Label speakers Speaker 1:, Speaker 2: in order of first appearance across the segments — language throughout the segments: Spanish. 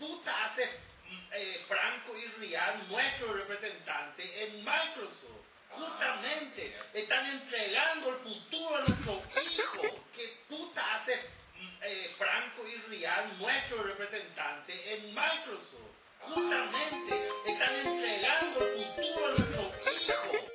Speaker 1: ahorita hace eh, Franco Irrial, nuestro representante en Microsoft.
Speaker 2: Ah,
Speaker 1: Justamente están entregando el futuro a nuestros hijos. ¿Qué puta hace eh, Franco Irrial, nuestro representante en Microsoft? Justamente están entregando el futuro a nuestros hijos.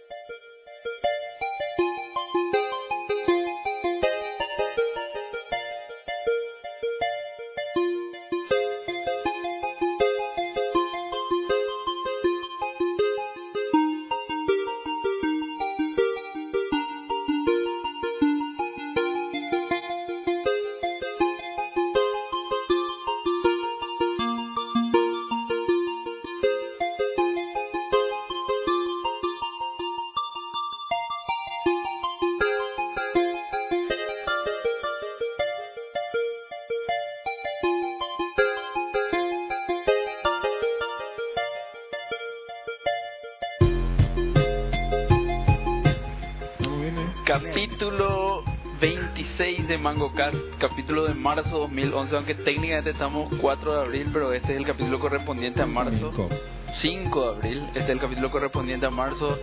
Speaker 3: Capítulo 26 de Mango Cast, capítulo de marzo 2011, aunque técnicamente estamos 4 de abril, pero este es el capítulo correspondiente a marzo. 5 de abril, este es el capítulo correspondiente a marzo.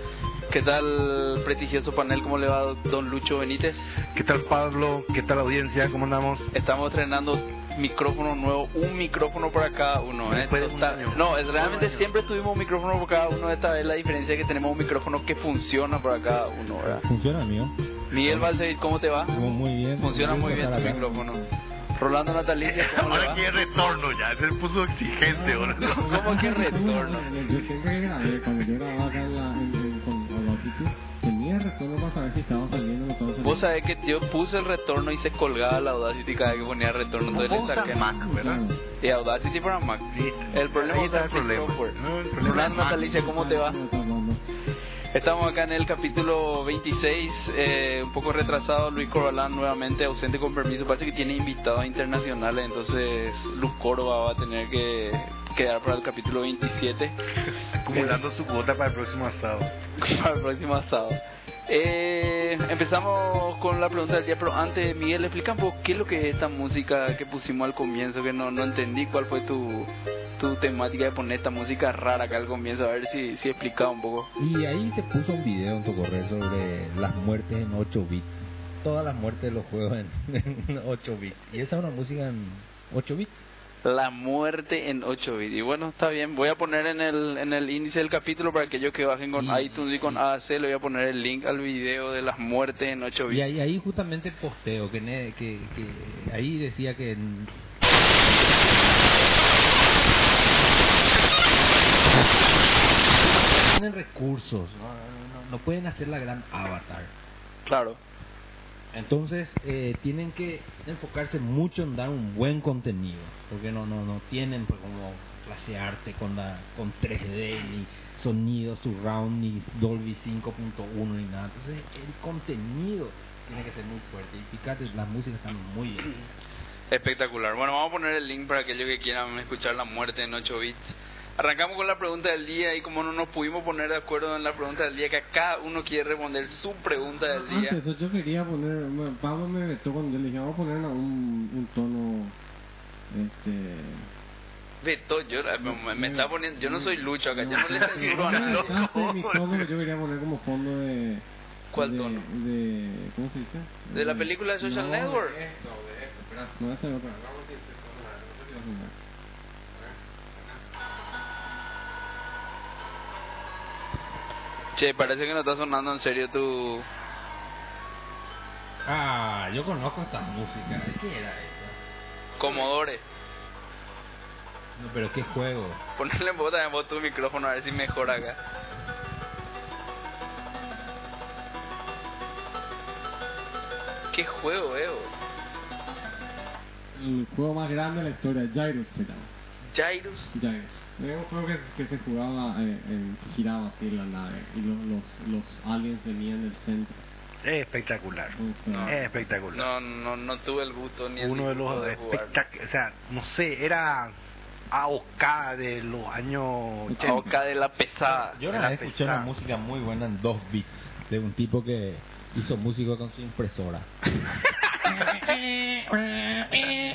Speaker 3: ¿Qué tal, prestigioso panel? ¿Cómo le va don Lucho Benítez?
Speaker 4: ¿Qué tal Pablo? ¿Qué tal audiencia? ¿Cómo andamos?
Speaker 3: Estamos estrenando micrófono nuevo, un micrófono para cada uno. ¿eh?
Speaker 4: Después de un
Speaker 3: Esta-
Speaker 4: año.
Speaker 3: no, es, realmente
Speaker 4: Un año.
Speaker 3: siempre tuvimos un micrófono para cada uno. Esta vez la diferencia es que tenemos un micrófono que funciona para cada uno. ¿verdad?
Speaker 5: Funciona, amigo.
Speaker 3: Miguel Balsevic, ¿cómo te va?
Speaker 5: Muy- Muy bien.
Speaker 3: Funciona muy bien tu
Speaker 5: Acá.
Speaker 3: micrófono. Rolando Natalicia, ¿cómo le
Speaker 4: Ahora
Speaker 3: va?
Speaker 4: aquí es retorno ya, se puso
Speaker 3: Ah.
Speaker 4: exigente, boludo.
Speaker 3: Este, ¿Cómo que retorno?
Speaker 5: Yo siempre grabé cuando yo grababa acá en la, en, en- con con la actitud, tenía retorno para saber si estaba saliendo o no estaba saliendo.
Speaker 3: Vos sabés que yo puse el retorno y se colgaba la Audacity cada vez que ponía retorno, entonces le
Speaker 4: Vos
Speaker 3: saqué.
Speaker 4: usas Mac, ¿verdad?
Speaker 5: Claro.
Speaker 3: Y Audacity para Mac. El problema
Speaker 4: Ahí
Speaker 3: es
Speaker 4: está el
Speaker 3: usar
Speaker 4: problema.
Speaker 3: software.
Speaker 4: No, el problema es
Speaker 3: Rolando
Speaker 4: Mac.
Speaker 3: Natalicia, ¿cómo te va? Estamos acá en el capítulo 26, eh, un poco retrasado, Luis Corbalán nuevamente ausente con permiso, parece que tiene invitados internacionales, entonces Luz Córdoba va a tener que quedar para el capítulo 27.
Speaker 4: Acumulando su cuota para el próximo asado.
Speaker 3: para el próximo asado. Eh, empezamos con la pregunta del día, pero antes, Miguel, explica un poco qué es lo que es esta música que pusimos al comienzo, que no, no entendí cuál fue tu, tu temática de poner esta música rara acá al comienzo, a ver si, si explicaba un poco.
Speaker 2: Y ahí se puso un video en tu correo sobre las muertes en 8 bits. Todas las muertes de los juegos en, en 8 bits. Y esa es una música en 8 bits.
Speaker 3: La muerte en 8 bits. Y bueno, está bien, voy a poner en el, en el índice del capítulo para aquellos que bajen con
Speaker 2: Y-
Speaker 3: iTunes y con AAC, le voy a poner el link al video de las muertes en 8
Speaker 2: Y
Speaker 3: bits.
Speaker 2: ahí, ahí justamente el posteo, que, ne- que, que ahí decía que... en- Tienen recursos, no, no- no- no pueden hacer la gran avatar.
Speaker 3: Claro.
Speaker 2: Entonces eh, tienen que enfocarse mucho en dar un buen contenido, porque no no no tienen pues, como clasearte con la con 3D ni sonido surround ni Dolby 5.1 ni nada. Entonces el contenido tiene que ser muy fuerte. Y fíjate, las músicas están muy bien.
Speaker 3: Espectacular. Bueno, vamos a poner el link para aquellos que quieran escuchar la muerte en 8 bits. Arrancamos con la pregunta del día y como no nos pudimos poner de acuerdo en la pregunta del día, que cada uno quiere responder su pregunta del día.
Speaker 5: Antes, Ah, yo quería poner. bueno, Pablo me vetó cuando yo le dije, vamos a poner un, un tono. Este.
Speaker 3: Beto, yo, me, me está poniendo, yo no soy Lucho acá, yo no le censuro
Speaker 5: no,
Speaker 3: a nadie.
Speaker 5: no, mi tono que yo quería poner como fondo de.
Speaker 3: ¿Cuál
Speaker 5: de-
Speaker 3: tono?
Speaker 5: De, ¿Cómo se dice?
Speaker 3: ¿De la película de Social
Speaker 5: No,
Speaker 3: Network?
Speaker 5: No, esa es otra.
Speaker 3: Che, parece que no está sonando en serio tu...
Speaker 2: Ah, yo conozco estas músicas. ¿De ¿Qué era esto?
Speaker 3: Comodore.
Speaker 2: No, pero qué juego.
Speaker 3: Ponerle bota de voz tu micrófono a ver si mejora acá. ¿Qué juego, eh? vos?
Speaker 5: El juego más grande de la historia, Jairus se llama.
Speaker 3: Jairus.
Speaker 5: Jairus. Era un juego que, que se jugaba, eh, eh, giraba así la nave y los, los, los aliens venían del centro.
Speaker 4: Espectacular.
Speaker 5: Un juego.
Speaker 4: Espectacular.
Speaker 3: No, no, no tuve el gusto ni el
Speaker 4: Uno de
Speaker 3: disgusto
Speaker 4: los
Speaker 3: jugar.
Speaker 4: espectaculares. O sea, no sé, era AOK de los años
Speaker 3: La
Speaker 4: 80.
Speaker 3: boca de la pesada.
Speaker 2: Yo una
Speaker 4: Era
Speaker 2: vez escuché una
Speaker 4: pesado.
Speaker 2: música muy buena en dos beats de un tipo que hizo música con su impresora.
Speaker 5: pues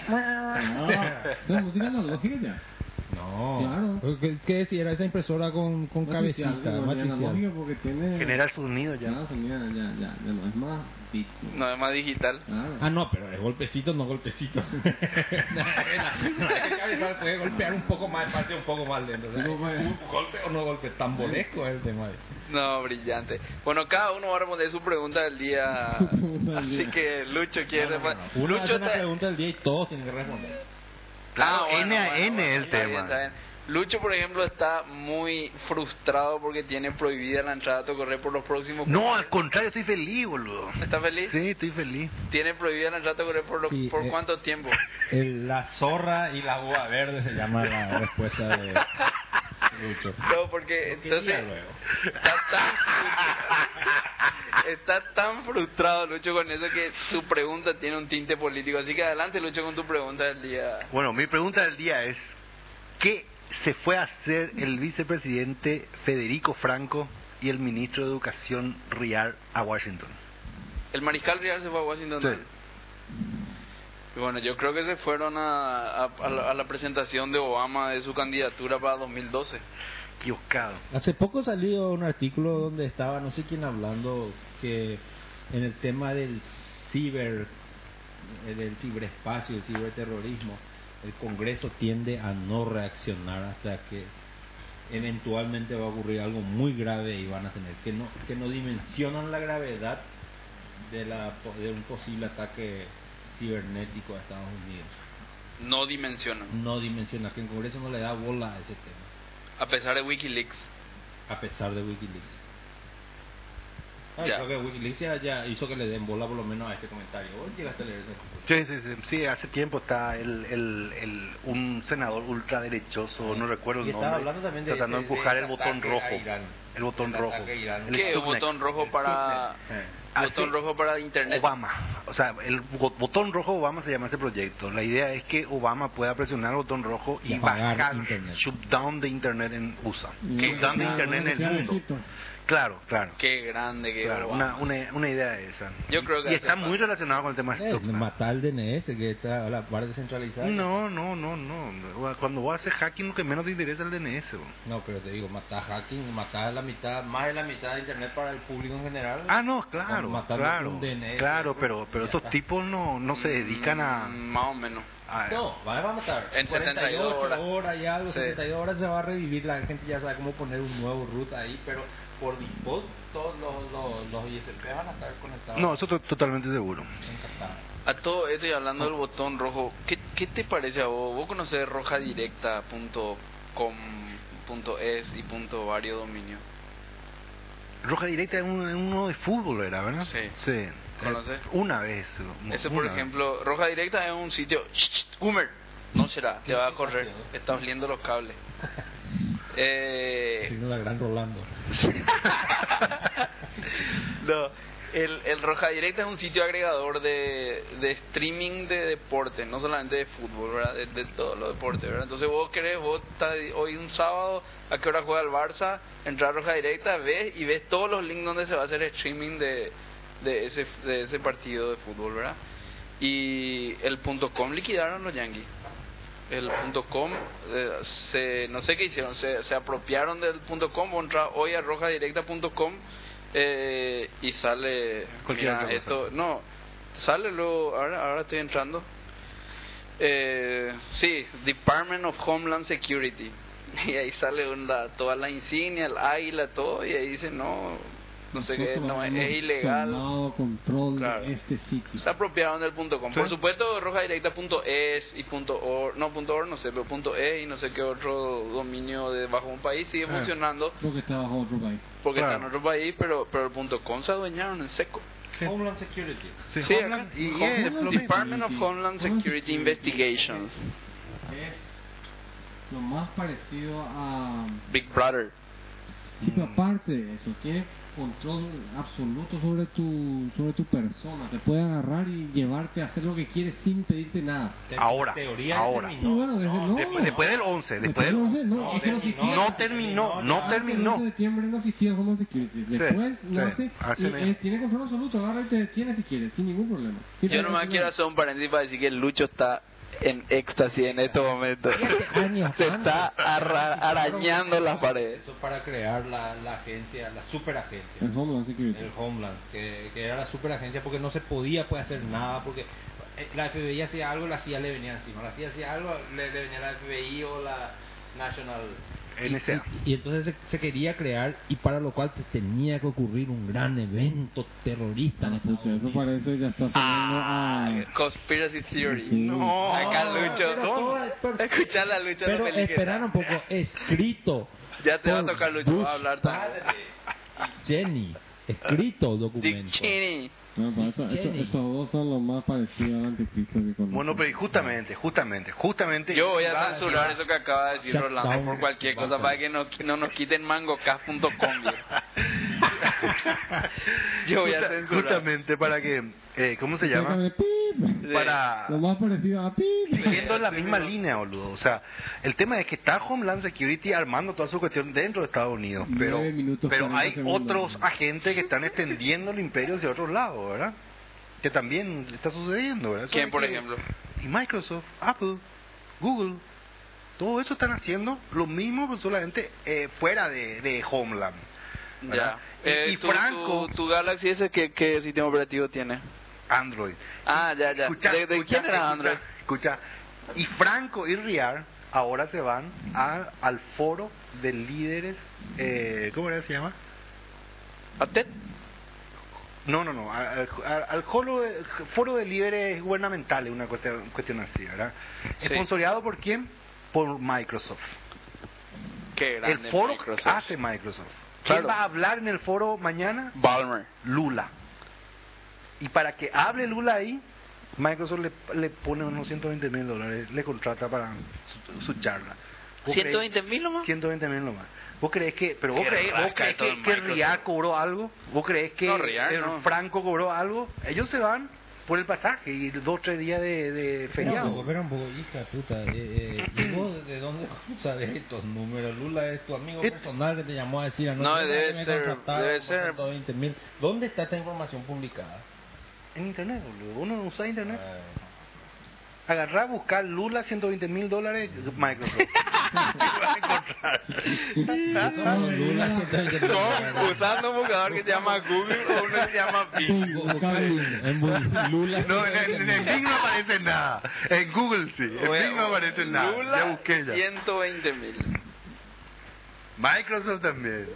Speaker 5: Ah, esa música analógica ya.
Speaker 2: No.
Speaker 5: Claro.
Speaker 6: ¿Qué, qué decir? Era esa impresora con, con cabecita, matricial.
Speaker 5: analógica porque
Speaker 3: Mm.
Speaker 5: tiene.
Speaker 4: General Sonido ya.
Speaker 5: Ya, ya, ya, ya, ya no es más difícil.
Speaker 3: No es más digital.
Speaker 5: Claro.
Speaker 6: Ah, no, pero es golpecito, no golpecito. no, cabezal puede golpear un poco más despacio, un poco más lento. o sea,
Speaker 5: Digo, pues,
Speaker 6: un golpe o no golpe, tamboresco es el tema. ahí.
Speaker 3: No, brillante. Bueno, cada uno va a responder su pregunta del día.
Speaker 5: pregunta del
Speaker 3: Así
Speaker 5: día.
Speaker 3: que Lucho quiere.
Speaker 6: No, no, no, no. Uno hace
Speaker 3: Lucho
Speaker 6: una
Speaker 3: Ah, está-
Speaker 6: pregunta del día y todos tienen que responder.
Speaker 4: Claro, N a N el
Speaker 3: está bien,
Speaker 4: tema.
Speaker 3: está bien. Lucho, por ejemplo, está muy frustrado porque tiene prohibida la entrada a Tocorré por los próximos.
Speaker 4: No, al contrario, estoy feliz, boludo.
Speaker 3: ¿Está feliz?
Speaker 4: Sí, estoy feliz.
Speaker 3: Tiene prohibida la entrada a Tocorré por, lo-
Speaker 6: Sí,
Speaker 3: por
Speaker 6: eh.
Speaker 3: cuánto tiempo.
Speaker 6: El- la zorra y la uva verde se llama la respuesta de Lucho.
Speaker 3: No, porque
Speaker 6: Lo quería
Speaker 3: entonces
Speaker 6: luego.
Speaker 3: está tan, está tan frustrado Lucho con eso que su pregunta tiene un tinte político. Así que adelante Lucho con tu pregunta del día.
Speaker 4: Bueno, mi pregunta del día es, ¿qué se fue a hacer el vicepresidente Federico Franco y el ministro de Educación Riar a Washington?
Speaker 3: El mariscal Rial se fue a Washington.
Speaker 4: Sí.
Speaker 3: ¿no? Y bueno, yo creo que se fueron a, a, a la, a la presentación de Obama de su candidatura para 2012.
Speaker 4: Equivocado.
Speaker 2: Hace poco salió un artículo donde estaba no sé quién hablando que en el tema del ciber, eh, del ciberespacio, el ciberterrorismo, el Congreso tiende a no reaccionar hasta que eventualmente va a ocurrir algo muy grave y van a tener que no que no dimensionan la gravedad de la po- de un posible ataque cibernético a Estados Unidos.
Speaker 3: No dimensionan.
Speaker 2: No dimensionan que el Congreso no le da bola a ese tema,
Speaker 3: A pesar de Wikileaks.
Speaker 2: a pesar de WikiLeaks. Ay,
Speaker 3: Ya.
Speaker 2: creo que Wikileaks ya, ya hizo que le den bola por lo menos a este comentario. Vos llegaste a leer ese comentario.
Speaker 4: Sí, sí, sí, sí, hace tiempo está el, el, el, un senador ultraderechoso, no recuerdo el
Speaker 2: Y
Speaker 4: nombre,
Speaker 2: estaba hablando también de
Speaker 4: tratando de
Speaker 2: ese- de
Speaker 4: empujar
Speaker 2: ese
Speaker 4: el botón
Speaker 2: ataque a
Speaker 4: rojo.
Speaker 2: Irán.
Speaker 4: El botón
Speaker 2: El
Speaker 4: rojo.
Speaker 2: ataque a Irán.
Speaker 4: El
Speaker 3: ¿Qué?
Speaker 4: Sputnik.
Speaker 3: Botón rojo para... Botón
Speaker 4: Así-
Speaker 3: rojo para internet.
Speaker 4: Obama. O sea, el bo- botón rojo Obama se llama ese proyecto. La idea es que Obama pueda presionar el botón rojo y,
Speaker 2: Y apagar
Speaker 4: bajar
Speaker 2: Internet.
Speaker 4: shutdown de Internet en USA.
Speaker 5: Y
Speaker 3: ¿Qué?
Speaker 5: no,
Speaker 4: Shutdown de
Speaker 5: no,
Speaker 4: Internet
Speaker 5: no,
Speaker 4: en
Speaker 5: no,
Speaker 4: el
Speaker 5: no,
Speaker 4: mundo.
Speaker 5: Egipto.
Speaker 4: Claro, claro.
Speaker 3: Qué grande que
Speaker 4: Claro,
Speaker 3: Obama.
Speaker 4: una, una, una idea esa.
Speaker 3: Yo creo que hace
Speaker 4: y está
Speaker 3: falta.
Speaker 4: muy relacionado con el tema de
Speaker 2: Eh,
Speaker 4: Stuxnet.
Speaker 2: Matar el DNS, que está la parte centralizada.
Speaker 4: No, no, no, no. Cuando vos haces hacking, lo que menos te interesa es el DNS. bro.
Speaker 2: No, pero te digo, matar hacking, matar la mitad, más de la mitad de internet para el público en general.
Speaker 4: Ah, no, claro,
Speaker 2: matando
Speaker 4: claro.
Speaker 2: un DNS,
Speaker 4: Claro, pero, pero
Speaker 2: pues, ya
Speaker 4: estos
Speaker 2: está.
Speaker 4: tipos no, no se dedican a...
Speaker 3: Mm, Más o menos.
Speaker 4: a-
Speaker 2: No, va a matar.
Speaker 3: En 72 horas.
Speaker 2: horas y algo,
Speaker 3: Sí.
Speaker 2: 72 horas se va a revivir. La gente ya sabe cómo poner un nuevo root ahí, pero por default todos los, los, los ISP van a estar conectados.
Speaker 4: No, eso estoy totalmente seguro.
Speaker 2: Encantados.
Speaker 3: A todo esto y hablando del botón rojo, ¿qué, qué te parece a vos? ¿Vos conocés rojadirecta.com.es y punto varios dominios?
Speaker 4: Roja Directa es un- es uno de fútbol, era, ¿verdad?
Speaker 3: Sí.
Speaker 4: sí.
Speaker 3: ¿Conoces?
Speaker 4: Eh, Una vez. u-
Speaker 3: Ese, por
Speaker 4: una vez.
Speaker 3: ejemplo, roja directa es un sitio... Humer, no será, te va a correr, está oliendo los cables. Eh,
Speaker 2: Tiene la gran Rolando.
Speaker 3: No, el, el Roja Directa es un sitio agregador de, de streaming de deporte, no solamente de fútbol, ¿verdad? De, de todos los deportes, ¿verdad? Entonces vos querés, vos estás hoy un sábado, ¿a qué hora juega el Barça? Entrar a Roja Directa, ves y ves todos los links donde se va a hacer streaming de, de, ese, de ese partido de fútbol, ¿verdad? Y el punto .com liquidaron los Yankees. El punto .com, eh, se, no sé qué hicieron, se, se apropiaron del punto .com, vos entras hoy a rojadirecta.com eh, y sale...
Speaker 4: Cualquier otra cosa.
Speaker 3: esto, no, sale luego, ahora, ahora estoy entrando. Eh, sí, Department of Homeland Security. Y ahí sale una, toda la insignia, el águila, todo, y ahí dice, no, no sé qué,
Speaker 5: Nosotros
Speaker 3: no, es,
Speaker 5: hemos
Speaker 3: es ilegal.
Speaker 5: tomado control
Speaker 3: Claro.
Speaker 5: de este sitio.
Speaker 3: Se apropiaron del punto com. Por
Speaker 4: Sí.
Speaker 3: supuesto, rojadirecta.es y punto .org, no punto .org, no sé, pero punto .es y no sé qué otro dominio de bajo un país sigue
Speaker 4: Ah.
Speaker 3: funcionando
Speaker 5: Porque está bajo otro país.
Speaker 3: porque
Speaker 4: Claro.
Speaker 3: está en otro país, pero, pero el punto .com se adueñaron en seco.
Speaker 2: Homeland Security.
Speaker 4: Sí,
Speaker 3: Sí,
Speaker 4: Homeland
Speaker 3: acá.
Speaker 4: y- y
Speaker 3: Home-
Speaker 4: es lo mismo.
Speaker 3: Department of Homeland Security Investigations.
Speaker 5: Es lo más parecido a...
Speaker 3: Big Brother.
Speaker 6: Mm.
Speaker 5: Sí, pero aparte de eso, tiene control absoluto sobre tu, sobre tu persona. Te puede agarrar y llevarte a hacer lo que quieres sin pedirte nada.
Speaker 4: Ahora, ahora.
Speaker 5: Y bueno, desde no,
Speaker 4: Después, después del 11, después
Speaker 5: Pues
Speaker 4: del
Speaker 5: no,
Speaker 4: 11.
Speaker 5: sé, no, es que no existía.
Speaker 4: No terminó, no
Speaker 5: Antes del 11 de
Speaker 4: terminó.
Speaker 5: septiembre no existía Homeland Security.
Speaker 4: Sí,
Speaker 5: Después
Speaker 4: sí,
Speaker 5: nace y
Speaker 4: así mismo.
Speaker 5: eh, tiene control absoluto. Agarra y te detiene si quieres, sin ningún problema.
Speaker 3: Yo nomás quiero hacer un paréntesis para decir que Lucho está en éxtasis en este momento.
Speaker 2: Siete años
Speaker 3: Se
Speaker 2: antes.
Speaker 3: está arra- arañando las paredes.
Speaker 6: Eso para crear la, la agencia, la superagencia.
Speaker 5: El Homeland Security.
Speaker 6: el Homeland, que, que era la superagencia porque no se podía pues, hacer nada, porque eh, la FBI hacía algo, la CIA le venía encima, la CIA hacía algo, le, le venía la FBI o la National.
Speaker 4: NSA.
Speaker 2: Y entonces se, se quería crear y para lo cual te- tenía que ocurrir un gran evento terrorista. en
Speaker 5: Ah,
Speaker 2: Estados
Speaker 5: pucha, eso
Speaker 2: Unidos.
Speaker 5: parece ya está sonando a...
Speaker 3: Conspiracy Theory.
Speaker 5: No.
Speaker 3: Acá Lucho.
Speaker 2: pero todo- pero-
Speaker 3: Escuchá la lucha de
Speaker 2: Pero
Speaker 3: la película.
Speaker 2: esperar un poco, escrito,
Speaker 3: Ya te va a
Speaker 2: por
Speaker 3: tocar Lucho. Va a
Speaker 2: Bush
Speaker 3: hablar también.
Speaker 2: Jenny, escrito
Speaker 3: Dick
Speaker 2: documento.
Speaker 3: Cheney.
Speaker 5: No, pero eso- eso-
Speaker 2: Jenny.
Speaker 5: esos dos son los más parecidos al anticristo que conozco.
Speaker 4: Bueno, pero y justamente, justamente, justamente.
Speaker 3: Yo voy a censurar eso que acaba de decir
Speaker 2: Shut
Speaker 3: Rolando
Speaker 2: down.
Speaker 3: por cualquier cosa
Speaker 2: Basta.
Speaker 3: para que no, que no nos quiten mangocas.com. viejo. Yo voy a
Speaker 4: Justa-
Speaker 3: censurar.
Speaker 4: Justamente para que. eh, ¿Cómo se llama?
Speaker 5: Déjame, ¡pip!
Speaker 3: Sí.
Speaker 4: Para.
Speaker 5: Lo más parecido a ¡pip!
Speaker 4: Siguiendo la misma línea, boludo. O sea, el tema es que está Homeland Security armando toda su cuestión dentro de Estados Unidos. Pero,
Speaker 5: Nueve minutos,
Speaker 4: pero
Speaker 5: 40
Speaker 4: hay
Speaker 5: segundos.
Speaker 4: otros agentes que están extendiendo el imperio hacia otros lados, ¿verdad? Que también le está sucediendo, ¿verdad? Eso
Speaker 3: ¿Quién,
Speaker 4: es
Speaker 3: por
Speaker 4: que-
Speaker 3: ejemplo?
Speaker 4: Y Microsoft, Apple, Google, todo eso están haciendo lo mismo, pero solamente eh, fuera de, de Homeland.
Speaker 3: Ya.
Speaker 4: ¿verdad?
Speaker 3: Eh,
Speaker 4: y
Speaker 3: tu-
Speaker 4: Franco-
Speaker 3: Tu, tu Galaxy ese, ¿qué, ¿qué sistema operativo tiene?
Speaker 4: Android.
Speaker 3: Ah, ya, ya.
Speaker 4: Escucha,
Speaker 3: ¿De, de
Speaker 4: escucha,
Speaker 3: quién era
Speaker 4: escucha,
Speaker 3: Android?
Speaker 4: Escucha, y Franco y Riar ahora se van a- al foro de líderes, eh, ¿cómo era que se llama?
Speaker 3: ¿Atet?
Speaker 4: No, no, no, a- al, al- al jolo de- foro de líderes gubernamentales, una cuestión, cuestión así, ¿verdad?
Speaker 3: Sí.
Speaker 4: ¿Esponsoreado por quién? Por Microsoft.
Speaker 3: Qué
Speaker 4: El
Speaker 3: grande
Speaker 4: foro
Speaker 3: Microsoft.
Speaker 4: hace Microsoft. ¿Quién
Speaker 3: Claro.
Speaker 4: va a hablar en el foro mañana?
Speaker 3: Balmer.
Speaker 4: Lula. Y para que hable Lula ahí, Microsoft le, le pone unos 120 mil dólares, le contrata para su, su charla. ¿Vos creés-
Speaker 3: ¿120 mil nomás?
Speaker 4: 120 mil nomás. ¿Vos crees que, pero vos
Speaker 3: Qué
Speaker 4: creés, vos
Speaker 3: rasca
Speaker 4: creés
Speaker 3: todo
Speaker 4: que,
Speaker 3: el
Speaker 4: que
Speaker 3: Microsoft.
Speaker 4: Riad cobró algo? ¿Vos crees que
Speaker 3: No, Riad
Speaker 4: el
Speaker 3: no.
Speaker 4: Franco cobró algo? Ellos se van por el pasaje y dos tres días de, de
Speaker 2: Espera un
Speaker 4: feriado.
Speaker 2: poco, espera un poco, hija de puta. eh, eh, ¿y vos de dónde sabes estos números? Lula es tu amigo
Speaker 4: Eh,
Speaker 2: personal que te llamó a decir anoche.
Speaker 3: no,
Speaker 2: "Mira,
Speaker 3: debe
Speaker 2: que me
Speaker 3: ser-
Speaker 2: contrataron
Speaker 3: debe
Speaker 2: por
Speaker 3: ser-
Speaker 2: 120.000". ¿Dónde está esta información publicada?
Speaker 4: En internet, boludo. Vos no usás internet.
Speaker 2: Ah,
Speaker 4: Agarrá, buscar Lula 120 mil dólares, Microsoft. Te vas a encontrar.
Speaker 5: No, Lula.
Speaker 3: Con- usando un buscador que se llama Google o uno que se llama Bing.
Speaker 5: Pum, cabrón.
Speaker 2: En Bul- Lula.
Speaker 4: No, en, en- en Bing no aparece nada. En Google sí. En Bing no aparece nada.
Speaker 3: Lula,
Speaker 4: ya busqué ya.
Speaker 3: 120 mil.
Speaker 4: Microsoft también.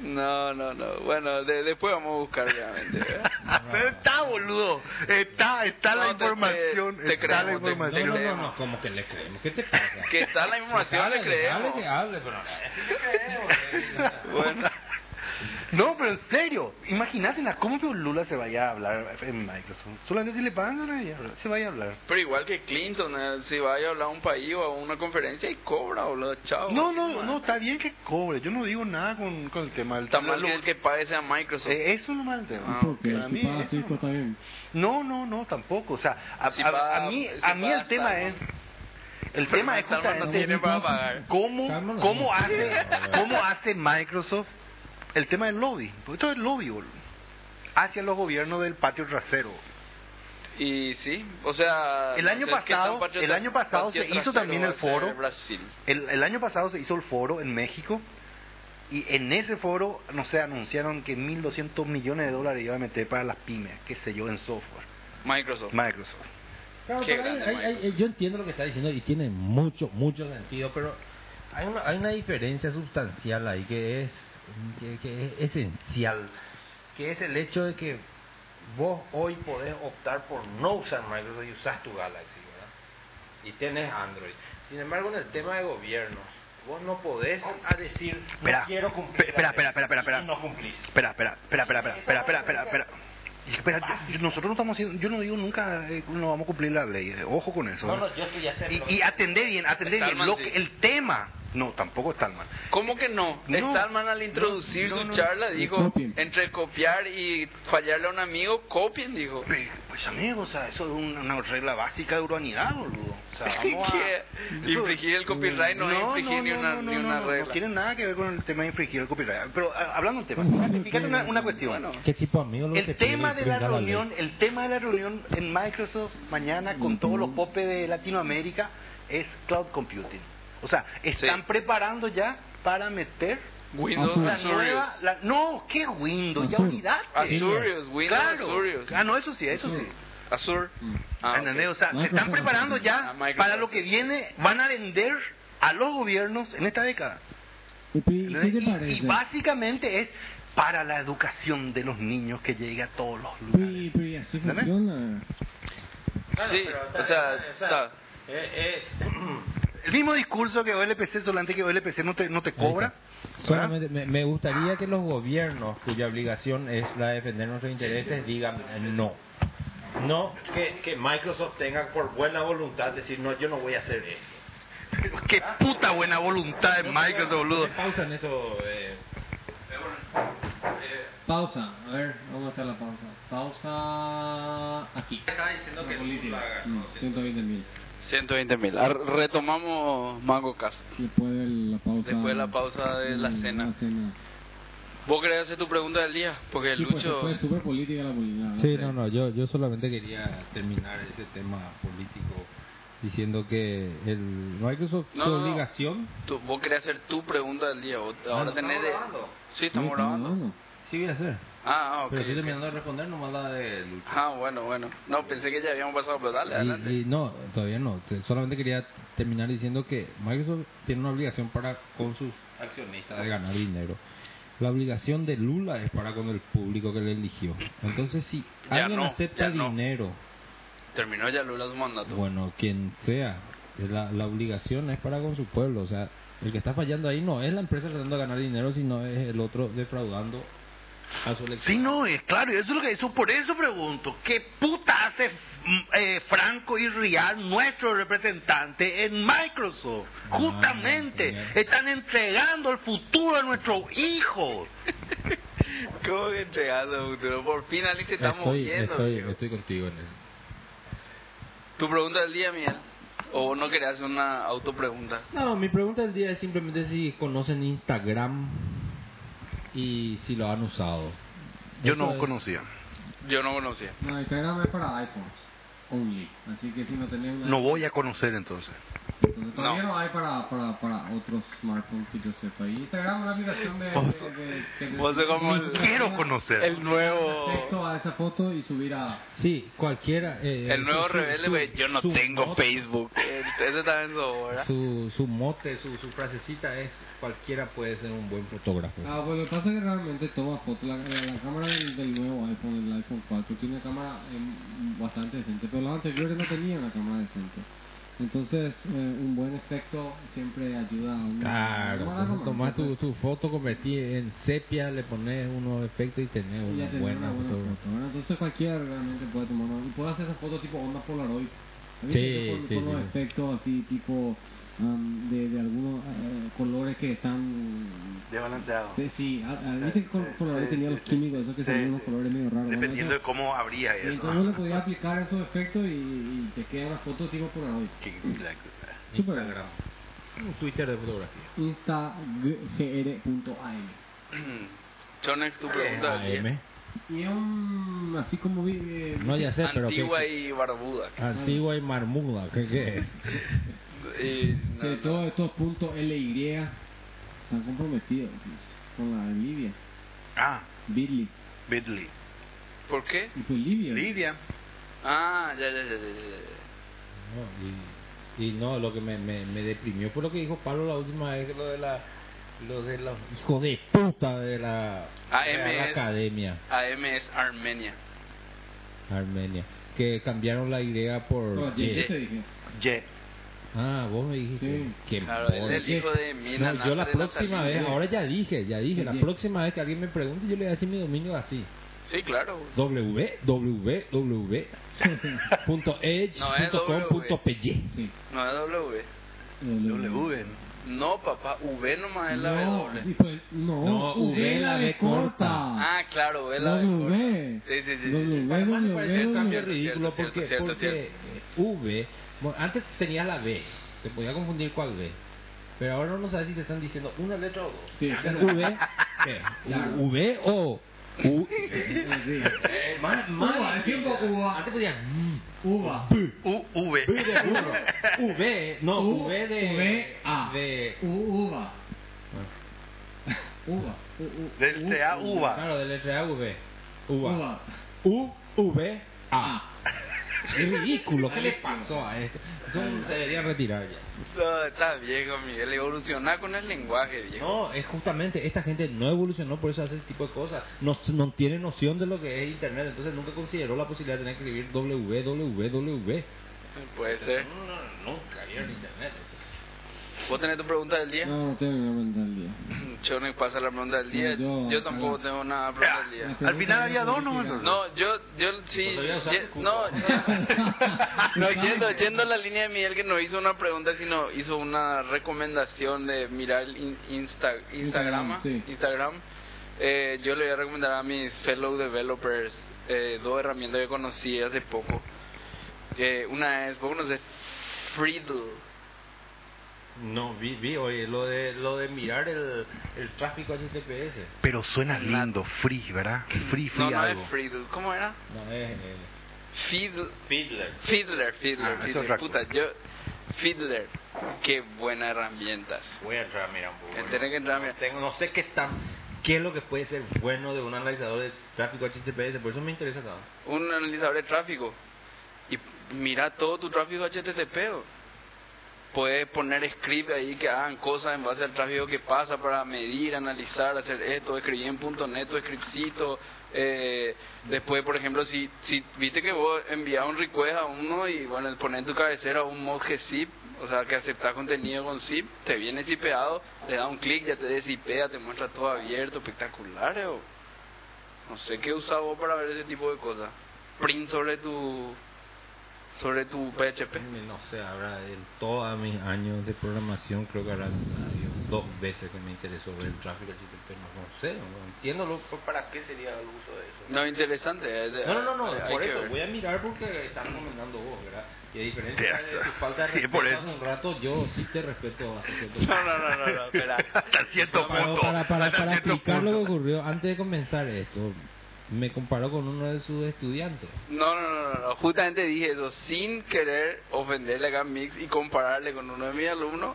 Speaker 3: No, no, no. Bueno, de- después vamos a buscar realmente. ¿verdad?
Speaker 4: Pero está, boludo. Está, está la
Speaker 3: No, te-
Speaker 4: información.
Speaker 3: te- te
Speaker 4: está la
Speaker 3: creemos, te-
Speaker 2: No,
Speaker 4: información.
Speaker 2: no, no, no, ¿cómo que le creemos? ¿Qué te pasa?
Speaker 3: Que está la información, le
Speaker 2: Dale, dale
Speaker 3: creemos.
Speaker 2: que hable, pero
Speaker 3: Bueno,
Speaker 4: No, pero en serio. Imagínatela, ¿cómo que Lula se vaya a hablar en Microsoft? Solamente si le pagan, no le- se vaya a hablar.
Speaker 3: pero igual que Clinton, eh, si va a hablar a un país o a una conferencia y cobra, boludo. Chao.
Speaker 4: No, no, no, está bien que cobre. Yo no digo nada con, con el tema del
Speaker 3: Está mal
Speaker 4: Lo-
Speaker 3: que el que pague sea Microsoft.
Speaker 4: Eh, eso no es mal tema.
Speaker 3: Ah,
Speaker 5: ¿Por qué?
Speaker 4: para
Speaker 5: Si
Speaker 4: mí
Speaker 5: paga
Speaker 4: eso
Speaker 5: circo
Speaker 4: no.
Speaker 5: está bien.
Speaker 4: No, no, no, tampoco. O sea, a,
Speaker 3: Si
Speaker 4: a-
Speaker 3: va-
Speaker 4: a mí,
Speaker 3: si
Speaker 4: a mí
Speaker 3: va
Speaker 4: el tema
Speaker 3: hasta-
Speaker 4: es. El tema es
Speaker 3: Pero no
Speaker 4: justamente
Speaker 3: tiene para pagar.
Speaker 4: cómo,
Speaker 2: Carlos,
Speaker 4: cómo,
Speaker 2: no.
Speaker 4: hace, cómo hace Microsoft el tema del lobby. Porque esto es lobby, boludo. Hacia los gobiernos del patio trasero.
Speaker 3: Y sí, o sea...
Speaker 4: El
Speaker 3: no
Speaker 4: año
Speaker 3: sé, es que
Speaker 4: pasado-
Speaker 3: tan patio-
Speaker 4: el año pasado
Speaker 3: patio
Speaker 4: se hizo
Speaker 3: trasero
Speaker 4: también
Speaker 3: va
Speaker 4: el
Speaker 3: a ser
Speaker 4: foro.
Speaker 3: Brasil.
Speaker 4: El, el año pasado se hizo el foro en México. Y en ese foro, no sé, anunciaron que 1.200 millones de dólares iba a meter para las pymes, qué sé yo, en software.
Speaker 3: Microsoft.
Speaker 4: Microsoft.
Speaker 2: Claro,
Speaker 3: Qué
Speaker 2: pero hay-
Speaker 3: grande,
Speaker 2: hay- hay-
Speaker 3: Microsoft.
Speaker 2: yo entiendo lo que está diciendo y tiene mucho, mucho sentido, pero hay una, hay una diferencia sustancial ahí que es, que, que es esencial, que es el hecho de que vos hoy podés optar por no usar Microsoft y usás tu Galaxy, ¿verdad? Y tenés Android. Sin embargo, en el tema de gobierno, vos no podés a decir, no
Speaker 4: Espera,
Speaker 2: quiero cumplir.
Speaker 4: espera,
Speaker 2: la ley,
Speaker 4: espera, espera, espera, espera.
Speaker 2: y no cumplís.
Speaker 4: Espera, espera, espera, espera, espera, espera, espera, espera, espera. Y espera, yo- nosotros no estamos haciendo, yo no digo nunca eh, no vamos a cumplir la ley, eh, ojo con eso.
Speaker 2: No,
Speaker 4: ¿eh?
Speaker 2: no, yo estoy ya sé,
Speaker 4: Y,
Speaker 2: pero-
Speaker 4: y atendé bien, atendé bien. Lo
Speaker 3: Cálmanse.
Speaker 4: que- el tema No, tampoco es Talman.
Speaker 3: ¿Cómo que no?
Speaker 4: No,
Speaker 3: Stallman al introducir
Speaker 4: no,
Speaker 3: su
Speaker 4: no.
Speaker 3: charla dijo,
Speaker 5: Copien.
Speaker 3: entre copiar y fallarle a un amigo, copien, dijo.
Speaker 4: Pues, pues, amigo, o sea, eso es una, una regla básica de urbanidad, boludo. O sea, vamos a...
Speaker 3: Que infringir el copyright no, es infringir ni una, ni una
Speaker 4: no,
Speaker 3: regla.
Speaker 4: No tiene nada que ver con el tema de infringir el copyright. Pero a- hablando del tema, fíjate una, una cuestión.
Speaker 3: Bueno.
Speaker 2: ¿Qué tipo de amigo? lo que
Speaker 4: El
Speaker 2: te
Speaker 4: tema
Speaker 2: pide
Speaker 4: de la
Speaker 2: infringa ley?
Speaker 4: reunión, el tema de la reunión en Microsoft mañana con todos los popes de Latinoamérica es cloud computing. O sea, están
Speaker 3: Sí.
Speaker 4: preparando ya para meter
Speaker 3: Windows
Speaker 5: Azul.
Speaker 4: la
Speaker 3: Azurius.
Speaker 4: nueva, la- no, qué Windows, ya
Speaker 5: Azul.
Speaker 4: olvidaste.
Speaker 3: Azurius, Windows
Speaker 4: Claro.
Speaker 3: Azurius.
Speaker 4: Ah, no, eso sí, eso sí.
Speaker 5: Azul.
Speaker 3: Azur.
Speaker 5: Mm.
Speaker 3: Ah,
Speaker 4: ¿Entendés?
Speaker 3: ok.
Speaker 4: O sea, se están
Speaker 5: Microsoft.
Speaker 4: preparando
Speaker 3: Ah,
Speaker 4: ya
Speaker 3: Microsoft.
Speaker 4: para lo que viene, van a vender a los gobiernos en esta década.
Speaker 5: ¿Y pi- ¿Qué te
Speaker 4: ¿Entendés? Y, y
Speaker 5: parece?
Speaker 4: básicamente es para la educación de los niños que llegue a todos los
Speaker 5: Pi-
Speaker 4: lugares.
Speaker 5: pi- así
Speaker 4: Dame.
Speaker 5: funciona.
Speaker 3: Sí,
Speaker 6: pero
Speaker 3: o sea,
Speaker 6: está-
Speaker 3: está.
Speaker 6: eh, es-
Speaker 4: El mismo discurso que OLPC, solamente que OLPC no te, no te cobra. ¿verdad?
Speaker 2: Solamente me, me gustaría que los gobiernos, cuya obligación es la de defender nuestros intereses, digan eh, no.
Speaker 6: no que, que Microsoft tenga por buena voluntad decir, no, yo no voy a hacer esto.
Speaker 4: Qué puta buena voluntad de Microsoft, boludo.
Speaker 6: Pausa en eso. eh,
Speaker 5: Pausa. A ver, vamos a hacer la pausa. Pausa aquí.
Speaker 6: Estaba diciendo que
Speaker 5: La
Speaker 6: tú
Speaker 5: política.
Speaker 6: la hagas,
Speaker 5: Mm,
Speaker 6: ¿no?
Speaker 5: 120 mil.
Speaker 3: 120 mil. Ar- Retomamos Mango Cast.
Speaker 5: Después de la pausa.
Speaker 3: Después de la pausa de la
Speaker 5: Mm,
Speaker 3: cena.
Speaker 5: la cena.
Speaker 3: ¿Vos querés hacer tu pregunta del día? Porque el
Speaker 5: Sí, pues,
Speaker 3: Lucho...
Speaker 5: fue súper política la política.
Speaker 2: Sí, no, no, yo, yo solamente quería terminar ese tema político diciendo que el Microsoft,
Speaker 3: No,
Speaker 2: su
Speaker 3: no, no.
Speaker 2: obligación,
Speaker 3: Tú- vos querés hacer tu pregunta del día. vos- Ahora
Speaker 6: no,
Speaker 3: tenés
Speaker 6: estamos
Speaker 3: de...
Speaker 6: grabando.
Speaker 3: Sí, estamos grabando.
Speaker 2: sí voy a hacer.
Speaker 3: Ah, ah, ok.
Speaker 2: Pero estoy
Speaker 3: ok.
Speaker 2: terminando de responder nomás la de Lucho.
Speaker 3: Ah, bueno, bueno. No, pensé que ya habíamos pasado, pero dale, adelante.
Speaker 2: Y, y no, todavía no. Te- Solamente quería terminar diciendo que Microsoft tiene una obligación para con sus accionistas de ganar dinero. La obligación de Lula es para con el público que le eligió. Entonces, si
Speaker 3: Ya
Speaker 2: alguien
Speaker 3: no,
Speaker 2: acepta
Speaker 3: ya no.
Speaker 2: dinero,
Speaker 3: Terminó ya Lula su mandato.
Speaker 2: bueno, quien sea, la, la obligación es para con su pueblo. O sea, el que está fallando ahí no es la empresa tratando de ganar dinero, sino es el otro defraudando a su elección.
Speaker 4: Sí, no, es claro, y eso es lo que eso por eso pregunto, ¿qué puta hace mm, eh, Franco y Rial, nuestro representante en Microsoft?
Speaker 2: Ah,
Speaker 4: Justamente,
Speaker 2: genial.
Speaker 4: están entregando el futuro a nuestros hijos.
Speaker 3: ¿Cómo que entregado, futuro? Por fin alguien se está
Speaker 2: Estoy,
Speaker 3: moviendo.
Speaker 2: estoy,
Speaker 3: amigo.
Speaker 2: estoy contigo en eso.
Speaker 3: Tu pregunta del día, Miguel. ¿O vos no querías hacer una autopregunta?
Speaker 2: No, mi pregunta del día es simplemente si conocen Instagram y si lo han usado. Eso es-
Speaker 4: conocía.
Speaker 3: Yo no conocía.
Speaker 5: No, Instagram es para iPhones. Only. Así que si no tenés una.
Speaker 4: No voy a conocer entonces.
Speaker 5: Entonces, todavía no, hay para, para, para otros smartphones que yo sepa. Y Instagram es una aplicación de.
Speaker 4: Vos-
Speaker 5: de- de- que te-
Speaker 3: vos sos como el-
Speaker 4: Quiero conocer.
Speaker 3: El nuevo...
Speaker 5: Texto a esa foto y subir a.
Speaker 2: Sí, cualquiera. eh,
Speaker 3: El nuevo
Speaker 2: su- su-
Speaker 3: rebelde,
Speaker 2: su-
Speaker 3: güey. Yo no
Speaker 2: su
Speaker 3: tengo
Speaker 2: mote,
Speaker 3: Facebook. Eh, Ese también eso, ¿verdad?
Speaker 2: Su, su mote, su, su frasecita es: cualquiera puede ser un buen fotógrafo.
Speaker 5: Ah, pues lo que pasa es que realmente toma fotos. La, la- la cámara del, del nuevo iPhone, el iPhone 4, tiene una cámara eh, bastante decente, pero los anteriores no tenían una cámara decente. Entonces, eh, un buen efecto siempre ayuda a un.
Speaker 2: Claro,
Speaker 5: cámara
Speaker 2: entonces
Speaker 5: normal.
Speaker 2: tomás tu,
Speaker 5: pues.
Speaker 2: tu foto, convertí en sepia, le pones unos efectos y tenés
Speaker 5: Y ya
Speaker 2: una
Speaker 5: tenés
Speaker 2: buena
Speaker 5: una buena
Speaker 2: fotografía.
Speaker 5: foto. ¿verdad? Entonces, cualquiera realmente puede tomar una. Y puede hacer esas fotos tipo onda Polaroid. ¿Has visto
Speaker 2: Sí,
Speaker 5: que con,
Speaker 2: sí,
Speaker 5: con unos
Speaker 2: sí.
Speaker 5: efectos así, tipo am, de, de algunos eh, colores que están.
Speaker 4: Desbalanceado.
Speaker 5: Sí, sí, a- a- viste que con- Polaroid tenía los químicos, esos que
Speaker 4: Sí,
Speaker 5: salían unos
Speaker 4: sí.
Speaker 5: colores medio raros. bueno,
Speaker 4: Dependiendo de
Speaker 5: eso-
Speaker 4: cómo abría
Speaker 5: y
Speaker 4: eso.
Speaker 5: entonces uno le podía aplicar esos efectos y, y te queda una foto tipo Polaroid. Súper.
Speaker 2: Instagram. Un Twitter de fotografía.
Speaker 5: Instagr.am
Speaker 3: Chonex, tu pregunta del día.
Speaker 2: AM.
Speaker 5: Y es un. así como vi. eh,
Speaker 2: No, ya sé, pero. ¿qué-
Speaker 3: Antigua y barbuda.
Speaker 2: Antigua y marmuda, ¿qué, qué es?
Speaker 3: Y
Speaker 5: que
Speaker 3: no, no.
Speaker 5: todos estos puntos LY están comprometidos con la de Libia,
Speaker 4: Ah,
Speaker 5: Bitly.
Speaker 4: Bitly.
Speaker 3: ¿Por qué?
Speaker 5: Y fue Libia.
Speaker 4: Lidia.
Speaker 3: Ah, ya, ya, ya, ya, ya, ya.
Speaker 2: No, y, y no, lo que me, me, me deprimió fue lo que dijo Pablo la última vez, lo de la lo de los hijos de puta de la
Speaker 3: Ah,
Speaker 2: Real
Speaker 3: AMS.
Speaker 2: Academia
Speaker 3: AM es Armenia.
Speaker 2: Armenia, que cambiaron la Y por
Speaker 5: No,
Speaker 2: Y.
Speaker 5: Ye- Ye te dije.
Speaker 4: Ye.
Speaker 2: Ah, vos me dijiste
Speaker 5: Sí.
Speaker 2: que
Speaker 3: Claro, es el hijo de Mina.
Speaker 2: No, yo la
Speaker 3: Nasser
Speaker 2: próxima
Speaker 3: Al-Khelaifi.
Speaker 2: vez, ahora ya dije, ya dije, la
Speaker 5: Ye.
Speaker 2: próxima vez que alguien me pregunte, yo le voy a decir mi dominio así:
Speaker 3: Sí, claro.
Speaker 2: w, w, w, punto edge,
Speaker 3: No, es
Speaker 2: punto com,
Speaker 3: W.
Speaker 2: punto py.
Speaker 5: Sí.
Speaker 3: No es W.
Speaker 5: W.
Speaker 4: W.
Speaker 3: No, papá, V nomás es la
Speaker 5: no,
Speaker 3: B doble.
Speaker 5: y pues, no,
Speaker 2: No,
Speaker 5: V la B corta.
Speaker 3: Ah, claro, V la B
Speaker 5: W.
Speaker 3: corta. Sí, sí, sí.
Speaker 5: W,
Speaker 3: Para más me pareció el cambio
Speaker 5: W.
Speaker 3: de-
Speaker 2: ridículo
Speaker 3: cierto,
Speaker 2: porque,
Speaker 3: cierto,
Speaker 2: porque eh, V, bueno, antes tenías la B, te podía confundir cuál B, pero ahora no sabes si te están diciendo una letra o dos.
Speaker 5: Sí,
Speaker 2: Pero V, ¿qué?
Speaker 5: Claro.
Speaker 2: V o U. eh,
Speaker 5: sí.
Speaker 2: Más- más
Speaker 5: Uva,
Speaker 2: difícil.
Speaker 5: tiempo uva.
Speaker 2: Antes podías mm,
Speaker 5: Uva.
Speaker 4: U V.
Speaker 2: V de burro. V, no,
Speaker 5: U-
Speaker 2: V de
Speaker 5: V, A.
Speaker 2: de
Speaker 5: U- uva. Uva. U- u-
Speaker 4: Del
Speaker 5: u-
Speaker 4: CA uva.
Speaker 2: claro, de letra V.
Speaker 5: Uva.
Speaker 2: Uva. U V A. Es ridículo, ¿qué le pasó a esto? Eso se debería retirar ya.
Speaker 3: No, está viejo, Miguel. Evolucionar con el lenguaje, viejo.
Speaker 2: No, es justamente, esta gente no evolucionó, por eso hace ese tipo de cosas. No, no tiene noción de lo que es Internet, entonces nunca consideró la posibilidad de tener que escribir www.
Speaker 3: Puede ser.
Speaker 2: No, no, no, nunca vieron Internet.
Speaker 3: ¿Vos tenés tu pregunta del día?
Speaker 5: No, no tengo que aumentar el día.
Speaker 3: Chonex pasa la pregunta del día.
Speaker 5: No, Ah.
Speaker 3: Yo,
Speaker 5: yo-
Speaker 3: tampoco
Speaker 5: ah.
Speaker 3: tengo nada pregunta
Speaker 5: La
Speaker 3: del día.
Speaker 5: pregunta
Speaker 4: final
Speaker 5: era
Speaker 4: había dos, ¿no?
Speaker 5: política.
Speaker 3: No, yo, yo sí.
Speaker 2: Cuando ya
Speaker 5: Pues
Speaker 2: usaste
Speaker 3: ye-
Speaker 2: cupo.
Speaker 3: no, no, yendo, yendo a la línea de Miguel que no hizo una pregunta, sino hizo una recomendación de mirar el in- Insta, Instagram.
Speaker 5: Instagram, sí.
Speaker 3: Instagram. Eh, yo le voy a recomendar a mis fellow developers eh, dos herramientas que conocí hace poco. Eh, una es, vos conoces Freedle.
Speaker 2: No, vi, vi, oye, lo de, lo de mirar el, el tráfico HTTPS.
Speaker 4: Pero suena lindo, free, ¿verdad? Free, free
Speaker 3: No, no
Speaker 4: algo.
Speaker 3: es Freedle. ¿Cómo era?
Speaker 2: No, es... eh,
Speaker 3: Fiddle- Fiddler. Fiddler,
Speaker 4: Ah,
Speaker 3: Fiddler,
Speaker 4: es otra
Speaker 3: Puta,
Speaker 4: cosa.
Speaker 3: yo. Fiddler. Qué buenas herramientas.
Speaker 2: Voy a entrar, mira un poco.
Speaker 3: Eh, tenés que entrar, mira.
Speaker 2: No tengo- no sé qué tan, qué es lo que puede ser bueno de un analizador de tráfico HTTPS, por eso me interesa tanto.
Speaker 3: Un analizador de tráfico. Y mira todo tu tráfico HTTP. o. Puedes poner script ahí que hagan cosas en base al tráfico que pasa para medir, analizar, hacer esto, escribir en punto .net, tu scriptcito. eh, después, por ejemplo, si, si viste que vos envías un request a uno y bueno, poner en tu cabecera un mod gzip, o sea, que aceptas contenido con zip, te viene zipeado, le da un clic, ya te deshipea, te muestra todo abierto, espectacular, eh, o. No sé qué usas vos para ver ese tipo de cosas. Print sobre tu sobre tu PHP.
Speaker 2: No sé, ahora en todos mis años de programación creo que ahora ha habido dos veces que me interesó ver el tráfico HTTP, no, no sé, no entiendo lo- para qué sería el uso de eso.
Speaker 3: No, interesante. eh, de-
Speaker 2: No, no, no,
Speaker 3: eh,
Speaker 2: no
Speaker 3: hay
Speaker 2: por
Speaker 3: que
Speaker 2: eso
Speaker 3: ver.
Speaker 2: voy a mirar porque estás comentando vos, ¿verdad? Y a diferencia
Speaker 4: Yes.
Speaker 2: de tu falta de
Speaker 4: Sí,
Speaker 2: respeto
Speaker 4: por eso.
Speaker 2: hace un rato, yo sí te respeto hasta cierto punto.
Speaker 3: No, no, no, no, no, espera.
Speaker 4: Hasta cierto
Speaker 2: Para-
Speaker 4: punto.
Speaker 2: Para, para,
Speaker 4: hasta
Speaker 2: para
Speaker 4: cierto
Speaker 2: explicar lo que
Speaker 4: punto.
Speaker 2: ocurrió, antes de comenzar esto, me comparó con uno de sus estudiantes.
Speaker 3: No, no, no, no, no, justamente dije eso sin querer ofenderle a Gammix y compararle con uno de mis alumnos.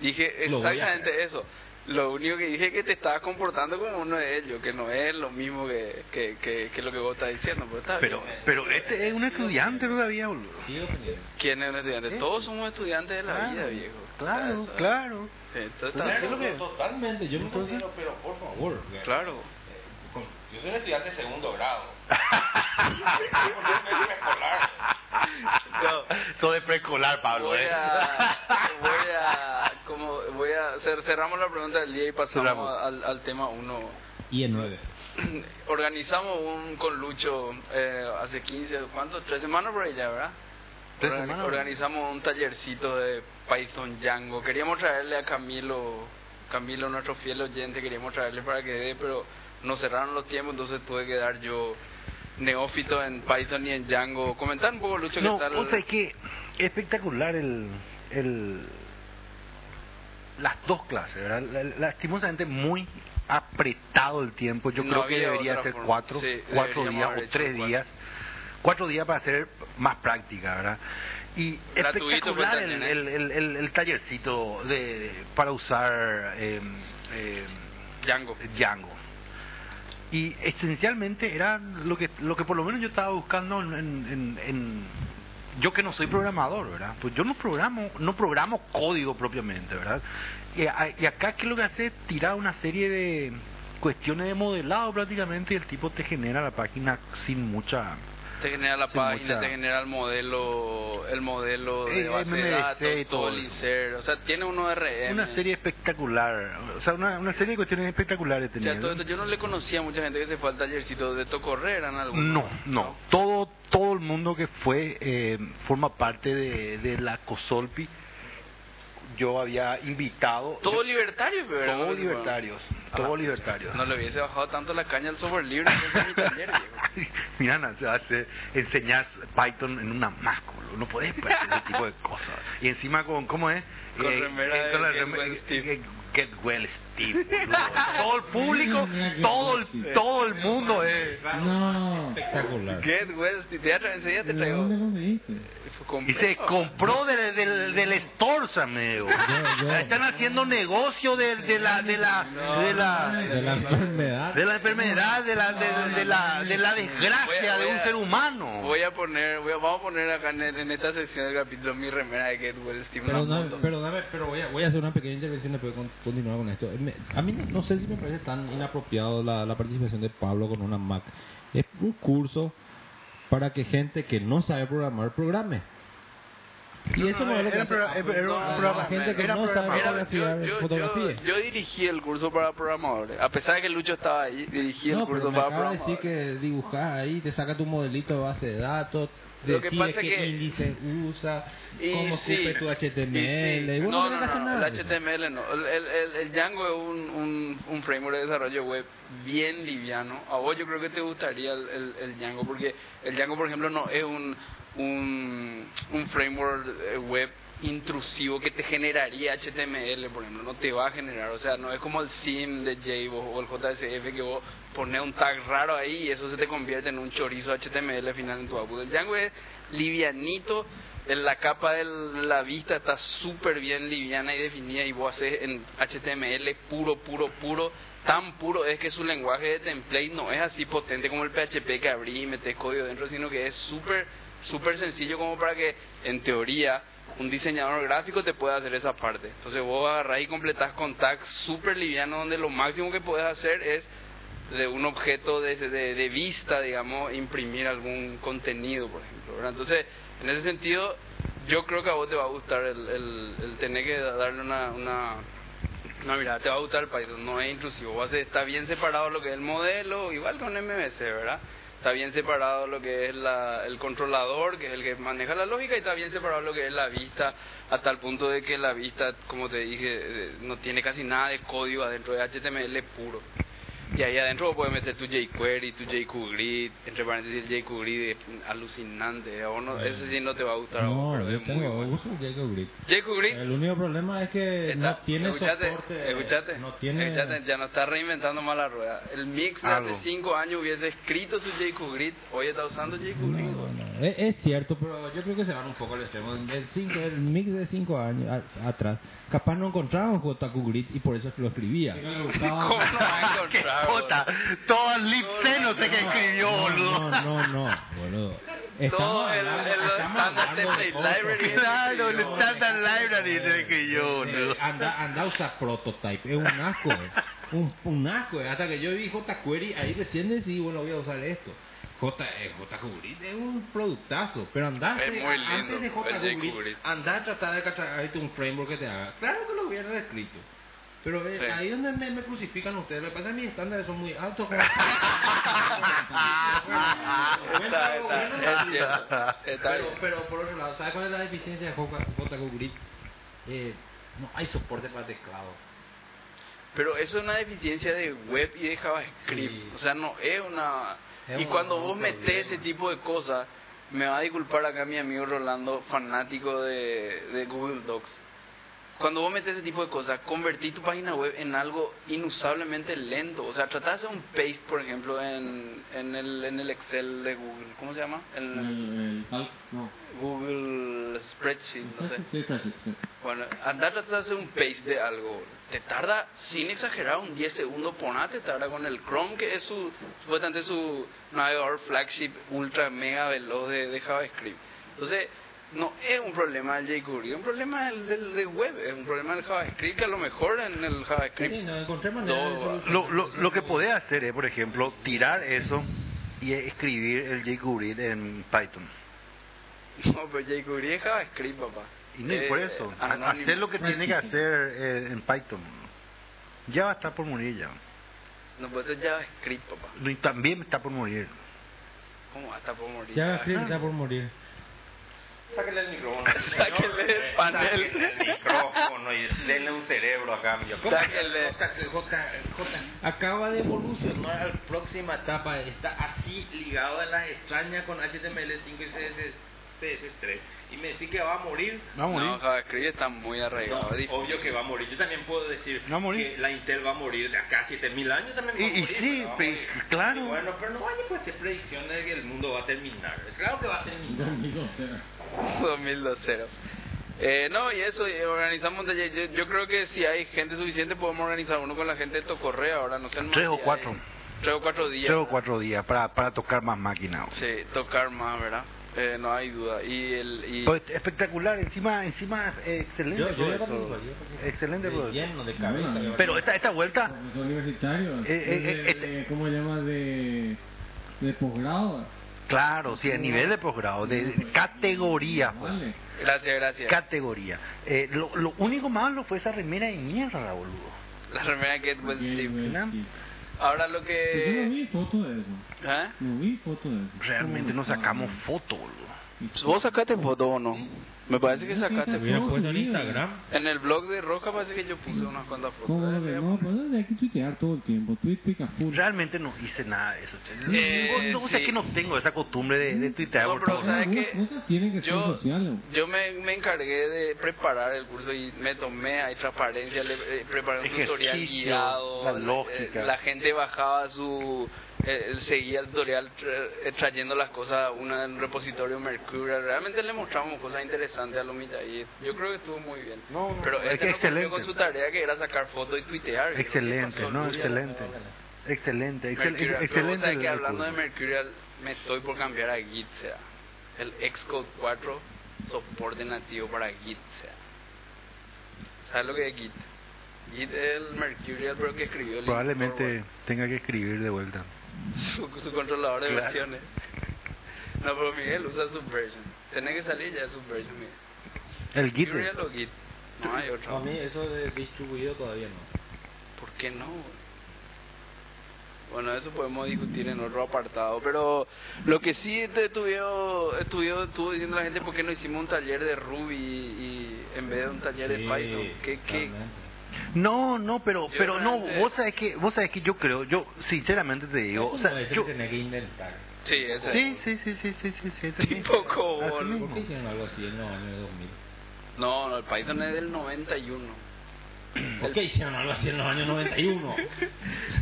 Speaker 3: Dije
Speaker 2: Lo voy a hacer.
Speaker 3: exactamente eso. Lo único que dije es que te estabas comportando como uno de ellos, que no es lo mismo que, que, que, que lo que vos estás diciendo. Pero, está
Speaker 4: Pero,
Speaker 3: bien.
Speaker 4: pero este es un estudiante todavía, boludo.
Speaker 2: Sigue ofendiendo.
Speaker 3: ¿quién es un estudiante?
Speaker 2: ¿Eh?
Speaker 4: Este.
Speaker 3: Todos somos estudiantes de la vida, viejo.
Speaker 4: Claro,
Speaker 3: O sea,
Speaker 4: claro.
Speaker 3: esto está
Speaker 2: Claro,
Speaker 3: bien.
Speaker 2: que- totalmente, yo me
Speaker 4: Entonces-
Speaker 2: considero, pero por favor. que-
Speaker 3: Claro.
Speaker 2: con- Yo soy un estudiante de segundo grado. Yo soy escolar.
Speaker 4: Eso de preescolar, Pablo,
Speaker 3: Voy
Speaker 4: ¿eh?
Speaker 3: a, voy a, como, voy a, cer- cerramos la pregunta del día y pasamos
Speaker 4: Cerramos.
Speaker 3: al, al tema 1.
Speaker 2: Y en 9.
Speaker 3: Organizamos un con Lucho eh, hace 15, ¿cuánto? Tres semanas por ahí ya, ¿verdad?
Speaker 4: Tres
Speaker 3: Organi-
Speaker 4: semanas.
Speaker 3: Organizamos un tallercito de Python Django. Queríamos traerle a Camilo, Camilo, nuestro fiel oyente, queríamos traerle para que dé, pero nos cerraron los tiempos, entonces tuve que dar yo neófito en Python y en Django. Comentar un poco, Lucho,
Speaker 4: No,
Speaker 3: qué tal.
Speaker 4: o sea, es que espectacular el, el las dos clases, ¿verdad? La- la- Lastimosamente muy apretado el tiempo. Yo
Speaker 3: No
Speaker 4: creo que
Speaker 3: había
Speaker 4: debería
Speaker 3: otra
Speaker 4: ser
Speaker 3: forma.
Speaker 4: cuatro,
Speaker 3: Sí,
Speaker 4: cuatro
Speaker 3: deberíamos
Speaker 4: días
Speaker 3: haber
Speaker 4: o
Speaker 3: hecho
Speaker 4: tres
Speaker 3: cuatro.
Speaker 4: días. Cuatro días para hacer más práctica, ¿verdad? Y
Speaker 3: Gratuito
Speaker 4: espectacular
Speaker 3: fue
Speaker 4: el,
Speaker 3: también, ¿eh?
Speaker 4: el, el, el- el tallercito de, para usar eh, eh,
Speaker 3: Django.
Speaker 4: Django. Y esencialmente era lo que, lo que por lo menos yo estaba buscando en, en- en- en- yo que no soy programador, ¿verdad? Pues yo no programo, no programo código propiamente, ¿verdad? Y, a- y acá que lo que hace es tirar una serie de cuestiones de modelado prácticamente y el tipo te genera la página sin mucha
Speaker 3: Te genera la
Speaker 4: Sí,
Speaker 3: página,
Speaker 4: mucha-
Speaker 3: te genera el modelo, el modelo
Speaker 4: Eh,
Speaker 3: de base de
Speaker 4: MMDC y
Speaker 3: datos,
Speaker 4: todo
Speaker 3: todo el
Speaker 4: eso.
Speaker 3: insert, o sea, tiene uno RM.
Speaker 4: una serie espectacular, o sea, una, una serie de cuestiones espectaculares
Speaker 3: O
Speaker 4: tenía.
Speaker 3: sea, todo esto, yo no le conocía a mucha gente que se fue al tallercito de esto correr, eran algo.
Speaker 4: No, no. Todo, todo el mundo que fue eh, forma parte de, de la COSOLPI
Speaker 7: yo había invitado
Speaker 3: Todo libertario, pero era,
Speaker 7: todos
Speaker 3: boludo.
Speaker 7: libertarios,
Speaker 3: A la
Speaker 7: todos
Speaker 3: Ah, pucha,
Speaker 7: libertarios.
Speaker 3: No le hubiese bajado tanto la caña al software libre. que es mi taller, viejo.
Speaker 4: Mira, o sea, se- enseñás Python en una Mac, boludo. No podés perder ese tipo de cosas. Y encima con, ¿cómo es? Eh,
Speaker 3: Con remera de
Speaker 4: con la
Speaker 3: Get
Speaker 4: reme-
Speaker 3: Well Steve.
Speaker 4: eh, Get Well Steve, boludo. todo el público, todo el, todo el mundo eh. es.
Speaker 5: No.
Speaker 2: Espectacular.
Speaker 3: Get well, si te atra- enseguida te
Speaker 5: ¿De
Speaker 3: traigo.
Speaker 5: dónde conseguiste?
Speaker 4: Y se compró del, del, del Storza, amigo.
Speaker 2: Yo- yo-
Speaker 4: Están haciendo negocio de, de la... De la, de la
Speaker 2: De la enfermedad.
Speaker 4: de la enfermedad, de la, de, de la, de la desgracia de un ser humano.
Speaker 3: Voy a poner, voy a- vamos a poner acá en, en esta sección del capítulo mi remera de Get Well Steve. una
Speaker 2: Perdóname,
Speaker 3: foto.
Speaker 2: perdóname, pero voy a, voy a hacer una pequeña intervención después de con- continuar con esto. Eh, me- a mí no, no sé si me parece tan inapropiado la, la participación de Pablo con una Mac. Es un curso para que gente que no sabe programar programe. Y eso no, es lo que
Speaker 4: era
Speaker 2: hace
Speaker 4: progra-
Speaker 2: Apple.
Speaker 4: era
Speaker 2: No,
Speaker 4: programa-
Speaker 2: gente que
Speaker 4: era
Speaker 2: no sabe
Speaker 4: programador.
Speaker 3: Mira, yo,
Speaker 2: fotografiar,
Speaker 3: yo-
Speaker 2: fotografía.
Speaker 3: yo- yo dirigí el curso para programadores. A pesar de que Lucho estaba ahí, dirigí el
Speaker 2: No, pero
Speaker 3: curso
Speaker 2: me
Speaker 3: para
Speaker 2: acaba de
Speaker 3: programadores.
Speaker 2: decir que dibujás ahí, te saca tu modelito de base de datos,
Speaker 3: Lo que
Speaker 2: decides
Speaker 3: pasa
Speaker 2: qué
Speaker 3: que-
Speaker 2: índice usa,
Speaker 3: Y
Speaker 2: cómo
Speaker 3: sí,
Speaker 2: escupe tu HTML.
Speaker 3: y sí.
Speaker 2: y vos
Speaker 3: no, no,
Speaker 2: tenés que hacer
Speaker 3: no,
Speaker 2: nada.
Speaker 3: el HTML no. El, el- el- el Django es un, un, un framework de desarrollo web bien liviano. A vos yo creo que te gustaría el, el- el Django, porque el Django, por ejemplo, no es un, un, un framework eh, web intrusivo que te generaría HTML, por ejemplo, no te va a generar, o sea, no es como el SIM de JBoss o el JSF que vos pones un tag raro ahí y eso se te convierte en un chorizo HTML final en tu output. El Django es livianito, en la capa de la vista está súper bien liviana y definida y vos haces en HTML puro, puro, puro, tan puro es que su lenguaje de template no es así potente como el PHP que abrís y metes código dentro, sino que es súper, súper sencillo como para que en teoría un diseñador gráfico te pueda hacer esa parte. Entonces vos agarrás y completás con tags súper liviano donde lo máximo que puedes hacer es de un objeto de, de- de vista, digamos, imprimir algún contenido, por ejemplo. ¿verdad? Entonces, en ese sentido, yo creo que a vos te va a gustar el, el- el tener que darle una, una, una mirada. Te va a gustar el Python, no es intrusivo. Vos haces- está bien separado lo que es el modelo, igual con MVC, ¿verdad? Está bien separado lo que es la- el controlador, que es el que maneja la lógica, y está bien separado lo que es la vista, hasta el punto de que la vista, como te dije, eh, no tiene casi nada de código adentro de HTML puro. Y ahí adentro vos puedes meter tu jQuery, tu jQgrid, entre paréntesis el jQgrid es alucinante. A vos no, eso sí no te va a gustar a vos,
Speaker 2: No,
Speaker 3: pero
Speaker 2: yo
Speaker 3: es muy
Speaker 2: tengo
Speaker 3: bueno.
Speaker 2: uso Jacob Grip.
Speaker 3: jQuery,
Speaker 2: El único problema es que
Speaker 3: está-
Speaker 2: Eh, no tiene
Speaker 3: escuchate,
Speaker 2: soporte.
Speaker 3: escuchate,
Speaker 2: no tiene.
Speaker 3: escuchate, ya no está reinventando más la rueda. El Mix de
Speaker 4: Algo.
Speaker 3: hace 5 años hubiese escrito su jQgrid, hoy está usando jQgrid.
Speaker 2: No, no, Es, es cierto, pero yo creo que se van un poco al extremo. El, cinco- el mix de 5 años a- atrás, capaz no encontraba un Jacob Grit y por eso lo escribía.
Speaker 5: Le gustaba.
Speaker 3: ¿Cómo no va a
Speaker 4: ¡Qué
Speaker 3: encontrar,
Speaker 4: jota!
Speaker 3: boludo?
Speaker 4: Todo el lipseno sé que escribió,
Speaker 2: No,
Speaker 4: boludo.
Speaker 2: No, no, no, boludo.
Speaker 3: Todo el, el,
Speaker 2: estamos
Speaker 3: estándar
Speaker 2: hablando de
Speaker 3: template
Speaker 2: otro.
Speaker 3: library.
Speaker 4: Claro, el
Speaker 2: No,
Speaker 4: Standard
Speaker 2: no, no,
Speaker 4: Library
Speaker 2: no,
Speaker 4: sé que yo,
Speaker 2: Eh,
Speaker 4: boludo.
Speaker 2: Anda, anda a usar prototype, es un asco, eh. un, un asco. eh. Hasta que yo vi jQuery, ahí recién decidí, bueno, voy a usar esto. J, eh, jQuery es un productazo, pero andá
Speaker 3: Es muy lindo,
Speaker 2: antes de
Speaker 3: el
Speaker 2: jQuery,
Speaker 3: jQuery.
Speaker 2: andá a tratar de cacharte un framework que te haga. Claro que lo hubiera escrito. Pero es
Speaker 3: Sí.
Speaker 2: ahí donde me, me crucifican ustedes. Lo que pasa es que mis estándares son muy altos. como- Bueno,
Speaker 3: Está, está,
Speaker 2: bueno, bueno,
Speaker 3: es cierto, está
Speaker 2: pero,
Speaker 3: bien.
Speaker 2: pero por otro lado, ¿sabes cuál es la deficiencia de JQ Grid? Eh, no hay soporte para teclado.
Speaker 3: Pero eso es una deficiencia de web y de JavaScript.
Speaker 2: Sí.
Speaker 3: O sea, no es una...
Speaker 2: Es
Speaker 3: y
Speaker 2: un-
Speaker 3: cuando
Speaker 2: un
Speaker 3: vos metés
Speaker 2: problema.
Speaker 3: ese tipo de cosas, me va a disculpar acá mi amigo Rolando, fanático de, de Google Docs. Cuando vos metes ese tipo de cosas, convertí tu página web en algo inusablemente lento. O sea, tratás de hacer un paste, por ejemplo, en, en, el, en el Excel de Google. ¿Cómo se llama? En
Speaker 5: El,
Speaker 2: Mm.
Speaker 5: el tal. No.
Speaker 3: Google Spreadsheet, no sé.
Speaker 5: Sí, Crash, sí.
Speaker 3: Bueno, andar tratando de hacer un paste de algo, te tarda, sin exagerar, un 10 segundos, poná, te tarda con el Chrome, que es su, supuestamente su navegador flagship ultra mega veloz de, de JavaScript. Entonces, no es un problema del jQuery, es un problema del, del- del web, es un problema del JavaScript, que a lo mejor en el
Speaker 2: Sí,
Speaker 3: JavaScript
Speaker 2: no encontré manera de
Speaker 3: Todo.
Speaker 2: solucionar
Speaker 4: Lo, lo,
Speaker 2: eso.
Speaker 4: lo que podés hacer es, por ejemplo, tirar eso y escribir el jQuery en Python.
Speaker 3: No, pero jQuery es JavaScript, papá.
Speaker 4: Y no, y
Speaker 3: Eh,
Speaker 4: por eso, ha-
Speaker 3: anónimo.
Speaker 4: hacer lo que tiene que hacer eh, en Python. Ya va a estar por morir ya.
Speaker 3: No, pues eso es JavaScript, papá.
Speaker 4: Y también está por morir.
Speaker 3: ¿Cómo hasta por morir?
Speaker 2: Ya escribí, está por morir.
Speaker 6: Sáquenle el micrófono.
Speaker 3: Sáquenle el
Speaker 6: Señor,
Speaker 3: panel.
Speaker 6: Eh, Sáquenle el micrófono y denle un cerebro a cambio.
Speaker 3: Sáquenle.
Speaker 6: J, J, J, acaba de evolucionar a la próxima etapa. Está así ligado a las extrañas con HTML5 y CSS, CS3. Y me decís que va a morir.
Speaker 4: Vamos
Speaker 3: No, JavaScript está muy
Speaker 6: No,
Speaker 3: arraigado. es
Speaker 6: obvio que va a morir. Yo también puedo decir
Speaker 4: Va a morir.
Speaker 6: que la Intel va a morir de acá a 7000 años también. va
Speaker 4: Y-
Speaker 6: a
Speaker 4: y
Speaker 6: morir,
Speaker 4: sí,
Speaker 6: pero va a
Speaker 4: pe-
Speaker 6: morir.
Speaker 4: claro.
Speaker 6: Y bueno, pero no vaya pues hacer predicciones de que el mundo va a terminar. Claro que va a terminar.
Speaker 5: 2012.
Speaker 3: 2020. Eh, no, y eso, y organizamos un taller. Yo, yo creo que si hay gente suficiente, podemos organizar uno con la gente de Tocorrea ahora, no sé. más
Speaker 4: Tres o
Speaker 3: si hay-
Speaker 4: cuatro.
Speaker 3: Tres o cuatro días.
Speaker 4: Tres o cuatro días para, para tocar más máquinas.
Speaker 3: Sí, tocar más, ¿verdad? Eh, no hay duda. Y el. Y...
Speaker 4: Pues, espectacular, encima, encima eh, excelente.
Speaker 2: Yo- yo
Speaker 4: todo
Speaker 2: era
Speaker 4: eso.
Speaker 2: mismo, yo era mismo.
Speaker 4: excelente,
Speaker 2: De
Speaker 4: todo eso.
Speaker 2: lleno de cabeza.
Speaker 5: Bueno,
Speaker 2: de
Speaker 4: Pero esta, esta vuelta,
Speaker 5: Profesor universitario.
Speaker 4: Eh, eh,
Speaker 5: de-
Speaker 4: eh,
Speaker 5: de-
Speaker 4: este-
Speaker 5: ¿Cómo se llama? De, de posgrado.
Speaker 4: claro, sí, a nivel de posgrado, de, de categoría. pues.
Speaker 5: Vale.
Speaker 3: Gracias, gracias.
Speaker 4: Categoría. Eh, lo, lo único malo fue esa remera de mierda, boludo.
Speaker 3: La remera que pues,
Speaker 5: Bien,
Speaker 3: sí.
Speaker 5: güey,
Speaker 4: ¿no?
Speaker 5: sí.
Speaker 3: Ahora lo
Speaker 5: Pero Yo no
Speaker 3: que.
Speaker 5: vi foto de eso.
Speaker 3: ¿Eh?
Speaker 5: No vi foto de eso.
Speaker 4: Realmente no sacamos
Speaker 5: Ah,
Speaker 4: foto, boludo.
Speaker 5: y-
Speaker 3: ¿Vos sacaste foto o no? Me parece que sacaste.
Speaker 5: Hubiera puesto en Instagram.
Speaker 2: Instagram.
Speaker 3: En el blog de Roca parece que yo puse unas cuantas fotos. Eh,
Speaker 5: ¿Cómo de no? Pues no, hay que tuitear todo el tiempo. Tweet pica full.
Speaker 4: Realmente no hice nada de eso. che.
Speaker 3: Eh,
Speaker 4: Vos- no, o sea
Speaker 3: sí.
Speaker 4: que no tengo esa costumbre de, de tuitear.
Speaker 3: No,
Speaker 4: por
Speaker 3: pero,
Speaker 4: favor.
Speaker 3: ¿sabes
Speaker 5: Algunas
Speaker 3: qué?
Speaker 5: cosas tienen que
Speaker 3: Yo-
Speaker 5: ser sociales.
Speaker 3: Yo me, me encargué de preparar el curso y me tomé ahí transparencia, le, eh, preparé un tutorial
Speaker 4: Ejercicio,
Speaker 3: guiado.
Speaker 4: la
Speaker 3: eh,
Speaker 4: lógica.
Speaker 3: la gente bajaba su. eh, seguía el tutorial tra- eh, trayendo las cosas a una- un repositorio Mercurial. Realmente le mostramos cosas interesantes a los y Yo creo que estuvo muy bien.
Speaker 4: No, no,
Speaker 3: Pero
Speaker 4: es
Speaker 3: este
Speaker 4: que
Speaker 3: no cumplió
Speaker 4: excelente.
Speaker 3: con su tarea que era sacar fotos y tuitear. que
Speaker 4: Excelente,
Speaker 3: pasó,
Speaker 4: no,
Speaker 3: Luria.
Speaker 4: excelente. Excelente, excel-
Speaker 3: Mercurial. Pero vos
Speaker 4: excelente.
Speaker 3: sabés que
Speaker 4: el
Speaker 3: hablando de
Speaker 4: recurso.
Speaker 3: Mercurial, me estoy por cambiar a Git, sea. El Xcode 4 soporte nativo para Git, sea. ¿Sabes lo que es Git? Git es el Mercurial, pero que escribió el
Speaker 4: Probablemente tenga que escribir de vuelta.
Speaker 3: su, su controlador de
Speaker 4: Claro.
Speaker 3: versiones. No, pero Miguel usa Subversion. Tiene que salir ya de Subversion, Miguel.
Speaker 4: El Git. es-
Speaker 3: Mercurial o Git. No hay
Speaker 2: No,
Speaker 3: otro.
Speaker 2: a mí eso de distribuido todavía no.
Speaker 3: ¿Por qué no? Bueno, eso podemos discutir en otro apartado, pero lo que sí te estuvo, estuvo, estuvo diciendo la gente por qué no hicimos un taller de Ruby y, y en vez de un taller de
Speaker 2: Sí,
Speaker 3: Python. ¿Qué, qué?
Speaker 2: totalmente.
Speaker 4: No, no, pero
Speaker 3: Yo
Speaker 4: pero no,
Speaker 3: realmente-
Speaker 4: vos sabes que vos sabes que yo creo, yo sinceramente te digo, o
Speaker 2: Eso
Speaker 4: sea,
Speaker 2: puede ser
Speaker 4: yo-
Speaker 2: que tenés que inventar.
Speaker 3: Sí, ese.
Speaker 4: sí, sí, sí, sí, sí, sí, sí, ese
Speaker 3: Sí,
Speaker 4: mismo.
Speaker 3: poco,
Speaker 4: Así
Speaker 3: boludo.
Speaker 2: ¿Por qué
Speaker 4: mismo.
Speaker 2: hicieron algo así en los años 2000?
Speaker 3: No, no, el Python es del 91.
Speaker 2: ¿Por qué hicieron algo así en los años 91?
Speaker 3: No.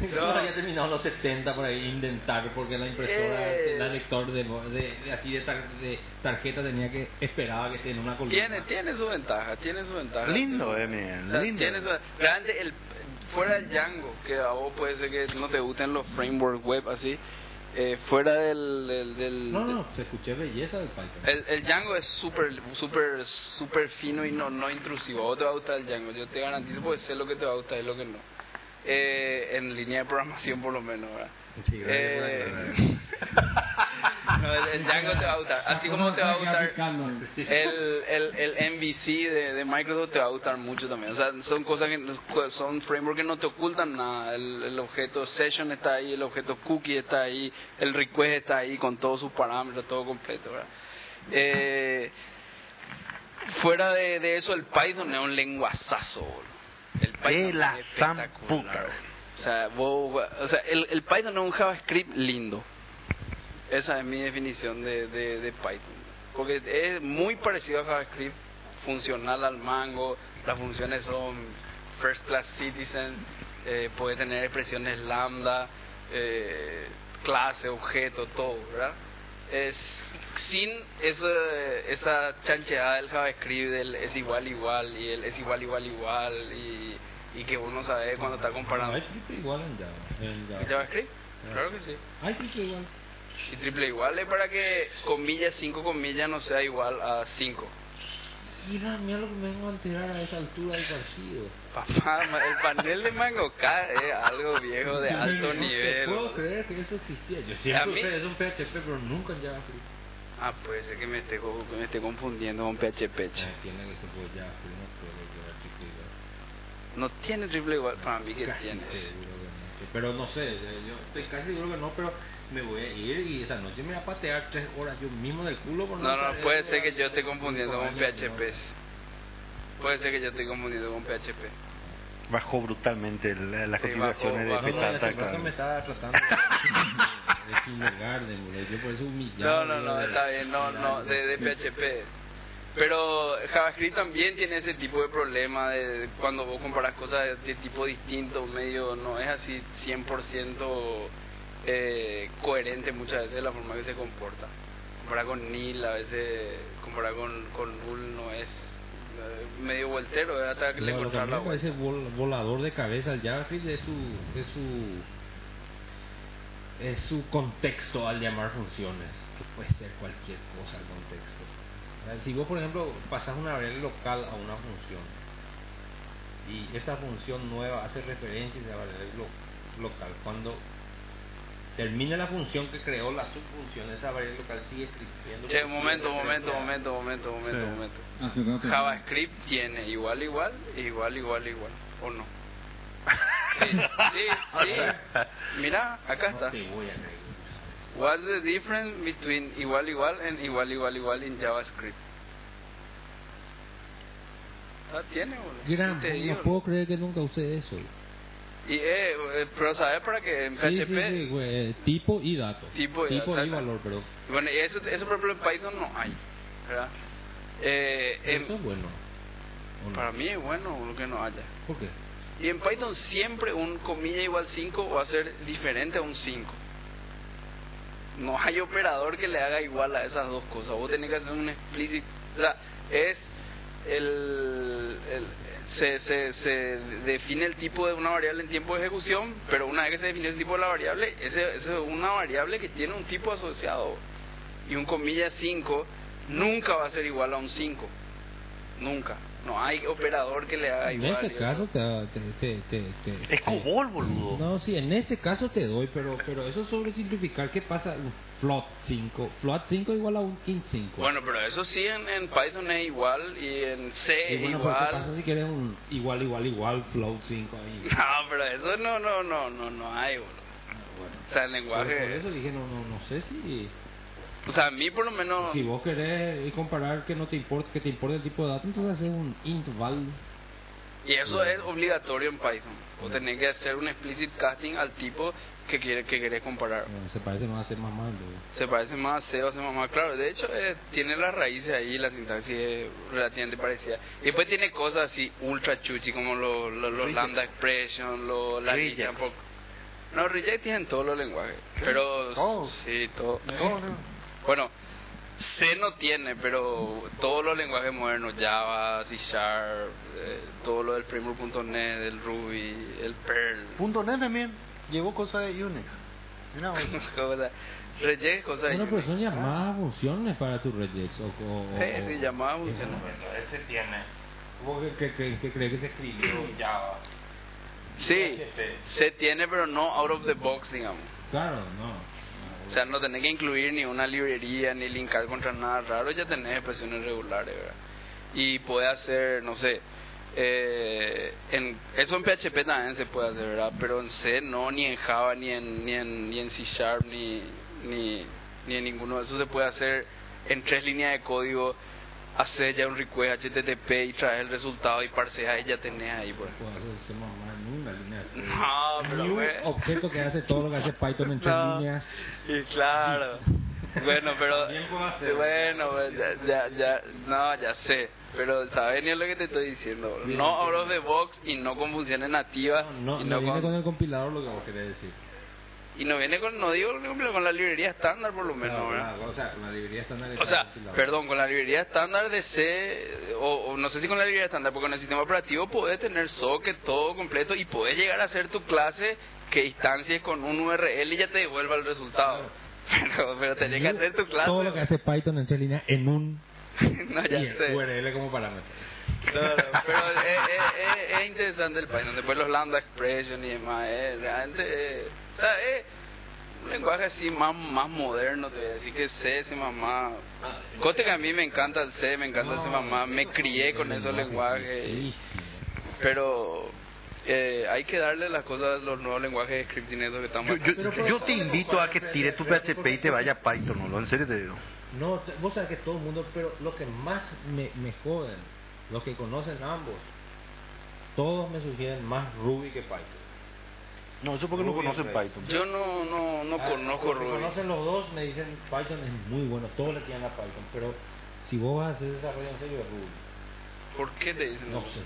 Speaker 2: Eso había terminado en los 70 por ahí inventar porque la impresora,
Speaker 3: Eh.
Speaker 2: la lector de, de, de así de, tar- de tarjeta tenía que esperaba que esté en una columna.
Speaker 3: Tiene, tiene su ventaja, tiene su ventaja.
Speaker 4: Lindo, eh,
Speaker 3: O
Speaker 4: miren,
Speaker 3: sea,
Speaker 4: lindo.
Speaker 3: tiene su- realmente el, fuera del Django, que a vos puede ser que no te gusten los frameworks web así, eh, fuera del... del, del-
Speaker 2: No, no, te escuché belleza del Python.
Speaker 3: El, el Django es súper, súper, súper fino y no, no intrusivo. A vos te va a gustar el Django, yo te garantizo porque sé lo que te va a gustar y lo que no. Eh, en línea de programación por lo menos, ¿verdad?
Speaker 2: Sí, gracias
Speaker 3: Eh,
Speaker 2: por
Speaker 3: no, el, el Django te va a gustar, así como te va a gustar el, el, el MVC de, de Microsoft te va a gustar mucho también. O sea, son cosas que son frameworks que no te ocultan nada. El, el objeto session está ahí, el objeto cookie está ahí, el request está ahí con todos sus parámetros, todo completo. ¿verdad? Eh, fuera de, de eso, el Python es un lenguazazo. boludo. El Python
Speaker 4: De la
Speaker 3: es espectacular,
Speaker 4: zamputa.
Speaker 3: boludo. O sea, vos- o sea el, el Python es un JavaScript lindo. Esa es mi definición de, de, de Python. Porque es muy parecido a JavaScript, funcional al mango, las funciones son first class citizen, eh, puede tener expresiones lambda, eh, clase, objeto, todo, ¿verdad? Es, sin esa, esa chancheada del JavaScript, del es igual, igual, y el es igual, igual, igual, y, y que uno sabe cuando está
Speaker 2: Bueno,
Speaker 3: comparando.
Speaker 2: hay triple igual en Java. En Java.
Speaker 3: ¿El JavaScript? Claro que sí.
Speaker 2: Hay triple igual.
Speaker 3: Y triple igual es para que comillas 5 comillas no sea igual a 5.
Speaker 2: Mira, mira lo que me vengo a enterar a esa altura del partido.
Speaker 3: Papá, ma- el panel de Mango K es algo viejo de alto
Speaker 2: No puedo
Speaker 3: nivel.
Speaker 2: creer que eso existía. Yo
Speaker 3: A
Speaker 2: siempre
Speaker 3: mí-
Speaker 2: usé eso en PHP, pero nunca en JavaScript.
Speaker 3: Ah, puede ser que me esté, co- que me esté confundiendo con PHP. che.
Speaker 2: Tiene que ser por JavaScript, no puede llevar triple igual.
Speaker 3: No tiene triple igual para mí que
Speaker 2: Casi
Speaker 3: tiene.
Speaker 2: seguro que no. Pero no sé, yo estoy casi seguro que no, pero
Speaker 6: me voy a ir y esa noche me voy a patear tres horas yo mismo del culo. por
Speaker 3: No, no,
Speaker 6: saber
Speaker 3: puede
Speaker 6: eso,
Speaker 3: ser que
Speaker 6: ya
Speaker 3: yo esté
Speaker 6: tengo cinco
Speaker 3: confundiendo con
Speaker 6: años,
Speaker 3: PHPs. Puede ser que yo esté confundiendo con PHP.
Speaker 4: Bajó brutalmente la- las
Speaker 3: Sí, bajó,
Speaker 4: cotizaciones de
Speaker 3: bajó.
Speaker 6: No,
Speaker 4: Petata.
Speaker 6: hace rato me estaba tratando de, de kindergarten, boludo. Yo por eso
Speaker 3: No,
Speaker 6: humillado.
Speaker 3: no, no,
Speaker 6: boludo.
Speaker 3: está bien, no, no, de, de PHP. Pero JavaScript también tiene ese tipo de problema de cuando vos comparas cosas de, de tipo distinto, medio, no es así 100% eh, coherente muchas veces la forma que se comporta. Comparar con NIL, a veces comparar con, con Bull no es eh, medio voltero, es hasta que le
Speaker 6: No, lo que a
Speaker 3: encontrar
Speaker 6: mí
Speaker 3: la
Speaker 6: me parece
Speaker 3: vuelta.
Speaker 6: vol- volador de cabeza al JavaScript es su, es su es su contexto al llamar funciones, que puede ser cualquier cosa el contexto. O sea, Si vos, por ejemplo, pasas una variable local a una función y esa función nueva hace referencia a esa variable lo- local, cuando termina la función que creó la subfunción, esa variable local sigue escribiendo.
Speaker 3: Che, un momento, un momento, un momento, un momento, un momento, un momento.
Speaker 5: Hace rato.
Speaker 3: JavaScript tiene igual, igual, igual, igual, igual, ¿o no? Sí, sí, sí. Mira, acá
Speaker 6: No
Speaker 3: está.
Speaker 6: te voy a creer.
Speaker 3: What's the difference between igual, igual and igual, igual, igual in JavaScript? Ah, tiene, boludo. Sí
Speaker 2: Gran,
Speaker 3: te digo,
Speaker 2: no puedo creer que nunca usé eso.
Speaker 3: Y, eh, eh, pero ¿sabes para que en
Speaker 2: Sí, sí,
Speaker 3: PHP?
Speaker 2: sí, güey, es tipo y dato.
Speaker 3: Tipo y-
Speaker 2: y
Speaker 3: exacto.
Speaker 2: valor, pero
Speaker 3: Y Bueno, y eso, eso por ejemplo en Python no hay, ¿verdad? Eh, en-
Speaker 2: eso es bueno. ¿o no?
Speaker 3: para mí es bueno lo que no haya.
Speaker 2: ¿Por qué?
Speaker 3: Y en Python siempre un comilla igual 5 va a ser diferente a un 5. No hay operador que le haga igual a esas dos cosas. Vos tenés que hacer un explícito. O sea, es el. el- se, se, se define el tipo de una variable en tiempo de ejecución, pero una vez que se define el tipo de la variable, ese, ese es una variable que tiene un tipo asociado. Y un comilla 5 nunca va a ser igual a un 5. Nunca. No hay operador que le haga
Speaker 2: en
Speaker 3: igual. y
Speaker 2: ese
Speaker 3: eso-
Speaker 2: caso te, te, te, te- te-
Speaker 4: Es COBOL, boludo.
Speaker 2: No, sí, en ese caso te doy, pero pero eso es sobre simplificar. ¿Qué pasa? Un Float 5. Float 5 igual a un int 5.
Speaker 3: Bueno, pero eso sí en, en Python es igual y en C
Speaker 2: Y bueno, pero ¿qué pasa
Speaker 3: eh, igual.
Speaker 2: si quieres un igual, igual, igual, float 5 ahí?
Speaker 3: No, pero eso no, no, no, no, no hay, boludo.
Speaker 2: Bueno,
Speaker 3: O sea, el
Speaker 2: pero por
Speaker 3: lenguaje.
Speaker 2: eso dije, no, no, no sé si...
Speaker 3: O sea, a mí por lo menos.
Speaker 2: Si vos querés comparar que no te importa, que te importa el tipo de dato, entonces haces un int val.
Speaker 3: Y eso es obligatorio en Python. O tenés que hacer un explicit casting al tipo que quiere que querés comparar.
Speaker 2: Bueno, eh, se parece más a ser más malo. güey.
Speaker 3: Se parece más a C o C más claro. De hecho, eh, tiene las raíces ahí, la sintaxis es relativamente parecida. Y después tiene cosas así ultra chuchi, como lo- lo- los lambda expression, lo, la
Speaker 7: Reject.
Speaker 3: lista un poco. No, reject es en todos los lenguajes. Pero
Speaker 7: Todos.
Speaker 3: sí, todo.
Speaker 6: eh.
Speaker 7: No, no.
Speaker 3: Bueno, C no tiene, pero todos los lenguajes modernos, Java, C Sharp, eh, todo lo del framework.net, el Ruby, el Perl.
Speaker 7: Punto net también llevó cosas de Unix. Mira, vos.
Speaker 3: Joda. Reject es cosa de
Speaker 2: Bueno, pues, pero
Speaker 3: Unix.
Speaker 2: son llamadas funciones para tu regex. O, o,
Speaker 3: Sí,
Speaker 2: o-
Speaker 3: sí, llamada funciona.
Speaker 6: Ese tiene. ¿Vos qué, qué, qué- qué crees que se escribió Java?
Speaker 3: Sí, se tiene, pero no out of the box, digamos.
Speaker 2: Claro, no.
Speaker 3: O sea, no tenés que incluir ni una librería, ni linkar contra nada raro, ya tenés expresiones regulares, ¿verdad? Y puede hacer, no sé, eh, en, eso en PHP también se puede hacer, ¿verdad? Pero en C no, ni en Java, ni en, ni en, ni en C Sharp, ni, ni, ni en ninguno de esos se puede hacer en tres líneas de código, hacer ya un request HTTP y traer el resultado y parsear y ya tenés ahí, por ejemplo.
Speaker 2: Puedo hacer ser más malo en una línea. de código.
Speaker 3: No, pero
Speaker 2: Ni un
Speaker 3: güey.
Speaker 2: objeto que hace todo lo que hace Python en tres
Speaker 3: No.
Speaker 2: líneas.
Speaker 3: Y claro. Bueno, pero.
Speaker 2: También puedo hacer.
Speaker 3: Bueno, pues, ya, ya, ya- No, ya sé. Pero sabes ni es lo que te estoy diciendo. bro.
Speaker 2: Bien,
Speaker 3: No out of the box y no con funciones nativas.
Speaker 2: No,
Speaker 3: y,
Speaker 2: no
Speaker 3: no
Speaker 2: viene
Speaker 3: con,
Speaker 2: con el compilador lo que vos querés decir.
Speaker 3: y no viene con. No digo pero con la librería estándar, por lo menos,
Speaker 2: Claro,
Speaker 3: ¿verdad?
Speaker 2: claro, o sea, la librería estándar
Speaker 3: O
Speaker 2: está
Speaker 3: sea,
Speaker 2: compilada.
Speaker 3: perdón, con la librería estándar de C, o, o no sé si con la librería estándar, porque en el sistema operativo podés tener socket todo completo y podés llegar a hacer tu clase que instancies con un URL y ya te devuelva el resultado. Pero, pero tenés que hacer tu clase.
Speaker 2: Todo lo que hace Python en tres líneas en un
Speaker 3: no, ya
Speaker 2: y el
Speaker 3: sé.
Speaker 2: URL como parámetro.
Speaker 3: Claro, pero es, es- es- es interesante el Python. Después los lambda expression y demás. Es realmente. eh, o sea, es un lenguaje así más, más moderno. Te voy a decir que C, C mamá. Cote que a mí me encanta el C, me encanta el C mamá. Me crié con esos lenguajes. y-
Speaker 2: Sí, sí.
Speaker 3: Pero. eh, hay que darle las cosas, los nuevos lenguajes de scripting esos que estamos
Speaker 4: Yo, yo-
Speaker 3: sacando.
Speaker 4: yo te invito a que tire tu PHP y te vaya a Python, boludo, en serio te digo.
Speaker 6: No, t- vos sabés que todo el mundo, pero lo que más me, me joden, los que conocen ambos, todos me sugieren más Ruby que Python.
Speaker 4: No, eso porque no
Speaker 6: Muy bien,
Speaker 4: conocen
Speaker 6: Rey.
Speaker 4: Python.
Speaker 3: Yo no, no, no
Speaker 6: Ah,
Speaker 3: conozco
Speaker 6: los que
Speaker 3: Ruby.
Speaker 6: conocen los dos, me dicen Python es muy bueno, todos le tiran a Python, pero si vos vas a hacer desarrollo en serio, Ruby.
Speaker 3: ¿Por qué te dicen?
Speaker 6: No
Speaker 3: eso?
Speaker 6: sé.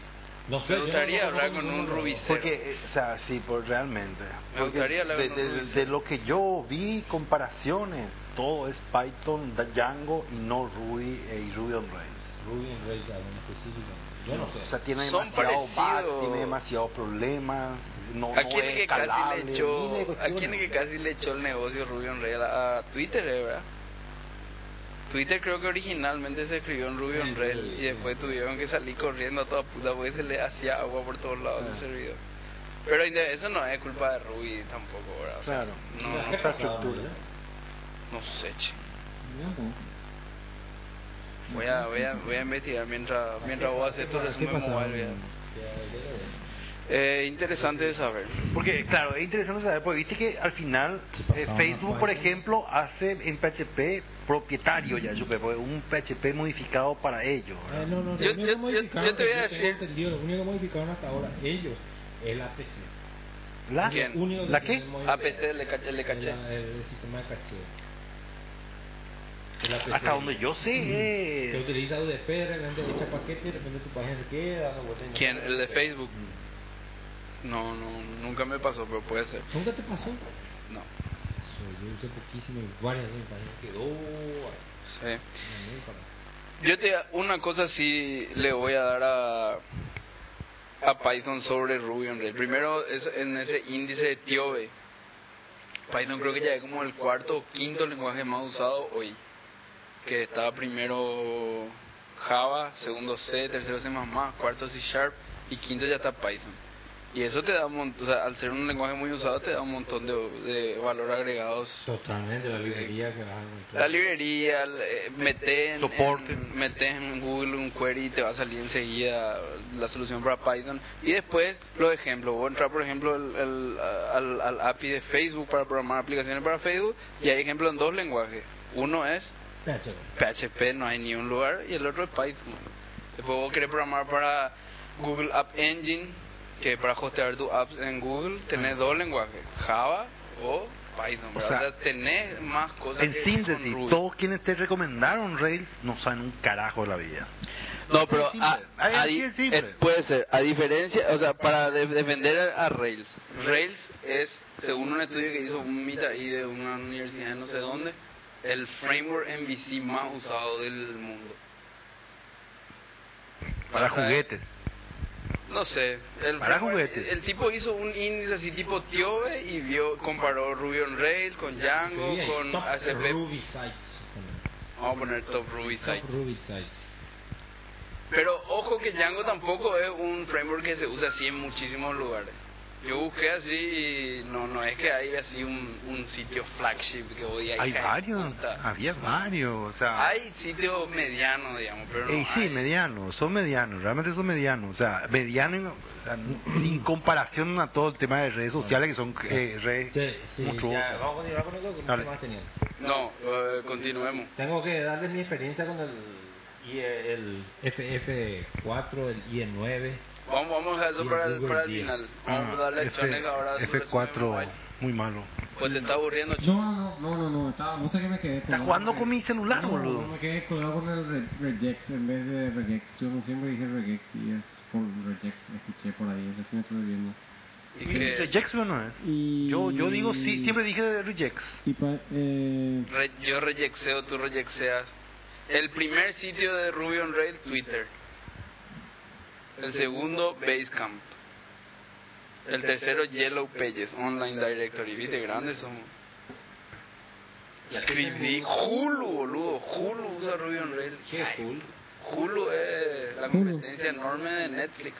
Speaker 6: No sé.
Speaker 3: Me
Speaker 6: yo no
Speaker 3: gustaría
Speaker 6: conozco
Speaker 3: hablar con
Speaker 6: ninguno
Speaker 3: un
Speaker 6: de los
Speaker 3: Ruby
Speaker 6: dos.
Speaker 7: Porque, eh, o sea, sí, por, realmente.
Speaker 3: Me
Speaker 7: Porque
Speaker 3: gustaría hablar
Speaker 7: de,
Speaker 3: con
Speaker 7: de-
Speaker 3: Ruby,
Speaker 7: de
Speaker 3: sí.
Speaker 7: lo que yo vi, comparaciones, todo es Python, da- Django y no Ruby eh, y Ruby on Rails.
Speaker 6: Ruby en Rails, algo en específico. Yo no sé.
Speaker 7: O sea, tiene
Speaker 3: Son
Speaker 7: demasiado
Speaker 3: parecidos.
Speaker 7: bugs, tiene demasiados problemas, no,
Speaker 3: ¿A
Speaker 7: no
Speaker 3: quién es
Speaker 7: es
Speaker 3: que casi le
Speaker 7: escalable, miles de
Speaker 3: echó, a
Speaker 7: cuestiones.
Speaker 3: quién es que casi le echó el negocio Ruby on Rails? A Twitter, eh, ¿verdad? Twitter creo que originalmente se escribió en Ruby on Rails y después tuvieron que salir corriendo a toda puta porque se le hacía agua por todos lados a su servidor. Pero inde- eso no es culpa de Ruby tampoco, ¿verdad? O sea,
Speaker 7: Claro.
Speaker 3: no, no,
Speaker 7: Infraestructura.
Speaker 3: no sé, che.
Speaker 5: Ya, pues.
Speaker 3: Voy a, voy a, voy a investigar mientras, mientras vos haces tu resumen mobile. ¿verdad? Eh, interesante de saber.
Speaker 4: Porque, claro, es interesante saber, porque viste que al final eh, Facebook, por ejemplo, hace en PHP propietario ya, yo creo, un PHP modificado para ellos.
Speaker 2: Eh, no, no, lo
Speaker 3: Yo-
Speaker 2: único
Speaker 3: yo-
Speaker 2: que
Speaker 3: yo-
Speaker 2: modificaron,
Speaker 3: yo te voy a
Speaker 2: que tengo
Speaker 3: decir-
Speaker 2: entendido, lo único que modificaron hasta ahora ellos es la PC.
Speaker 4: ¿La?
Speaker 3: ¿Quién?
Speaker 2: Único que
Speaker 4: ¿La qué?
Speaker 2: tenemos es-
Speaker 3: APC le caché. Le caché.
Speaker 2: El, el sistema de cacheo. El APC.
Speaker 4: Hasta donde yo sé eh,
Speaker 2: Que
Speaker 4: es...
Speaker 2: utiliza UDP, de repente echa paquete y de repente tu página se queda. dando vueltas y no
Speaker 3: ¿Quién?
Speaker 2: sale.
Speaker 3: ¿El de Facebook? No, no, nunca me pasó, pero puede ser.
Speaker 2: ¿Nunca te pasó?
Speaker 3: No.
Speaker 2: Pasó, Yo usé poquísimo y varias veces mi página quedó. ay,
Speaker 3: Sí.
Speaker 2: no, no, para-
Speaker 3: Yo te una cosa sí le voy a dar a a Python sobre Ruby on Rails. Primero es en ese índice de Tiobe. Python creo que ya es como el cuarto o quinto lenguaje más usado hoy. Que estaba primero Java, segundo C, tercero C++, cuarto C Sharp y quinto ya está Python. Y eso te da un montón, o sea, al ser un lenguaje muy usado te da un montón de, de valor agregados
Speaker 2: Totalmente, la librería que vas a encontrar.
Speaker 3: la librería, el, eh, mete en,
Speaker 4: Soporte.
Speaker 3: en- mete en Google un query y te va a salir enseguida la solución para Python. Y después los ejemplos. Voy a entrar, por ejemplo, el- el- al, al API de Facebook para programar aplicaciones para Facebook y hay ejemplos en dos lenguajes. Uno es
Speaker 2: Cacho.
Speaker 3: PHP, no hay ni un lugar, y el otro es Python. Después vos querés programar para Google App Engine, que para hostear tu apps en Google, tenés dos lenguajes, Java o Python. ¿verdad? O sea,
Speaker 4: sea,
Speaker 3: tenés más cosas
Speaker 4: En
Speaker 3: que
Speaker 4: síntesis,
Speaker 3: con Ruby.
Speaker 4: todos quienes te recomendaron Rails no saben un carajo de la vida.
Speaker 3: No, pero
Speaker 4: Así de
Speaker 3: a-
Speaker 4: simple.
Speaker 3: a
Speaker 4: Así
Speaker 3: di-
Speaker 4: de simple.
Speaker 3: eh, puede ser, a diferencia, o sea, para de- defender a, a Rails, Rails es, según un estudio que hizo un MIT ahí de una universidad no sé dónde, el framework MVC más usado del mundo.
Speaker 4: Para
Speaker 3: Ajá.
Speaker 4: juguetes.
Speaker 3: No sé, el,
Speaker 4: Para
Speaker 3: framework-
Speaker 4: juguetes.
Speaker 3: el tipo hizo un índice así tipo Tiobe y vio, comparó Ruby on Rails con Django,
Speaker 2: Escribí ahí,
Speaker 3: con
Speaker 2: Top
Speaker 3: ACP,
Speaker 2: Ruby Sites.
Speaker 3: vamos a poner Top Ruby Site.
Speaker 2: Top Ruby Sites.
Speaker 3: Pero ojo que Django tampoco es un framework que se usa así en muchísimos lugares. Yo busqué así y no, no es que hay así un, un sitio flagship que voy a
Speaker 4: Hay varios, había varios, o sea...
Speaker 3: Hay sitios medianos, digamos, pero no
Speaker 4: Ey, sí,
Speaker 3: hay.
Speaker 4: medianos, son medianos, realmente son medianos. O sea, mediano en, o sea, en comparación a todo el tema de redes sociales que son eh, redes
Speaker 2: Sí, sí, ya,
Speaker 4: monstruosas.
Speaker 2: vamos a continuar con lo que
Speaker 4: Dale.
Speaker 2: más tenía.
Speaker 3: No, eh, continuemos.
Speaker 2: Tengo que darles mi experiencia con el, IE el FF4, el E IE9.
Speaker 3: Vamos, vamos a dejar eso
Speaker 2: Y
Speaker 3: para el,
Speaker 2: Google
Speaker 3: para el
Speaker 2: 10.
Speaker 3: final.
Speaker 4: Ah,
Speaker 3: Vamos a darle a
Speaker 4: F-
Speaker 3: Chonex ahora su resumen
Speaker 4: F4,
Speaker 3: mobile.
Speaker 4: muy malo.
Speaker 3: Pues te está aburriendo, Chonex.
Speaker 5: No, no, no, no, no, estaba, no sé qué me quedé.
Speaker 4: ¿Estás
Speaker 5: colgado
Speaker 4: jugando
Speaker 5: porque-
Speaker 4: con mi celular,
Speaker 5: no,
Speaker 4: boludo?
Speaker 5: No, me quedé colgado con el Re- Regex en vez de Regex. Yo no siempre dije Regex y es por Regex, escuché por ahí, recién estuve viendo.
Speaker 3: Y que
Speaker 4: Regex no es.
Speaker 5: Y...
Speaker 4: Yo, yo digo, sí, siempre dije Regex.
Speaker 5: Y pa- eh,
Speaker 3: re- yo rejexeo, tú rejexeas. El primer sitio de Ruby on Rails, Twitter. El segundo, Basecamp. El tercero, Yellow Pages, Online Directory. ¿Viste? Grandes somos. Escribí Hulu, boludo. Hulu usa Ruby on Rails.
Speaker 2: ¿Qué
Speaker 3: Ay,
Speaker 2: cool?
Speaker 3: Hulu es la
Speaker 5: Hulu.
Speaker 3: competencia enorme de Netflix.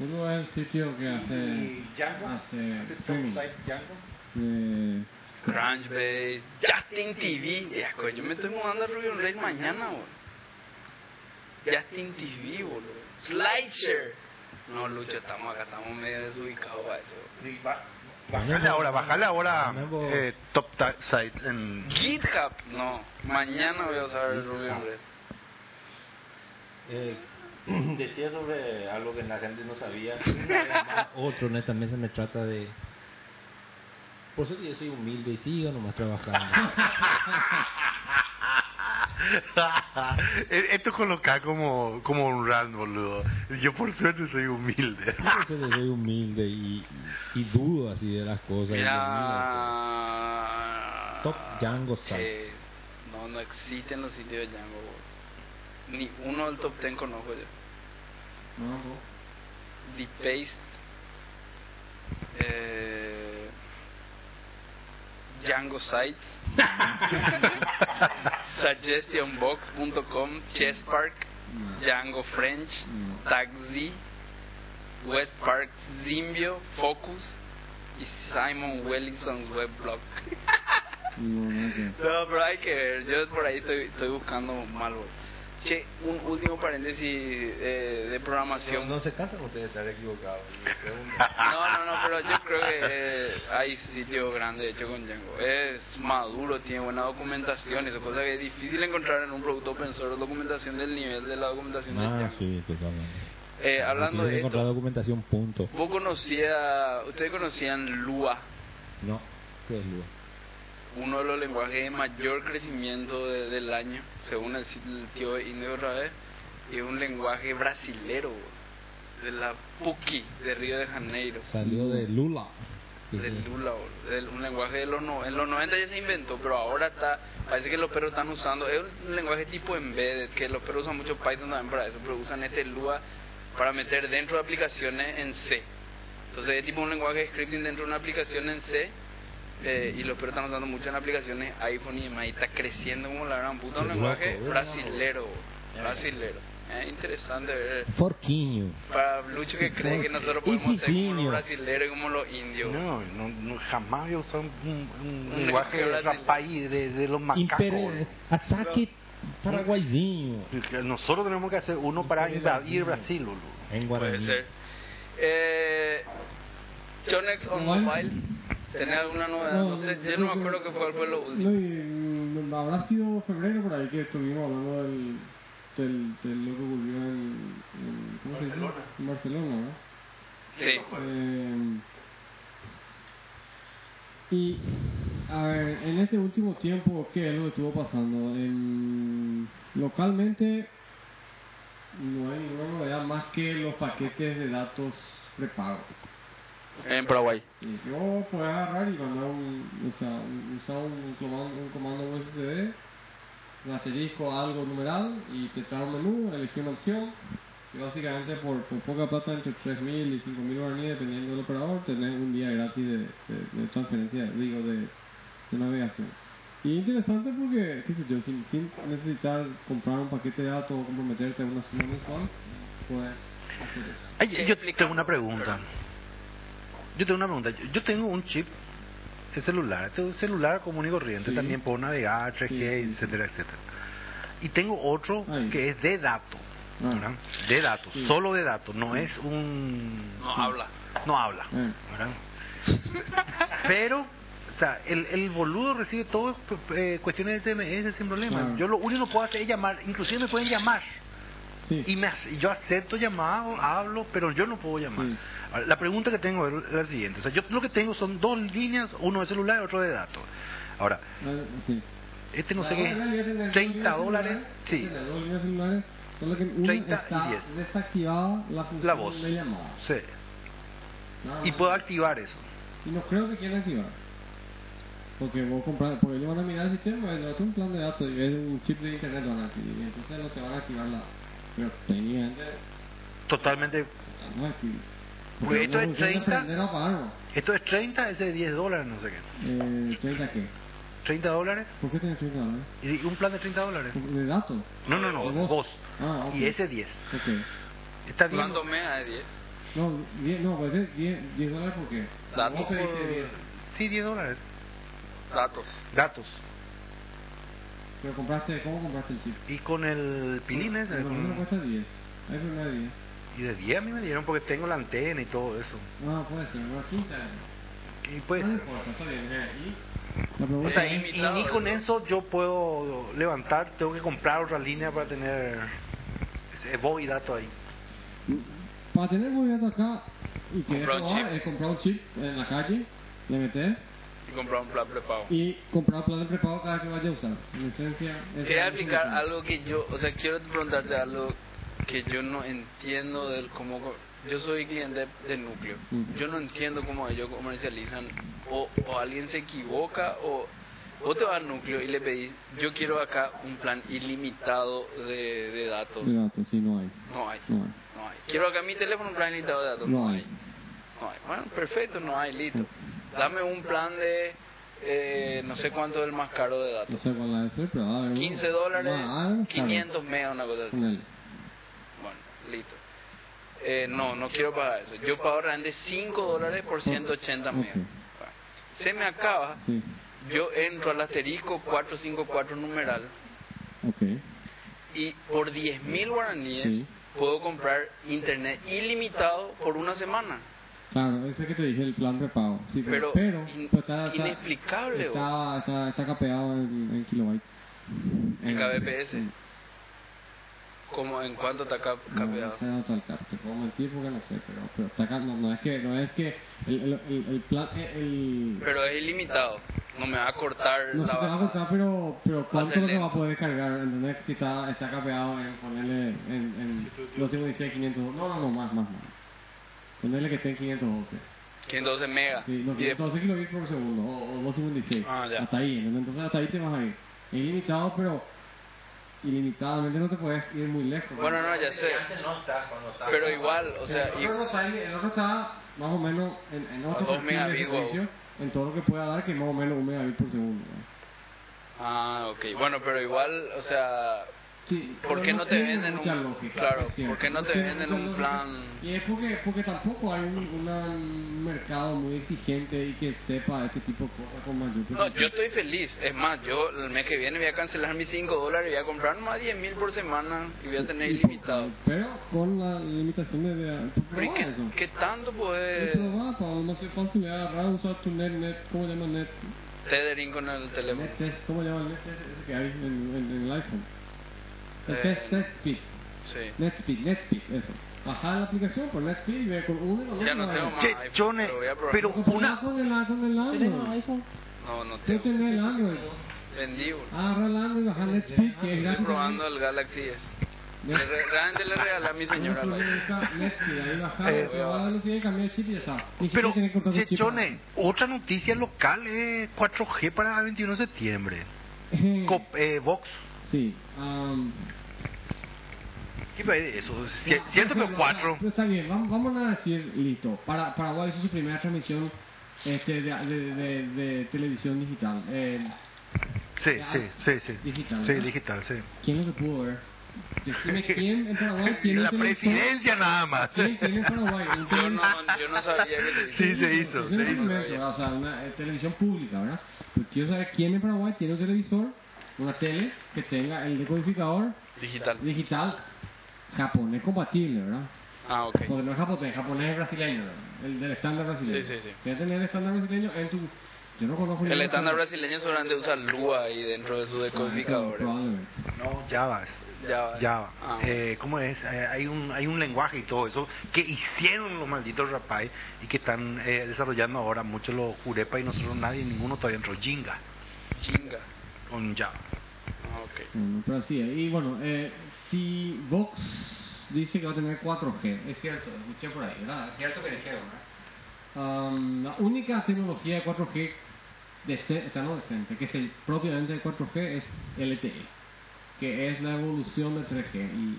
Speaker 5: Hulu es el sitio que hace,
Speaker 7: ¿Y Django?
Speaker 2: Ah,
Speaker 5: hace
Speaker 7: ¿Haces
Speaker 5: streaming.
Speaker 7: prototype Django?
Speaker 5: Eh,
Speaker 3: Crunchbase, Justin TV. Ya, coño, yo me estoy mudando a Ruby on Rails mañana, boludo. Justin TV, boludo. Slideshare. No, Lucho, estamos acá, estamos medio desubicados para eso.
Speaker 1: Y va-
Speaker 4: Bajale ahora, bajale ahora eh, Top Ta- Site en...
Speaker 3: GitHub, no. Mañana voy a usar el Ruby on Rails.
Speaker 8: Eh, decía sobre algo que la gente no sabía.
Speaker 2: Otro en esta mesa me trata de. Por eso que yo soy humilde y sigo nomás trabajando.
Speaker 4: E, Esto coloca como, como un rand, boludo. Yo por suerte soy humilde.
Speaker 2: Por eso que soy humilde y, y dudo así de las cosas. y Pues lo miro.
Speaker 3: Mira.
Speaker 2: Top Django
Speaker 3: Che,
Speaker 2: sites.
Speaker 3: No, no existen los sitios de Django. boludo. Ni uno del top 10 conozco yo.
Speaker 5: No, no.
Speaker 3: The Paste. Eh, Django Site. Suggestionbox.com. Chesspark. Django French.
Speaker 5: No.
Speaker 3: Taxi. West Park Zimbio. Focus. Y Simon Wellingson's weblog.
Speaker 5: No, no, que-
Speaker 3: No, pero hay que ver. Yo por ahí estoy, estoy buscando mal, güey. Che, un último paréntesis eh, de programación.
Speaker 8: No se cansan ustedes de estar equivocados.
Speaker 3: No, no, no, pero yo creo que eh, hay sitios grandes hecho con Django. Es maduro, tiene buena documentación, eso cosa que es difícil encontrar en un producto open source, documentación del nivel de la documentación de
Speaker 2: Ah,
Speaker 3: Django.
Speaker 2: sí, totalmente.
Speaker 3: Eh, hablando
Speaker 2: Tienes que
Speaker 3: de
Speaker 2: encontrar
Speaker 3: esto,
Speaker 2: documentación, punto.
Speaker 3: vos conocía, ustedes conocían Lua,
Speaker 2: No, qué es Lua.
Speaker 3: uno de los lenguajes de mayor crecimiento de- del año, según el sitio del tío Indio otra vez, y es un lenguaje brasilero, de la Puki, de Río de Janeiro.
Speaker 2: Salió de Lula.
Speaker 3: del Lula, boludo. Del- un lenguaje de los no- en los 90 ya se inventó, pero ahora está, parece que los perros están usando, es un lenguaje tipo embedded, que los perros usan mucho Python también para eso, pero usan este Lua para meter dentro de aplicaciones en C. Entonces es tipo un lenguaje de scripting dentro de una aplicación en C, eh, y los perros están usando mucho en aplicaciones iPhone y demás, y está creciendo como la gran puta, un
Speaker 2: Qué
Speaker 3: lenguaje
Speaker 2: loco, ¿eh? ¿verdad?
Speaker 3: brasilero, brasilero. Es interesante ver
Speaker 2: Forquiño.
Speaker 3: para Lucho que cree que nosotros podemos ser como los brasileros y como los indios.
Speaker 4: No, no, no, jamás había usado un, un- un
Speaker 3: Un
Speaker 4: lenguaje de
Speaker 3: lenguaje
Speaker 4: otro país, de, de los macacos.
Speaker 5: eh,
Speaker 2: Imperi- Ataque paraguayzinho.
Speaker 4: Nosotros tenemos que hacer uno para
Speaker 2: Imperio
Speaker 4: invadir Brasil,
Speaker 2: latino.
Speaker 4: boludo.
Speaker 2: En
Speaker 3: Puede
Speaker 2: guaraní.
Speaker 3: ser. Eh, Chonex on
Speaker 5: Igual.
Speaker 3: mobile. ¿Tenés alguna novedad? No sé, yo no me acuerdo que fue, fue lo
Speaker 5: No,
Speaker 3: último.
Speaker 5: y, mm, habrá sido febrero por ahí que estuvimos hablando del, del, del loco que volvió en, en- ¿cómo se dice? En Barcelona, ¿verdad?
Speaker 3: Sí.
Speaker 5: Eh, y, a ver, en este último tiempo, ¿qué es lo que estuvo pasando? En- localmente, no hay ninguna novedad más que los paquetes de datos prepago.
Speaker 3: En Paraguay.
Speaker 5: Y yo puedo agarrar y mandar un, o sea, un- usar un comando, un comando USD, un asterisco, algo numeral, y te trae un menú, elegí una opción, y básicamente por, por poca plata, entre 3.000 y 5.000 guaraníes, dependiendo del operador, tenés un día gratis de, de- de transferencia, digo, de, de navegación. Y es interesante porque, qué sé yo, sin, sin necesitar comprar un paquete de datos o comprometerte a una suma mensual, pues... hacer eso.
Speaker 4: Ay, eh,
Speaker 3: Sí,
Speaker 4: yo
Speaker 3: explica.
Speaker 4: tengo una pregunta. Yo tengo una pregunta. Yo- Yo tengo un chip de celular. Tengo un celular común y corriente.
Speaker 5: Sí.
Speaker 4: También puedo navegar, 3G,
Speaker 5: Sí, sí,
Speaker 4: etcétera, etcétera. Y tengo otro
Speaker 5: Ahí.
Speaker 4: que es de datos.
Speaker 5: Ah.
Speaker 4: ¿verdad? De datos.
Speaker 5: Sí.
Speaker 4: Solo de datos. No es un...
Speaker 3: No habla.
Speaker 4: No habla.
Speaker 5: Eh.
Speaker 4: ¿verdad? Pero, o sea, el, el boludo recibe todo eh, cuestiones de SMS sin problema.
Speaker 5: Claro.
Speaker 4: Yo lo único que puedo hacer es llamar. Inclusive me pueden llamar.
Speaker 5: Sí.
Speaker 4: Y me hace- yo acepto llamado, hablo, pero yo no puedo llamar.
Speaker 5: Sí.
Speaker 4: Ahora, La pregunta que tengo es la siguiente. O sea, yo lo que tengo son dos líneas, uno de celular y otro de datos. Ahora,
Speaker 5: Eh, sí.
Speaker 4: este no
Speaker 5: La
Speaker 4: sé
Speaker 5: otra línea tiene
Speaker 4: qué,
Speaker 5: dos
Speaker 4: 30
Speaker 5: líneas
Speaker 4: dólares,
Speaker 5: celulares,
Speaker 4: sí.
Speaker 5: tiene dos líneas celulares, solo que en una
Speaker 4: 30 y
Speaker 5: está
Speaker 4: 10.
Speaker 5: desactivada la función
Speaker 4: La voz.
Speaker 5: de llamada.
Speaker 4: sí.
Speaker 5: Nada
Speaker 4: Y
Speaker 5: más.
Speaker 4: puedo activar eso.
Speaker 5: Y no creo que quieran activar. Porque vos compras, porque ellos van a mirar el sistema, bueno, esto es un plan de datos, y es un chip de internet van a adquirir, y entonces no te van a activar la... Pero técnicamente
Speaker 4: Totalmente.
Speaker 5: no van a activar.
Speaker 4: Porque esto
Speaker 5: vos
Speaker 4: es
Speaker 5: tenés que
Speaker 4: 30.
Speaker 5: aprender a pagarlo.
Speaker 4: Esto es 30, ese es 10 dólares, no sé qué.
Speaker 5: Eh, ¿30 qué?
Speaker 4: 30 dólares
Speaker 5: ¿Por qué tenés 30 dólares?
Speaker 4: y un plan de 30 dólares.
Speaker 5: ¿De datos?
Speaker 4: No, no, no,
Speaker 5: ¿De voz?
Speaker 4: vos.
Speaker 5: Ah, ok.
Speaker 4: Y ese 10.
Speaker 5: Ok.
Speaker 4: Está bien.
Speaker 3: ¿Cuánto me da de 10?
Speaker 5: No, 10, no, pues es 10, 10 dólares porque.
Speaker 3: Datos
Speaker 5: Vos pediste 10,
Speaker 4: Sí, 10 dólares.
Speaker 3: Datos.
Speaker 4: Datos.
Speaker 5: Pero compraste, ¿cómo compraste el chip?
Speaker 4: Y con el pilín ese.
Speaker 5: No,
Speaker 4: con-
Speaker 5: no cuesta 10. Ahí fue una de 10.
Speaker 4: Y de 10 a mí me dieron porque tengo la antena y todo eso.
Speaker 5: No, puede ser, pero 15 años.
Speaker 4: Y pues,
Speaker 5: no importa, está bien. mira, y La
Speaker 4: o
Speaker 5: pregunta
Speaker 4: sea,
Speaker 5: es-
Speaker 4: y, y ni con eso yo puedo levantar, tengo que comprar otra línea para tener ese voz y dato ahí.
Speaker 5: Para tener movimiento acá y que
Speaker 3: Comprar un
Speaker 5: probar
Speaker 3: chip.
Speaker 5: es comprar un chip en la calle, le metes
Speaker 3: y comprar un plan prepago.
Speaker 5: y comprar plan de prepago cada que vaya a usar. En esencia, es
Speaker 3: Quería
Speaker 5: algo
Speaker 3: explicar
Speaker 5: sencillo.
Speaker 3: algo que yo, o sea, quiero preguntarte algo que yo no entiendo del cómo. co- Yo soy cliente de núcleo.
Speaker 5: Ujú.
Speaker 3: Yo no entiendo cómo ellos comercializan. O, o alguien se equivoca, o vos te vas al núcleo y le pedís, yo quiero acá un plan ilimitado de, de datos.
Speaker 5: De datos, sí, no hay.
Speaker 3: No hay,
Speaker 5: No hay.
Speaker 3: no hay. Quiero acá mi teléfono un plan ilimitado de datos.
Speaker 5: No
Speaker 3: No
Speaker 5: hay.
Speaker 3: hay. No hay. Bueno, perfecto, no hay, listo. Dame un plan de eh, no sé cuánto es el más caro de datos.
Speaker 5: No sé cuál va a ser, pero va a haber uno.
Speaker 3: 15 dólares,
Speaker 5: Va a haber, claro,
Speaker 3: 500 megas, una cosa así.
Speaker 5: con él.
Speaker 3: Bueno, listo. Eh, no, no quiero pagar eso. Yo pago realmente 5 dólares por 180 megas.
Speaker 5: Ok.
Speaker 3: Se me acaba,
Speaker 5: Sí,
Speaker 3: yo entro al asterisco 454 numeral
Speaker 5: ok.
Speaker 3: y por 10 mil guaraníes
Speaker 5: Sí.
Speaker 3: puedo comprar internet ilimitado por una semana.
Speaker 5: Claro, ese que te dije, el plan prepago. Sí, pero,
Speaker 3: Pero,
Speaker 5: pero,
Speaker 3: in-
Speaker 5: pues, está, está-
Speaker 3: inexplicable, bo.
Speaker 5: está, está, está capeado en, en kilobytes.
Speaker 3: En kbps.
Speaker 5: sí.
Speaker 3: Como en cuánto está cap-
Speaker 5: No,
Speaker 3: capeado.
Speaker 5: No sé no tal cap, te puedo mentir porque no sé, pero, pero está cap- no, no es que, no es que el, el, el, el plan, el,
Speaker 3: Pero es ilimitado. No me va a cortar
Speaker 5: no
Speaker 3: la
Speaker 5: se te va a
Speaker 3: bajada.
Speaker 5: contar, pero, pero cuánto
Speaker 3: ser
Speaker 5: lo que va
Speaker 3: lento.
Speaker 5: a poder cargar, ¿entendés? Si está, está capeado en ponerle en, en los 56, 500, no, no, no, más, más, más. Ponerle que esté en 512.
Speaker 3: 512 megas.
Speaker 5: Sí, no,
Speaker 3: Y de-
Speaker 5: 512 kilobits por segundo, o, o 256.
Speaker 3: Ah, ya.
Speaker 5: Hasta ahí, ¿entendés? entonces hasta ahí te vas a ir. Es ilimitado, pero ilimitadamente no te puedes ir muy lejos.
Speaker 3: Bueno, no, ya sé. Pero igual, o sea,
Speaker 5: el
Speaker 3: y-
Speaker 5: otro, está, ahí- el otro está más o menos en, en otro
Speaker 3: dos
Speaker 5: perfil de
Speaker 3: megabits, wow.
Speaker 5: servicio, en todo lo que pueda dar, que es más o menos un megabit por segundo. ¿no?
Speaker 3: Ah, ok. Bueno, pero igual, o sea,
Speaker 5: Sí,
Speaker 3: ¿Por
Speaker 5: pero
Speaker 3: qué no te
Speaker 5: tiene
Speaker 3: venden
Speaker 5: mucha
Speaker 3: un-
Speaker 5: lógica,
Speaker 3: claro,
Speaker 5: es cierto,
Speaker 3: ¿por qué no te
Speaker 5: tiene
Speaker 3: venden
Speaker 5: mucha
Speaker 3: un
Speaker 5: lógica.
Speaker 3: plan-
Speaker 5: Y es porque, porque tampoco hay un, una- un mercado muy exigente y que sepa este tipo de cosas con mayúsculas.
Speaker 3: no, yo estoy feliz. Es más, yo el mes que viene voy a cancelar mis 5 dólares y voy a comprar más 10 mil por semana y voy a tener
Speaker 5: Y-
Speaker 3: ilimitado.
Speaker 5: Ah, Pero con la limitación de... de
Speaker 3: Pero ¿y
Speaker 5: probar
Speaker 3: qué,
Speaker 5: eso.
Speaker 3: qué tanto puede
Speaker 5: Eso va, Pablo, no sé, fácil de agarrar, usar tu net, net, ¿cómo llama net?
Speaker 3: tethering con el teléfono?
Speaker 5: Net test, ¿cómo llama el net test ese que hay en, en- en el iPhone? El
Speaker 3: Eh,
Speaker 5: test, test speed,
Speaker 3: Sí.
Speaker 5: net speed, net speed, eso. Bajar la aplicación por net speed y ve con uno y con
Speaker 3: Ya
Speaker 5: otro,
Speaker 3: no
Speaker 5: a
Speaker 3: tengo
Speaker 5: ver.
Speaker 3: más.
Speaker 4: Che,
Speaker 3: iPhone,
Speaker 4: Chone,
Speaker 3: pero voy a probar.
Speaker 4: pero
Speaker 5: Una
Speaker 4: una...
Speaker 5: con el, con el Android.
Speaker 3: No, no
Speaker 5: Yo
Speaker 3: tengo.
Speaker 5: tengo el Android.
Speaker 3: Vendí, boludo.
Speaker 5: Agarra el Android, baja net speed, que es
Speaker 3: Estoy
Speaker 5: gratis.
Speaker 3: probando el Galaxy S.
Speaker 5: Net-
Speaker 3: Le re- Realmente le regalé a mi señora.
Speaker 5: Uno
Speaker 3: la-
Speaker 5: publica Net speed, ahí bajar,
Speaker 4: Eh,
Speaker 5: probar la velocidad y cambiar el chip y ya está. Ni siquiera
Speaker 4: Pero,
Speaker 5: tiene que cortar su
Speaker 4: che,
Speaker 5: chip.
Speaker 4: Chone, otra noticia local es 4G para el 21 de septiembre.
Speaker 5: Eh,
Speaker 4: Cop- eh, Vox.
Speaker 5: Sí. am,
Speaker 4: ¿Qué fue de pues, eso? Sie- ¿Siete
Speaker 5: pero
Speaker 4: por cuatro?
Speaker 5: Pero está bien, vamos, vamos a decir, listo. Para, Paraguay hizo su primera transmisión este, de, de, de- de televisión digital. Eh,
Speaker 4: Sí, sí, sí, sí.
Speaker 5: Digital,
Speaker 4: Sí,
Speaker 5: ¿no?
Speaker 4: digital, sí.
Speaker 5: ¿Quién es lo que pudo ver? Decime quién en Paraguay tiene
Speaker 4: La
Speaker 5: un televisor?
Speaker 4: presidencia nada más.
Speaker 5: ¿Quién tiene en Paraguay? un
Speaker 3: Yo
Speaker 5: televisor?
Speaker 3: no, yo no sabía que te
Speaker 4: Sí, se hizo,
Speaker 5: Es
Speaker 4: se
Speaker 5: un
Speaker 4: hizo.
Speaker 5: documento, ¿verdad? O sea, una eh, televisión pública, ¿verdad? Pues quiero saber quién en Paraguay tiene un televisor, una tele, que tenga el decodificador
Speaker 3: Digital.
Speaker 5: digital japonés compatible, ¿verdad?
Speaker 3: Ah, ok.
Speaker 5: Porque no es japonés, japonés es brasileño, ¿no? el del estándar brasileño.
Speaker 3: Sí, sí, sí.
Speaker 5: Voy a tener el estándar brasileño en tu... Yo no conozco...
Speaker 3: El
Speaker 5: ningún
Speaker 3: estándar
Speaker 5: japonés. Ah,
Speaker 3: brasileño eh. solamente usa Lua ahí dentro de sus decodificadores.
Speaker 5: Probablemente.
Speaker 4: No, Java. es-
Speaker 3: Java.
Speaker 4: Java.
Speaker 3: Ah,
Speaker 4: Eh, ¿Cómo es? Eh, hay, un, hay un lenguaje y todo eso que hicieron los malditos rapay y que están eh, desarrollando ahora muchos los jurepa y nosotros nadie, ninguno todavía entró. Jinga
Speaker 3: chinga.
Speaker 4: con Java.
Speaker 3: Ah, ok.
Speaker 5: Bueno, pero así es. Y bueno, eh, si Vox dice que va a tener 4G, es cierto, escuché por ahí, ¿verdad? Es cierto que dijeron, ¿eh? ¿verdad? Am, la única tecnología de 4G, dece- o sea, no decente, que es el propiamente de 4G, es LTE, que es la evolución del 3G, y,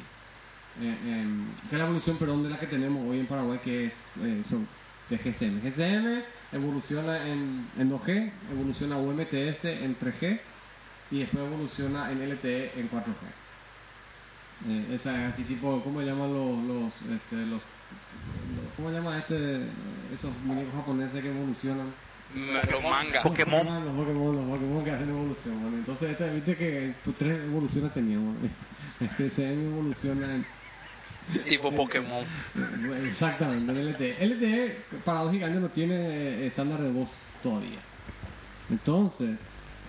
Speaker 5: eh, em, que es la evolución, perdón, de la que tenemos hoy en Paraguay, que es eh, son de GSM. GSM evoluciona en, en 2G, evoluciona a UMTS en 3G, y después evoluciona en LTE en 4G. Eh, esa es así tipo, ¿cómo llaman los, los, este, los, los- ¿cómo llaman este, esos muñecos japoneses que evolucionan? Ah,
Speaker 3: M- Los mangas.
Speaker 4: Porque- Pokémon.
Speaker 5: Los Pokémon, los Pokémon que hacen evolución, bueno. Entonces, este, viste que tus tres evoluciones teníamos. Este, se evoluciona en, eh,
Speaker 3: tipo Pokémon.
Speaker 5: Exactamente, el LTE. LTE, E, paradójicamente, no tiene eh, estándar de voz todavía. Entonces,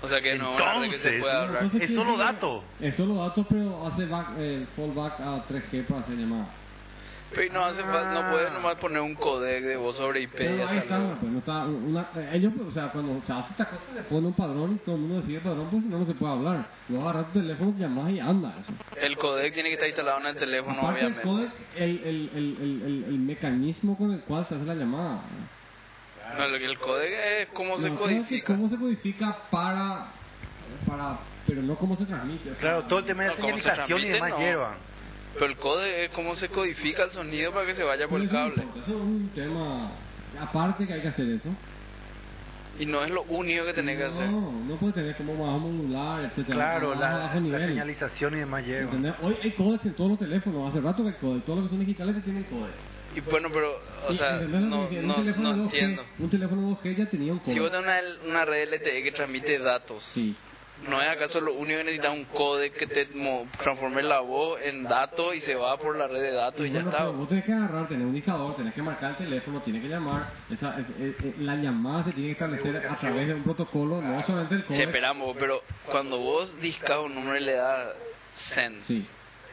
Speaker 3: O sea que no es una red que se
Speaker 4: Entonces,
Speaker 3: pueda ahorrar.
Speaker 5: entonces
Speaker 4: Es
Speaker 5: tiene-
Speaker 4: solo datos.
Speaker 5: Es solo datos, pero hace back, eh, fallback a 3G para hacer llamadas.
Speaker 3: Pero no hace falta, no puedes nomás poner un codec de voz sobre IP y
Speaker 5: Pero
Speaker 3: ya
Speaker 5: ahí
Speaker 3: está.
Speaker 5: está, pues, no está una- eh, ellos, pues, o sea, cuando se hace esta cosa, le ponen un padrón y todo el mundo decide el padrón, pues si no, no se puede hablar. Luego agarras tu teléfono, llamás y anda eso.
Speaker 3: El codec tiene que estar instalado en el teléfono,
Speaker 5: Aparte del
Speaker 3: obviamente.
Speaker 5: codec, el, el, el, el, el, el mecanismo con el cual se hace la llamada.
Speaker 3: No, el el codec es cómo se
Speaker 5: No, creo que
Speaker 3: codifica.
Speaker 5: ¿Cómo se codifica para, para, pero no cómo se transmite? o sea,
Speaker 9: Claro, todo el tema de
Speaker 3: No, ¿cómo se
Speaker 9: señalización y
Speaker 3: transmite?
Speaker 9: demás
Speaker 3: No.
Speaker 9: llevan.
Speaker 3: Pero el codec es cómo se codifica el sonido para que se vaya por
Speaker 5: pero
Speaker 3: el
Speaker 5: eso no
Speaker 3: cable.
Speaker 5: importa, Eso es un tema aparte que hay que hacer eso.
Speaker 3: Y no es lo único que tenés que hacer.
Speaker 5: No, no puede tener como más modular, etcétera.
Speaker 9: Claro,
Speaker 5: más
Speaker 9: la,
Speaker 5: bajo
Speaker 9: la
Speaker 5: nivel.
Speaker 9: señalización y demás llevan.
Speaker 5: ¿Entendés? Hoy hay codecs en todos los teléfonos, hace rato que hay codecs, todos los que son digitales que tienen codecs.
Speaker 3: Y bueno, pero, o
Speaker 5: Y-
Speaker 3: sea,
Speaker 5: ¿entendés lo
Speaker 3: no,
Speaker 5: que-
Speaker 3: no,
Speaker 5: un teléfono
Speaker 3: no
Speaker 5: 2G,
Speaker 3: entiendo.
Speaker 5: Un teléfono 2G ya tenía un codec.
Speaker 3: Si vos tenés una, una red LTE que transmite datos,
Speaker 5: Sí.
Speaker 3: ¿no es acaso lo único que necesitas un codec que te mo- transforme la voz en datos y se va por la red de datos y ya
Speaker 5: Bueno,
Speaker 3: está?
Speaker 5: pero vos tenés que agarrar, tenés un indicador, tenés que marcar el teléfono, tienes que llamar. Esa, es- es- es- la llamada se tiene que establecer a través de un protocolo, no solamente el
Speaker 3: Sí,
Speaker 5: codec.
Speaker 3: esperamos, pero cuando vos discas un número y le das send,
Speaker 5: Sí.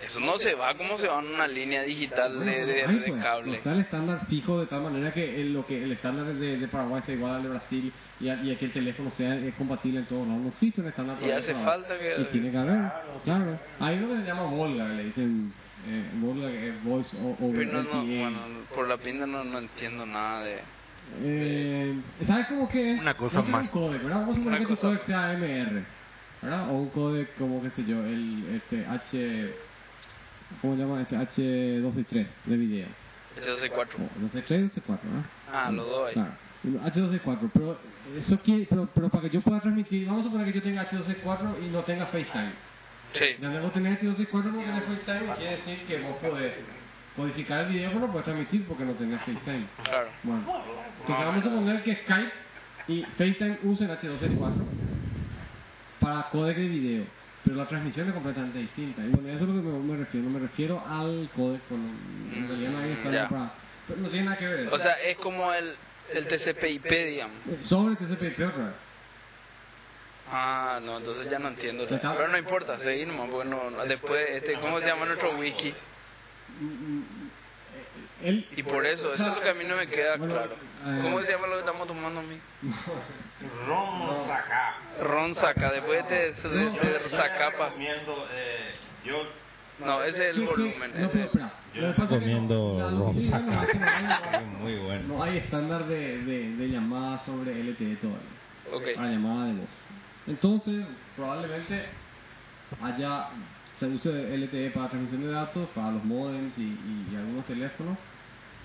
Speaker 3: eso no se va como se va en una línea digital de, eh, de-
Speaker 5: Ay,
Speaker 3: de
Speaker 5: pues,
Speaker 3: cable.
Speaker 5: Está el estándar fijo de tal manera que el, lo que el estándar de, de Paraguay sea igual al de Brasil y, a- y a que el teléfono sea eh, compatible en todos lados. No existe un estándar
Speaker 3: Y hace
Speaker 5: eso.
Speaker 3: falta que-
Speaker 5: Y tiene que haber, claro. Ahí es lo que se llama VOLGA, le dicen eh, VOLGA, que es Voice o- E. Over
Speaker 3: Pero no, no,
Speaker 5: LTA.
Speaker 3: bueno, por la pinta no, no entiendo nada de...
Speaker 5: Eh, ¿Sabes cómo que es?
Speaker 4: Una cosa
Speaker 5: No tiene
Speaker 4: más.
Speaker 5: un codec, ¿verdad? Vamos a suponer
Speaker 3: Una
Speaker 5: que tu
Speaker 3: cosa
Speaker 5: codec sea AMR, ¿verdad? O un codec como, qué sé yo, el este H... ¿Cómo se llama? Este H263 de video.
Speaker 3: Eso hace cuatro.
Speaker 5: O 263 y 264, ¿verdad?
Speaker 3: Ah, los dos ahí.
Speaker 5: Claro. H264, pero eso que, pero, pero para que yo pueda transmitir, vamos a suponer que yo tenga H264 y no tenga FaceTime.
Speaker 3: Sí.
Speaker 5: Ya luego tener H264 y no tener FaceTime quiere decir que vos podés codificar el video, pero no podés transmitir porque no tenés FaceTime.
Speaker 3: Claro.
Speaker 5: Bueno, entonces vamos a poner que Skype y FaceTime usen H264 para codec de video, pero la transmisión es completamente distinta. Y bueno, eso es lo que me, me refiero, no me refiero al codec con en realidad no hay estándar
Speaker 3: Mm, ya.
Speaker 5: para- pero no tiene nada que ver.
Speaker 3: O sea, es como el, el TCP/IP, digamos.
Speaker 5: sobre TCP/IP otra vez.
Speaker 3: Ah, no, entonces ya no entiendo. Pero no importa, seguí nomás, porque no, no- después, este, ¿cómo se llama nuestro wiki?
Speaker 5: Él
Speaker 3: Y por eso, eso es lo que a mí no me queda
Speaker 5: Bueno,
Speaker 3: claro.
Speaker 5: eh,
Speaker 3: ¿Cómo se llama lo que estamos tomando a mí? Ron saca, después de, este, de, de, sacapa. No, ese es el volumen. eh.
Speaker 5: No,
Speaker 3: ese
Speaker 5: pero
Speaker 3: es-
Speaker 5: espera. Lo que pasa es que
Speaker 2: Comiendo
Speaker 5: la
Speaker 2: ron
Speaker 5: doctrina no
Speaker 2: saca.
Speaker 5: hace nada.
Speaker 2: Muy bueno.
Speaker 5: No hay estándar de, de, de llamada sobre LTE todavía.
Speaker 3: ok.
Speaker 5: Para llamada de voz. Entonces, probablemente haya se use LTE E para transmisión de datos, para los modems y, y- y algunos teléfonos,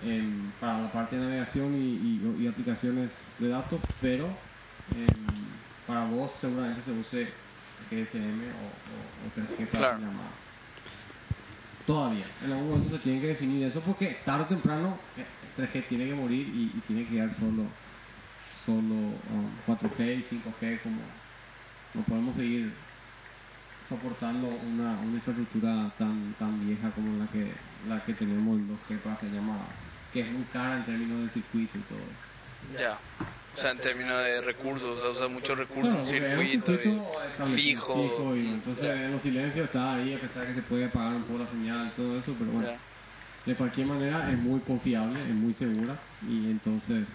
Speaker 5: em, para la parte de navegación y, y- y aplicaciones de datos, pero em, para voz seguramente se use GSM o, o, o 3G para
Speaker 3: Claro.
Speaker 5: llamada. Todavía, en algún momento se tiene que definir eso porque tarde o temprano eh, 3G tiene que morir y, y tiene que quedar solo solo um, 4G y 5G como no podemos seguir soportando una, una infraestructura tan tan vieja como la que la que tenemos en 2G para hacer llamadas que es muy cara en términos de circuito y todo eso.
Speaker 3: Ya. O sea, en términos de recursos, o sea, usa muchos
Speaker 5: Claro,
Speaker 3: recursos,
Speaker 5: porque es un
Speaker 3: circuito, y
Speaker 5: establecido,
Speaker 3: fijo.
Speaker 5: fijo y entonces en los silencios está ahí a pesar que se puede apagar un poco la señal y todo eso pero bueno
Speaker 3: Ya.
Speaker 5: de cualquier manera es muy confiable es muy segura y entonces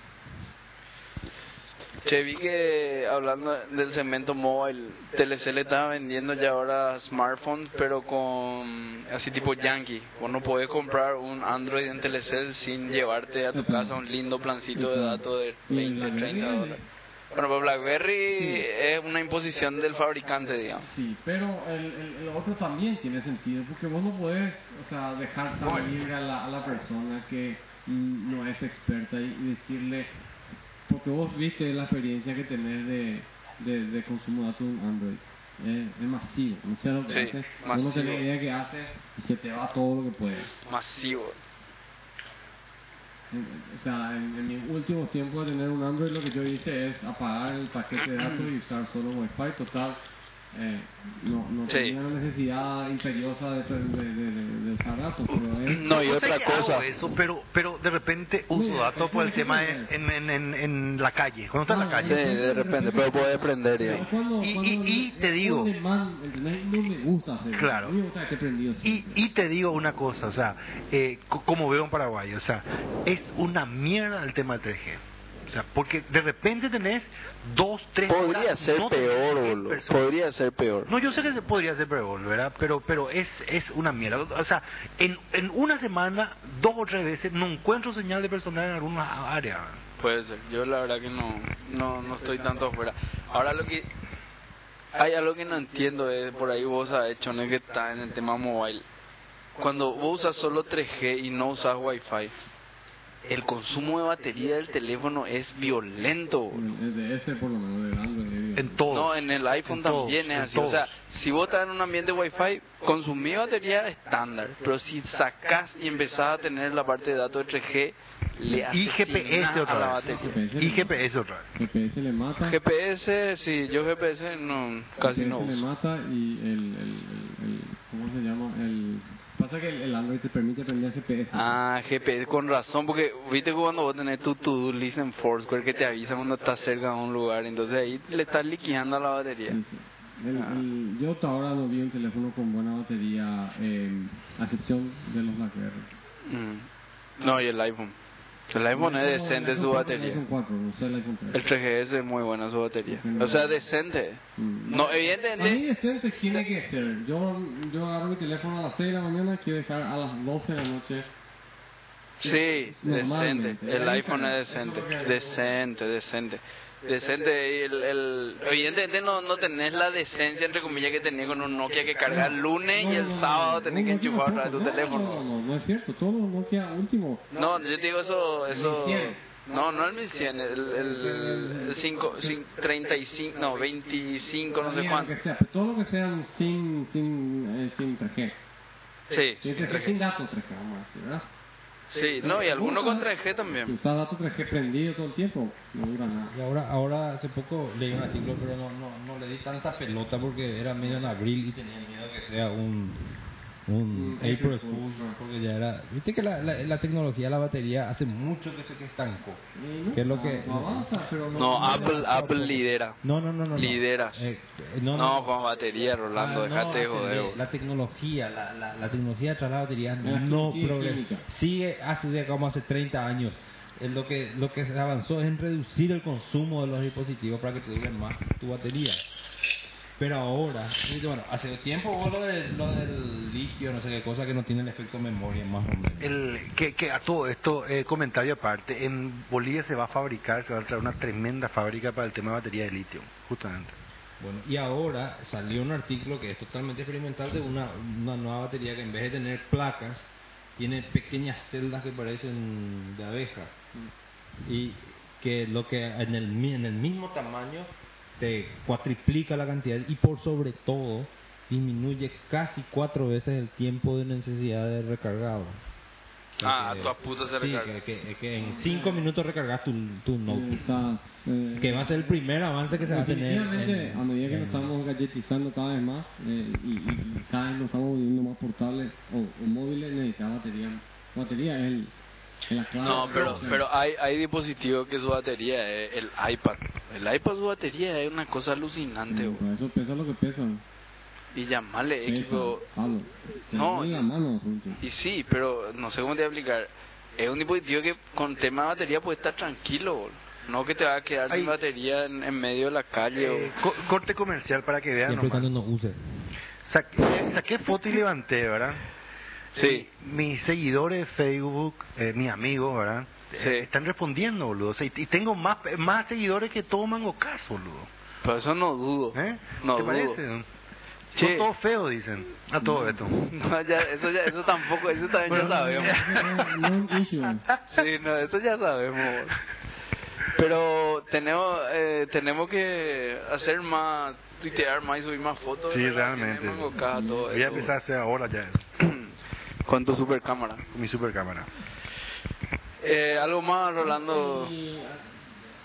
Speaker 3: Che, vi que hablando del segmento mobile, Telecel estaba vendiendo ya ahora smartphones, pero con así tipo Yankee. Vos no podés comprar un Android en Telecel sin llevarte a tu casa un lindo plancito de datos de
Speaker 5: Y en
Speaker 3: 20, 30
Speaker 5: Blackberry,
Speaker 3: dólares. Bueno, pero BlackBerry es una imposición del fabricante, digamos.
Speaker 5: Sí, pero el, el, el otro también tiene sentido, porque vos no podés o sea, dejar tan libre a la, a la persona que mm, no es experta y, y decirle, porque vos viste la experiencia que tenés de, de, de consumo de datos en Android. Es, es masivo, no sé lo que
Speaker 3: Sí,
Speaker 5: hace, vos no
Speaker 3: masivo.
Speaker 5: tenés idea que hace y se te va todo lo que puedes.
Speaker 3: Masivo.
Speaker 5: En- O sea, en, en mis últimos tiempos de tener un Android, lo que yo hice es apagar el paquete de datos y usar solo Wi-Fi. Total, eh, no, no
Speaker 3: Sí.
Speaker 5: tenía una necesidad imperiosa de, de, de, de- de usar datos, pero es-
Speaker 3: No, y
Speaker 4: Yo sé
Speaker 3: otra
Speaker 4: que hago
Speaker 3: cosa.
Speaker 4: eso, pero, pero de repente uso
Speaker 5: Mira,
Speaker 4: datos por el
Speaker 5: es
Speaker 4: tema
Speaker 5: una-
Speaker 4: en, en, en, en la calle, cuando está en la
Speaker 5: Ah,
Speaker 3: Sí,
Speaker 4: calle.
Speaker 3: de repente, pero puede aprender,
Speaker 5: es
Speaker 3: digamos.
Speaker 5: cuando-
Speaker 4: Mm, Y-
Speaker 5: cuando
Speaker 4: y- y
Speaker 5: es
Speaker 4: te
Speaker 5: on
Speaker 4: digo-
Speaker 5: demand, ¿entendés? no me gusta hacer eso.
Speaker 4: Claro.
Speaker 5: A mí me gusta que esté prendido
Speaker 4: Y,
Speaker 5: siempre.
Speaker 4: y te digo una cosa, o sea, eh, co- como veo en Paraguay, o sea, es una mierda el tema del 3G. O sea, porque de repente tenés dos, tres...
Speaker 3: Podría
Speaker 4: horas,
Speaker 3: ser
Speaker 4: no tenés
Speaker 3: peor,
Speaker 4: diez
Speaker 3: boludo.
Speaker 4: personas.
Speaker 3: Podría ser peor.
Speaker 4: No, yo sé que se podría hacer peor, ¿verdad? Pero, pero es, es una mierda. O sea, en, en una semana, dos o tres veces, no encuentro señal de personal en alguna área.
Speaker 3: Puede ser. Yo la verdad que no, no, no estoy tanto afuera. Ahora lo que... Hay algo que no entiendo, es por ahí vos has hecho, no es que está en el tema mobile. Cuando vos usas solo 3G y no usas Wi-Fi, el consumo de batería del teléfono es violento. boludo.
Speaker 5: Bueno, es de ese por lo menos, de Android.
Speaker 4: En todo.
Speaker 3: No, en el iPhone
Speaker 4: En todos,
Speaker 3: también
Speaker 4: en
Speaker 3: es así. O sea,
Speaker 4: todos.
Speaker 3: si vos estás en un ambiente Wi-Fi, consumí batería estándar. Pero si sacás y empezás a tener la parte de datos de 3G, le
Speaker 4: Y
Speaker 3: asesina
Speaker 4: GPS
Speaker 3: a la
Speaker 4: otra vez.
Speaker 3: batería.
Speaker 4: Y GPS otra vez.
Speaker 5: GPS le mata.
Speaker 3: GPS, sí, yo GPS no, casi
Speaker 5: GPS
Speaker 3: no
Speaker 5: le
Speaker 3: uso.
Speaker 5: mata y el, el, el, el- ¿Cómo se llama? El. Pasa que el, el Android te permite prender GPS.
Speaker 3: Ah, GPS, con razón, porque viste que cuando vos tenés tu to-do list en Foursquare que te avisa cuando estás cerca de un lugar, entonces ahí le estás liquidando a la batería.
Speaker 5: Sí, sí. El-
Speaker 3: Ah.
Speaker 5: el- yo hasta ahora no vi un teléfono con buena batería, eh, a excepción de los BlackBerry.
Speaker 3: Mm. No, y el iPhone. El iPhone es decente su
Speaker 5: El
Speaker 3: batería.
Speaker 5: iPhone 4, no sé el iPhone 3.
Speaker 3: El 3GS es muy buena su batería. O sea, decente.
Speaker 5: Mm.
Speaker 3: No,
Speaker 5: Para mí
Speaker 3: evidentemente.
Speaker 5: decente tiene que ser. Yo, yo agarro mi teléfono a las 6 de la mañana y quiero dejar a las 12 de la noche.
Speaker 3: Sí, decente.
Speaker 5: Normalmente.
Speaker 3: El iPhone es decente. Decente, decente. Decente. y El, el- Evidentemente no, no tenés la decencia, entre comillas, que tenés con un Nokia que carga el lunes y
Speaker 5: No,
Speaker 3: el
Speaker 5: no, no,
Speaker 3: sábado
Speaker 5: no,
Speaker 3: tenés
Speaker 5: no,
Speaker 3: que
Speaker 5: no,
Speaker 3: enchufar
Speaker 5: no,
Speaker 3: otra vez tu
Speaker 5: no, No,
Speaker 3: teléfono.
Speaker 5: no, no es cierto. Todo Nokia último.
Speaker 3: No, yo te digo eso. eso
Speaker 5: 1100.
Speaker 3: no, no el 1100, el, el, el cinco- cin- 35, no, 25, no sé
Speaker 5: Mira,
Speaker 3: cuánto.
Speaker 5: que sea, pero todo lo que sea sin, sin, eh, sin 3G.
Speaker 3: Sí,
Speaker 5: Sin 3G, sin datos 3G, vamos a decir, ¿verdad?
Speaker 3: sí, no, y alguno con 3G
Speaker 5: Si
Speaker 3: también.
Speaker 5: usas datos 3G prendido todo el tiempo, no dura nada.
Speaker 2: Y ahora, ahora hace poco leí un artículo, pero no, no, no le di tanta pelota porque era medio en abril y tenía miedo que sea un, un
Speaker 5: Mm,
Speaker 2: April
Speaker 5: April
Speaker 2: Fool,
Speaker 5: Fool,
Speaker 2: porque ya era... Viste que la, la, la tecnología, la batería, hace mucho que se que estancó.
Speaker 5: Y no,
Speaker 2: ¿Qué es lo que-
Speaker 5: Ah, no avanza, pero no.
Speaker 3: No, Apple, Apple lidera.
Speaker 2: No, no, no, no. no.
Speaker 3: Lideras.
Speaker 2: Eh, eh, no, no,
Speaker 3: No, con batería, Rolando,
Speaker 2: Ah, no,
Speaker 3: dejate de
Speaker 2: la tele-
Speaker 3: joder. boludo.
Speaker 2: La tecnología, la, la, la tecnología tras la batería
Speaker 5: La
Speaker 2: no
Speaker 5: tecnología
Speaker 2: progresa.
Speaker 5: química.
Speaker 2: Sigue hace de como hace 30 años. Eh, Lo que, lo que se avanzó es en reducir el consumo de los dispositivos para que te dure más tu batería. Pero ahora, y bueno, hace tiempo vos lo, del- lo del litio, no sé qué cosa, que no tiene el efecto memoria más o menos.
Speaker 4: El, que, que a todo esto, eh, comentario aparte, en Bolivia se va a fabricar, se va a traer una tremenda fábrica para el tema de batería de litio, justamente.
Speaker 2: Bueno, y ahora salió un artículo que es totalmente experimental de una, una nueva batería que en vez de tener placas, tiene pequeñas celdas que parecen de abeja.
Speaker 5: Mm.
Speaker 2: Y que lo que en el, mi- en el mismo tamaño te cuatriplica la cantidad y por sobre todo disminuye casi cuatro veces el tiempo de necesidad de recargado. O sea
Speaker 3: Ah,
Speaker 2: que-
Speaker 3: a todas putas se
Speaker 2: sí,
Speaker 3: recarga.
Speaker 2: que, que- que en cinco minutos recargas tu, tu notebook.
Speaker 5: Estás, eh,
Speaker 2: Que va a ser el primer avance que se va a tener.
Speaker 5: Definitivamente,
Speaker 2: en-
Speaker 5: a medida que
Speaker 2: en-
Speaker 5: nos estamos galletizando cada vez más eh, y, y- y cada vez nos estamos volviendo más portables o, o móviles, necesitamos batería. Batería es el, es la clave.
Speaker 3: No, pero, pero hay, hay dispositivos que su batería es el iPad. El iPad su batería es una cosa alucinante,
Speaker 5: Sí,
Speaker 3: boludo.
Speaker 5: por eh, eso pesa lo que pesa.
Speaker 3: Y llamarle
Speaker 5: Pesa,
Speaker 3: equipo...
Speaker 5: Pablo. Te
Speaker 3: No,
Speaker 5: duele la
Speaker 3: y-
Speaker 5: mano, asunto.
Speaker 3: Y sí, pero no sé cómo te voy a explicar. Es un dispositivo que con tema de batería puede estar tranquilo, boludo. No que te va a quedar
Speaker 4: Ay.
Speaker 3: sin batería en, en medio de la calle.
Speaker 4: Eh,
Speaker 3: boludo.
Speaker 4: co- corte comercial para que vean
Speaker 2: Siempre y
Speaker 4: nomás.
Speaker 2: cuando no uses.
Speaker 4: Saqué, saqué foto y levanté, ¿verdad? Eh,
Speaker 3: Sí.
Speaker 4: Mis seguidores de Facebook, eh, mis amigos, ¿verdad?
Speaker 3: Sí.
Speaker 4: Eh, están respondiendo, boludo. O sea, y, y tengo más, más seguidores que todo Mango Cast, boludo.
Speaker 3: Pero eso no dudo.
Speaker 4: ¿Eh?
Speaker 3: No
Speaker 4: ¿Te
Speaker 3: dudo.
Speaker 4: parece?
Speaker 3: Che. Mm.
Speaker 4: Son todos feos, dicen. A todo esto.
Speaker 3: No, ya, eso, ya, eso tampoco, eso también
Speaker 4: Bueno,
Speaker 3: ya sabemos.
Speaker 5: No, no es un issue.
Speaker 3: Sí, no, eso ya sabemos. Pero tenemos eh, tenemos que hacer más, tuitear más y subir más fotos.
Speaker 4: Sí,
Speaker 3: ¿verdad?
Speaker 4: realmente.
Speaker 3: Tenemos acá todo
Speaker 4: Voy a
Speaker 3: eso.
Speaker 4: empezar a hacer ahora ya eso,
Speaker 3: Con tu super cámara.
Speaker 4: con mi supercámara.
Speaker 3: Eh, algo más, Rolando.
Speaker 5: Y,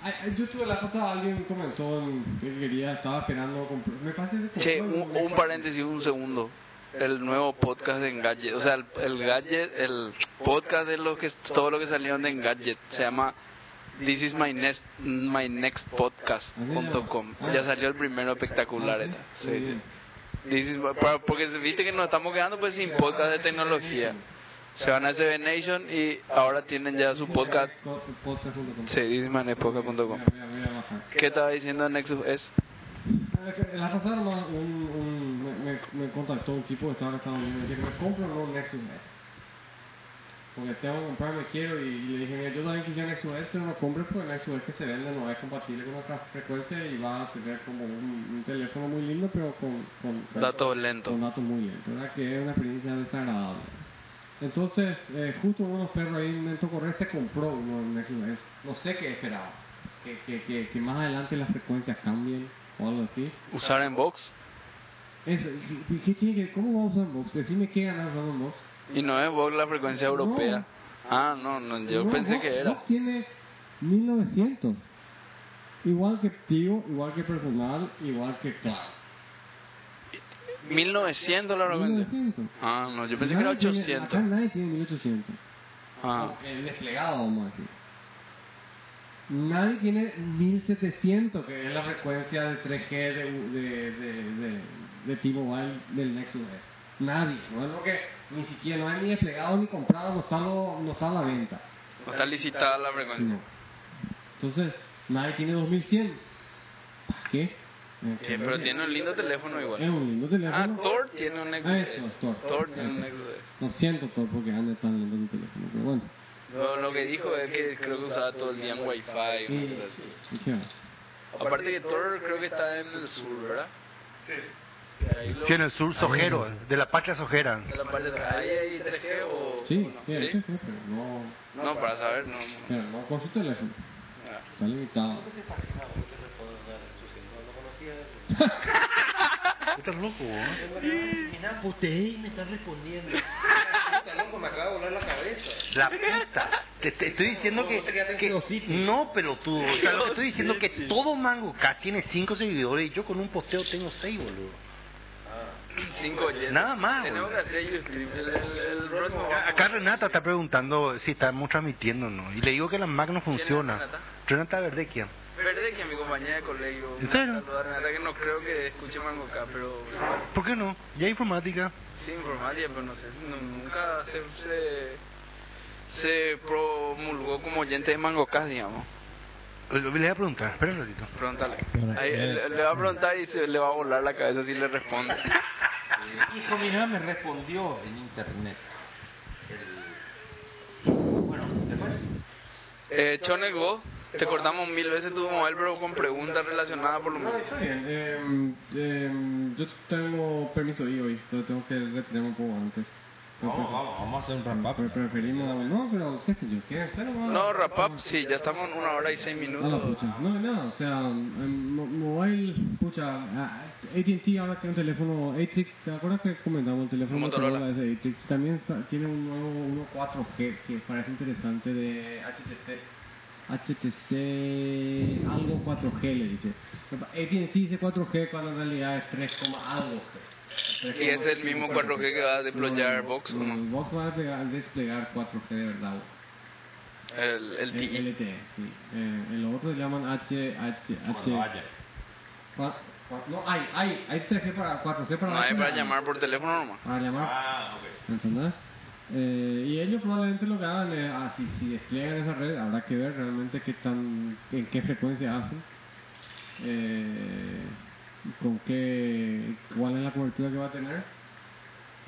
Speaker 5: ah, a- yo tuve la pasada, alguien comentó en- que quería, estaba esperando. comprar- Me parece que.
Speaker 3: Che,
Speaker 5: compró,
Speaker 3: un,
Speaker 5: me
Speaker 3: un
Speaker 5: parece-
Speaker 3: paréntesis, un segundo. El nuevo podcast de Engadget, o sea, el, el gadget, el podcast de los que todo lo que salieron de Engadget se llama This is my next my next podcast.com. Ya salió el primero espectacular,
Speaker 5: Ah,
Speaker 3: eta.
Speaker 5: ¿sí? Muy
Speaker 3: Sí, sí.
Speaker 5: bien.
Speaker 3: This is my- para- porque viste que nos estamos quedando pues sin podcast de tecnología. Se van a SB Nation y ahora tienen ya su podcast.
Speaker 5: Po- Podcast.com.
Speaker 3: Sí, this is my next podcast.com.
Speaker 5: Voy a- voy a bajar.
Speaker 3: ¿Qué estaba diciendo Nexus S?
Speaker 5: La pasada nomás un, un- me, me- me contactó un tipo que estaba en Estados Unidos y me dijo, ¿me compro o no un Nexus S? Porque tengo que comprar, me quiero, y, y le dije, mira, yo también quisiera Nexus S, pero no compres porque el Nexus S que se vende no es compatible con nuestras frecuencias y va a tener como un, un teléfono muy lindo, pero con, con, con-
Speaker 3: Datos lentos.
Speaker 5: con datos muy lentos, ¿verdad? Que es una experiencia desagradable. Entonces, eh, justo unos perros ahí en Tocorre se compró uno en Nexus S. No sé qué esperaba. Que, que, que, que más adelante las frecuencias cambien o algo así.
Speaker 3: Usar en box
Speaker 5: Eso, ¿qué- qué tiene que- ¿Cómo vamos a usar Vox? Decime qué ganas usando Vox.
Speaker 3: Y no es Vox la frecuencia europea. Ah, no, no yo
Speaker 5: No,
Speaker 3: pensé
Speaker 5: Vox-
Speaker 3: que era.
Speaker 5: Vox tiene 1900. Igual que activo, igual que personal, igual que claro.
Speaker 3: 1900 la frecuencia.
Speaker 5: 1900.
Speaker 3: Ah, no, yo pensé que era
Speaker 5: Nadie tiene- acá
Speaker 3: 800.
Speaker 5: nadie tiene 1800.
Speaker 3: Ah,
Speaker 5: El desplegado, vamos a decir. Nadie tiene 1700, que es la frecuencia de 3G de, de, de, de, de T-Mobile del Nexus S. Nadie, no es lo que ni siquiera no hay ni desplegado ni comprado, no está, lo- no está a la venta.
Speaker 3: no está licitada la
Speaker 5: No.
Speaker 3: frecuencia.
Speaker 5: Entonces, nadie tiene 2100. ¿Para qué? Eh,
Speaker 3: Sí, pero tiene un lindo teléfono
Speaker 5: Es
Speaker 3: igual.
Speaker 5: un lindo
Speaker 3: Ah,
Speaker 5: teléfono.
Speaker 3: Thor tiene un Nexus
Speaker 5: Ah,
Speaker 3: S.
Speaker 5: eso, Thor.
Speaker 3: Thor tiene un
Speaker 5: Ok.
Speaker 3: Nexus S.
Speaker 5: Lo siento, Thor, porque anda tan lindo tu teléfono, pero bueno.
Speaker 3: Lo, lo que dijo es que creo que usaba todo el día en Wi-Fi. una cosa así.
Speaker 5: ¿y qué va?
Speaker 3: Aparte que Thor creo que está en el sur, ¿verdad? Sí. Ahí lo-
Speaker 9: Sí, en el sur sojero, de la patria sojera.
Speaker 3: en la parte de atrás. ¿Ahí hay 3G o...?
Speaker 5: Sí,
Speaker 3: o no?
Speaker 5: sí,
Speaker 3: ¿Sí?
Speaker 5: eso fue, pero no,
Speaker 3: No, para saber, no. no.
Speaker 5: pero no con su teléfono.
Speaker 3: Ah.
Speaker 5: Está limitado.
Speaker 9: Estás loco, ¿eh?
Speaker 2: Mira, puteé y me están respondiendo.
Speaker 6: Puta, loco, me acaba de volar la cabeza.
Speaker 9: La puta. Te, te estoy diciendo que, que- No, pelotudo. O sea, lo que estoy diciendo es que todo Mango Cast tiene 5 seguidores y yo con un posteo tengo 6, boludo.
Speaker 3: Cinco oyentes.
Speaker 9: Nada más,
Speaker 3: Tenemos que
Speaker 9: boludo.
Speaker 3: hacer YouTube. El, el, el próximo
Speaker 9: Acá acá Renata está preguntando si estamos transmitiendo o no. Y le digo que la Mac no
Speaker 3: es
Speaker 9: funciona.
Speaker 3: Renata?
Speaker 9: Renata Verdequia.
Speaker 3: Verde que mi compañera de colegio.
Speaker 9: ¿En serio?
Speaker 3: Saludar, Renata, que no creo que escuche Mango K, pero
Speaker 9: ¿Por qué no? Ya informática.
Speaker 3: sí, informática, pero no sé, no- nunca se, se, se promulgó como oyente de Mango K, digamos.
Speaker 9: Le le voy a preguntar. Espera un ratito.
Speaker 3: Pregúntale. Ahí, le, le va a preguntar y se le va a volar la cabeza si le responde.
Speaker 6: Hijo, mira, me respondió en internet. El- Bueno, después.
Speaker 3: Eh, Chone Go, te cortamos mil veces tu móvil, pero con preguntas relacionadas por lo
Speaker 5: No,
Speaker 3: menos.
Speaker 5: está bien. Eh, eh, yo tengo permiso ahí hoy, entonces tengo que retirarme un poco antes. Pero
Speaker 6: Vamos,
Speaker 5: prefer-
Speaker 6: vamos, vamos a hacer un rampa.
Speaker 5: pre- Preferimos, no, pero qué sé yo, ¿qué hacer?
Speaker 3: No, Rapap, sí, ya estamos en una hora y seis
Speaker 5: No, no,
Speaker 3: minutos.
Speaker 5: pucha. No, no, o sea, em, mo- mobile, pucha, ah, AT&T ahora tiene un teléfono, Atrix, ¿te acuerdas que comentamos el teléfono
Speaker 3: Motorola.
Speaker 5: de Atrix? También sa- tiene un nuevo uno 4G que parece interesante de HTC. HTC algo 4G le dice. AT&T dice 4G cuando en realidad es 3, coma algo G.
Speaker 3: Y es el mismo 4G que va a deployar Vox, ¿o no?
Speaker 5: El Vox va a desplegar, desplegar 4G de verdad.
Speaker 3: El, el
Speaker 5: El
Speaker 3: TI.
Speaker 5: LTE, sí. Eh, el otro le llaman H, H, H. Cua- cua- No, hay, hay, hay 3G para 4G para
Speaker 3: No es para
Speaker 5: para-
Speaker 3: llamar por teléfono nomás.
Speaker 5: Para llamar,
Speaker 6: Ah, ok.
Speaker 5: ¿entendés? Eh, y ellos probablemente lo que hagan es, ah, si, si despliegan esa red, habrá que ver realmente qué tan, en qué frecuencia hacen, eh, con qué, cuál es la cobertura que va a tener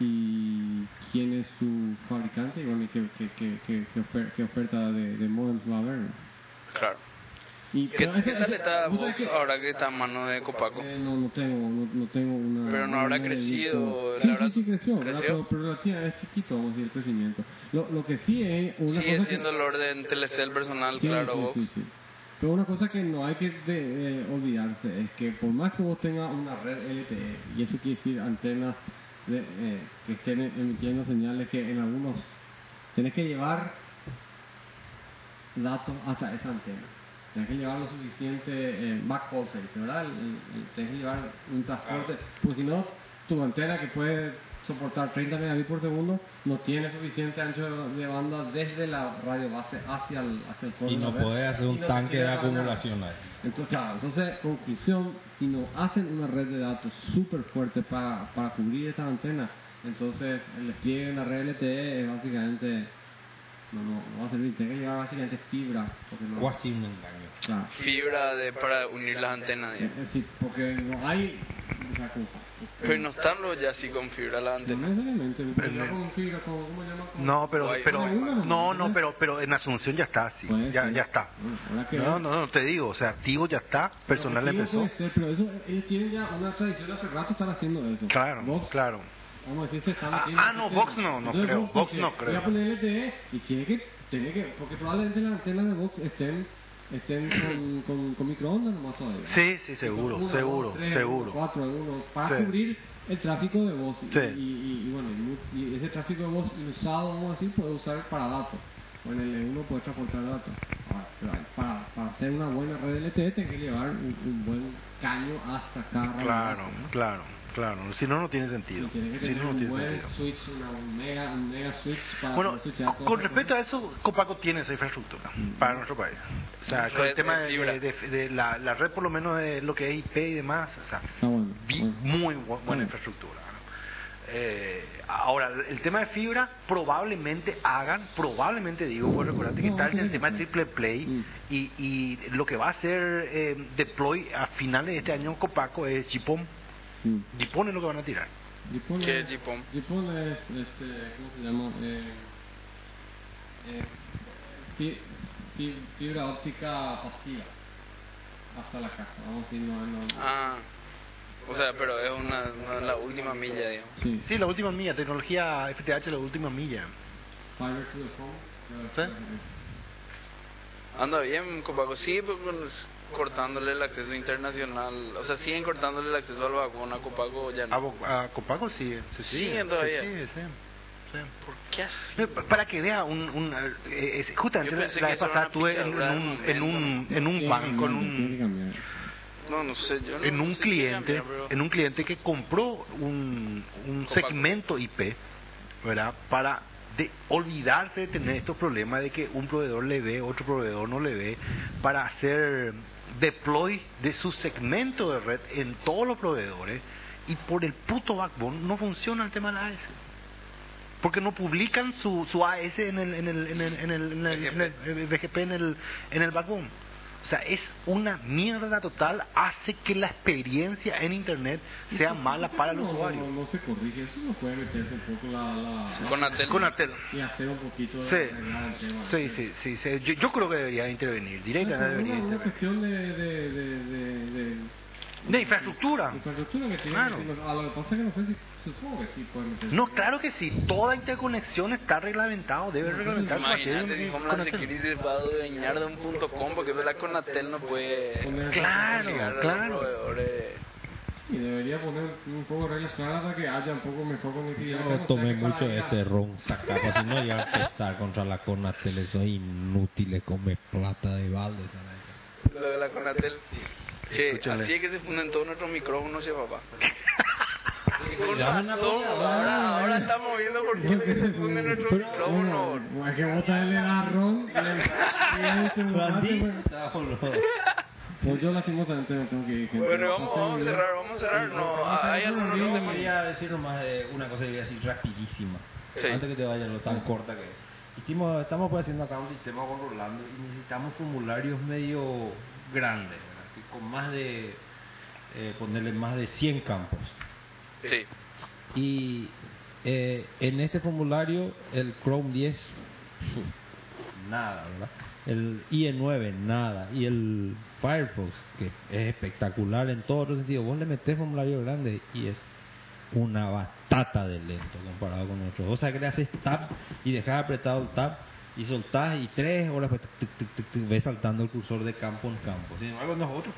Speaker 5: y quién es su fabricante y bueno, y qué, qué, qué, qué, qué ofer- qué oferta de, de modems va a haber. ¿no?
Speaker 3: Claro.
Speaker 5: Y,
Speaker 3: ¿Qué,
Speaker 5: pero esa-
Speaker 3: qué tal
Speaker 5: esa-
Speaker 3: está
Speaker 5: vos sabés
Speaker 3: Vox
Speaker 5: que-
Speaker 3: ahora que está en mano de Copaco?
Speaker 5: Eh, no, no tengo, no, no tengo una.
Speaker 3: Pero no habrá
Speaker 5: una
Speaker 3: crecido,
Speaker 5: idea.
Speaker 3: la
Speaker 5: Sí,
Speaker 3: habrá-
Speaker 5: sí, sí creció, ¿verdad?
Speaker 3: ¿creció?
Speaker 5: Pero, pero la tía es chiquito, vamos a decir, el crecimiento. Lo, lo que sí es. Una
Speaker 3: Sigue
Speaker 5: cosa que-
Speaker 3: siendo el orden Telecel personal,
Speaker 5: Sí,
Speaker 3: claro,
Speaker 5: sí,
Speaker 3: Vox.
Speaker 5: sí, sí. Pero una cosa que no hay que de- eh, olvidarse es que por más que vos tengas una red LTE, y eso quiere decir antenas de- eh, que estén emitiendo señales que en algunos tenés que llevar datos hasta ah, esa antena. Tienes que llevar lo suficiente eh, backhaul service, ¿verdad? El- el- el- tienes que llevar un transporte, pues si no, tu antena que puede soportar 30 megabits por segundo no tiene suficiente ancho de banda desde la radio base hacia el, hacia el core
Speaker 2: Y
Speaker 5: de la
Speaker 2: no
Speaker 5: red.
Speaker 2: podés hacer
Speaker 5: Y
Speaker 2: un
Speaker 5: no te
Speaker 2: tanque de
Speaker 5: queda para nada.
Speaker 2: acumulación ahí.
Speaker 5: Entonces, claro, entonces, conclusión, si no hacen una red de datos súper fuerte para, para cubrir estas antenas, entonces el despliegue de una red LTE es básicamente, no, no, no va a servir, tiene que llevar básicamente fibra, porque no,
Speaker 2: Casi un engaño.
Speaker 5: claro.
Speaker 3: Fibra de, para unir las antenas.
Speaker 5: Es
Speaker 3: digamos.
Speaker 5: decir, porque no hay, o sea, como-
Speaker 3: Pero no están los ya así con fibra las
Speaker 5: no
Speaker 3: antenas.
Speaker 5: necesariamente, porque
Speaker 4: Pero-
Speaker 5: ya con fibra, con- ¿cómo llama? Con-
Speaker 4: No, pero, pero, no, no, pero, pero en Asunción ya está, sí,
Speaker 5: Puede
Speaker 4: ya,
Speaker 5: ser.
Speaker 4: ya está.
Speaker 5: Bueno, habrá que
Speaker 4: No,
Speaker 5: ver.
Speaker 4: no, no, te digo, o sea, Tigo ya está, personal
Speaker 5: Pero sí
Speaker 4: empezó.
Speaker 5: puede ser, pues, pero eso, ellos tienen ya una tradición hace rato están haciendo eso.
Speaker 4: Claro,
Speaker 5: Vox,
Speaker 4: claro.
Speaker 5: Vamos a decir, se está
Speaker 4: Ah,
Speaker 5: metiendo
Speaker 4: ah,
Speaker 5: en el
Speaker 4: no,
Speaker 5: sistema.
Speaker 4: Vox no, no
Speaker 5: Entonces,
Speaker 4: creo, Vox
Speaker 5: dice,
Speaker 4: no creo.
Speaker 5: Voy a poner LTE y tiene que, tiene que, porque probablemente las antenas de Vox estén, estén con, con, con microondas nomás todavía.
Speaker 4: Sí, sí, seguro,
Speaker 5: Uno, dos,
Speaker 4: seguro,
Speaker 5: tres,
Speaker 4: seguro.
Speaker 5: Cuatro, uno, para
Speaker 4: Sí.
Speaker 5: cubrir el tráfico de voz. Y-
Speaker 4: Sí.
Speaker 5: Y, y- y bueno, y mu- y ese tráfico de voz usado, vamos a decir, puede usar para datos. O en el E1 puede transportar datos. Ahora, pero hay- para, para hacer una buena red LTE, E, tiene que llevar un, un buen caño hasta cada radio
Speaker 4: Claro,
Speaker 5: base, ¿no?
Speaker 4: claro, claro. Si no, no tiene
Speaker 5: Y
Speaker 4: sentido.
Speaker 5: tiene que
Speaker 4: Si
Speaker 5: tener
Speaker 4: no, no
Speaker 5: un
Speaker 4: tiene
Speaker 5: buen
Speaker 4: sentido.
Speaker 5: switch, una, un, mega, un mega switch para
Speaker 4: Bueno,
Speaker 5: poder switchear todas
Speaker 4: con
Speaker 5: esas
Speaker 4: respecto a
Speaker 5: cosas.
Speaker 4: eso, Copaco tiene esa infraestructura
Speaker 5: Mm.
Speaker 4: para nuestro país. O sea, con
Speaker 3: Red
Speaker 4: el tema
Speaker 3: de
Speaker 4: de,
Speaker 3: fibra.
Speaker 4: de- de- de la, la red, por lo menos de lo que es IP y demás, o sea,
Speaker 5: Está Ah, bueno, pues,
Speaker 4: vi-
Speaker 5: bueno.
Speaker 4: muy bu- buena
Speaker 5: Bueno.
Speaker 4: infraestructura. ¿no? Eh, ahora, el tema de fibra probablemente hagan, probablemente digo, pues recordate que
Speaker 5: No,
Speaker 4: está el,
Speaker 5: tiene que
Speaker 4: tema de
Speaker 5: ser.
Speaker 4: triple play
Speaker 5: Mm.
Speaker 4: y, y lo que va a hacer eh, deploy a finales de este año Copaco es Chipón.
Speaker 5: Sí.
Speaker 4: Chipón es lo que van a tirar.
Speaker 5: Jipón
Speaker 3: ¿Qué
Speaker 5: es-
Speaker 3: es Jipón?
Speaker 5: Jipón es, este, ¿cómo se llama? Eh, eh, fi- fi- fibra óptica pasiva hasta la casa, vamos a decir, no, no.
Speaker 3: Ah, o sea, pero es una, una- la última milla, digamos.
Speaker 5: Sí,
Speaker 4: Sí, la última milla, tecnología FTH, la última milla.
Speaker 5: fiber to the home.
Speaker 4: ¿Sí?
Speaker 3: Anda bien, Copaco. Sigue pues, con- cortándole el acceso internacional. O sea, siguen cortándole el acceso al vagón a Copaco ya
Speaker 4: A,
Speaker 3: no.
Speaker 4: Bo- a Copaco sí, sí, sí,
Speaker 3: Siguen
Speaker 4: sí,
Speaker 3: todavía.
Speaker 4: sí, sí, sí.
Speaker 3: ¿Por qué así?
Speaker 4: Eh, pa- Para que vea un, un eh, es- justamente
Speaker 3: Yo
Speaker 4: la
Speaker 3: pensé
Speaker 4: la
Speaker 3: que
Speaker 4: vez
Speaker 3: eso era
Speaker 4: pasada
Speaker 3: una
Speaker 4: estuve en,
Speaker 3: pichadura
Speaker 4: en un
Speaker 3: de
Speaker 4: en un en un banco en un
Speaker 3: No, no sé, yo no
Speaker 4: en un
Speaker 3: sé qué
Speaker 4: cliente
Speaker 3: cambiar, bro.
Speaker 4: en un cliente que compró un, un
Speaker 3: Copaco.
Speaker 4: segmento IP, ¿verdad? Para de olvidarse de tener estos problemas de que un proveedor le ve, otro proveedor no le ve, para hacer deploy de su segmento de red en todos los proveedores y por el puto backbone no funciona el tema de la AS. Porque no publican su, su AS en el, en el, en el, en el, en el- en el- en el BGP en el, en el backbone. O sea, es una mierda total, hace que la experiencia en Internet sea mala para el
Speaker 5: no,
Speaker 4: usuario.
Speaker 5: No, no se corrige, eso no puede meterse un poco la. la
Speaker 3: Con Atel.
Speaker 4: Con Atel.
Speaker 5: y hacer un poquito de.
Speaker 4: Sí.
Speaker 5: arreglar el tema.
Speaker 4: Sí, sí, sí, sí. Yo, yo creo que debería intervenir,
Speaker 5: No,
Speaker 4: directamente
Speaker 5: es
Speaker 4: debería
Speaker 5: una, una
Speaker 4: intervenir.
Speaker 5: cuestión de. de, de, de, de
Speaker 4: De infraestructura.
Speaker 5: Infraestructura que tiene
Speaker 4: Ah. Claro.
Speaker 5: que meterlo. A lo que pasa es que no sé si supongo que sí pues, pueden meter.
Speaker 4: No, claro que sí, toda interconexión está reglamentado, debe reglamentar eh,
Speaker 3: Imagínate si Homeland Security va a dueñar de un punto com porque ¿verdad? con Atel no puede
Speaker 5: Poner-
Speaker 4: Claro,
Speaker 3: obligar a eh. los
Speaker 4: claro.
Speaker 3: proveedores.
Speaker 5: Y debería poner un poco de reglas claras para que haya un poco mejor conectividad. que
Speaker 2: Yo
Speaker 5: no
Speaker 2: tomé
Speaker 5: sea que para
Speaker 2: mucho de
Speaker 5: ir a-
Speaker 2: este ron sacado, si no iba a empezar contra la Cornatel, eso es inútil, come plata de balde. caray.
Speaker 3: Lo de la Conatel. Che, así es que se funden todos nuestros micrófonos, che, papá. Con razón, ahora, ahora estamos viendo por qué se funden nuestros
Speaker 5: Pero,
Speaker 3: micrófonos.
Speaker 5: bueno, Es que vos también le das ron y le- y le dices, "Mate, bueno". Pues yo lastimosamente me tengo que ir. gente.
Speaker 3: Bueno, vamos,
Speaker 5: Hasta
Speaker 3: vamos a
Speaker 5: luego.
Speaker 3: cerrar, vamos a cerrar. No, ah, hay algunos
Speaker 2: Yo
Speaker 3: que te
Speaker 2: quería decir nomás de una cosa que voy a decir rapidísima.
Speaker 3: Sí.
Speaker 2: Antes que te vayas, lo tan corta que es. Hicimos- estamos pues haciendo acá un sistema con Rolando y necesitamos formularios medio grandes, ¿verdad? Que con más de, eh, ponerle más de 100 campos.
Speaker 3: Sí,
Speaker 2: Y eh, en este formulario, el Chrome 10, nada, ¿verdad? El IE9, nada. Y el Firefox, que es espectacular en todo otro sentido. Vos le metés formulario grande y es una batata de lento comparado con otros. O sea, que le haces tab y dejas apretado el tab y soltás y tres horas pues, tic, tic, tic, tic, ves saltando el cursor de campo en campo. Sin embargo, nosotros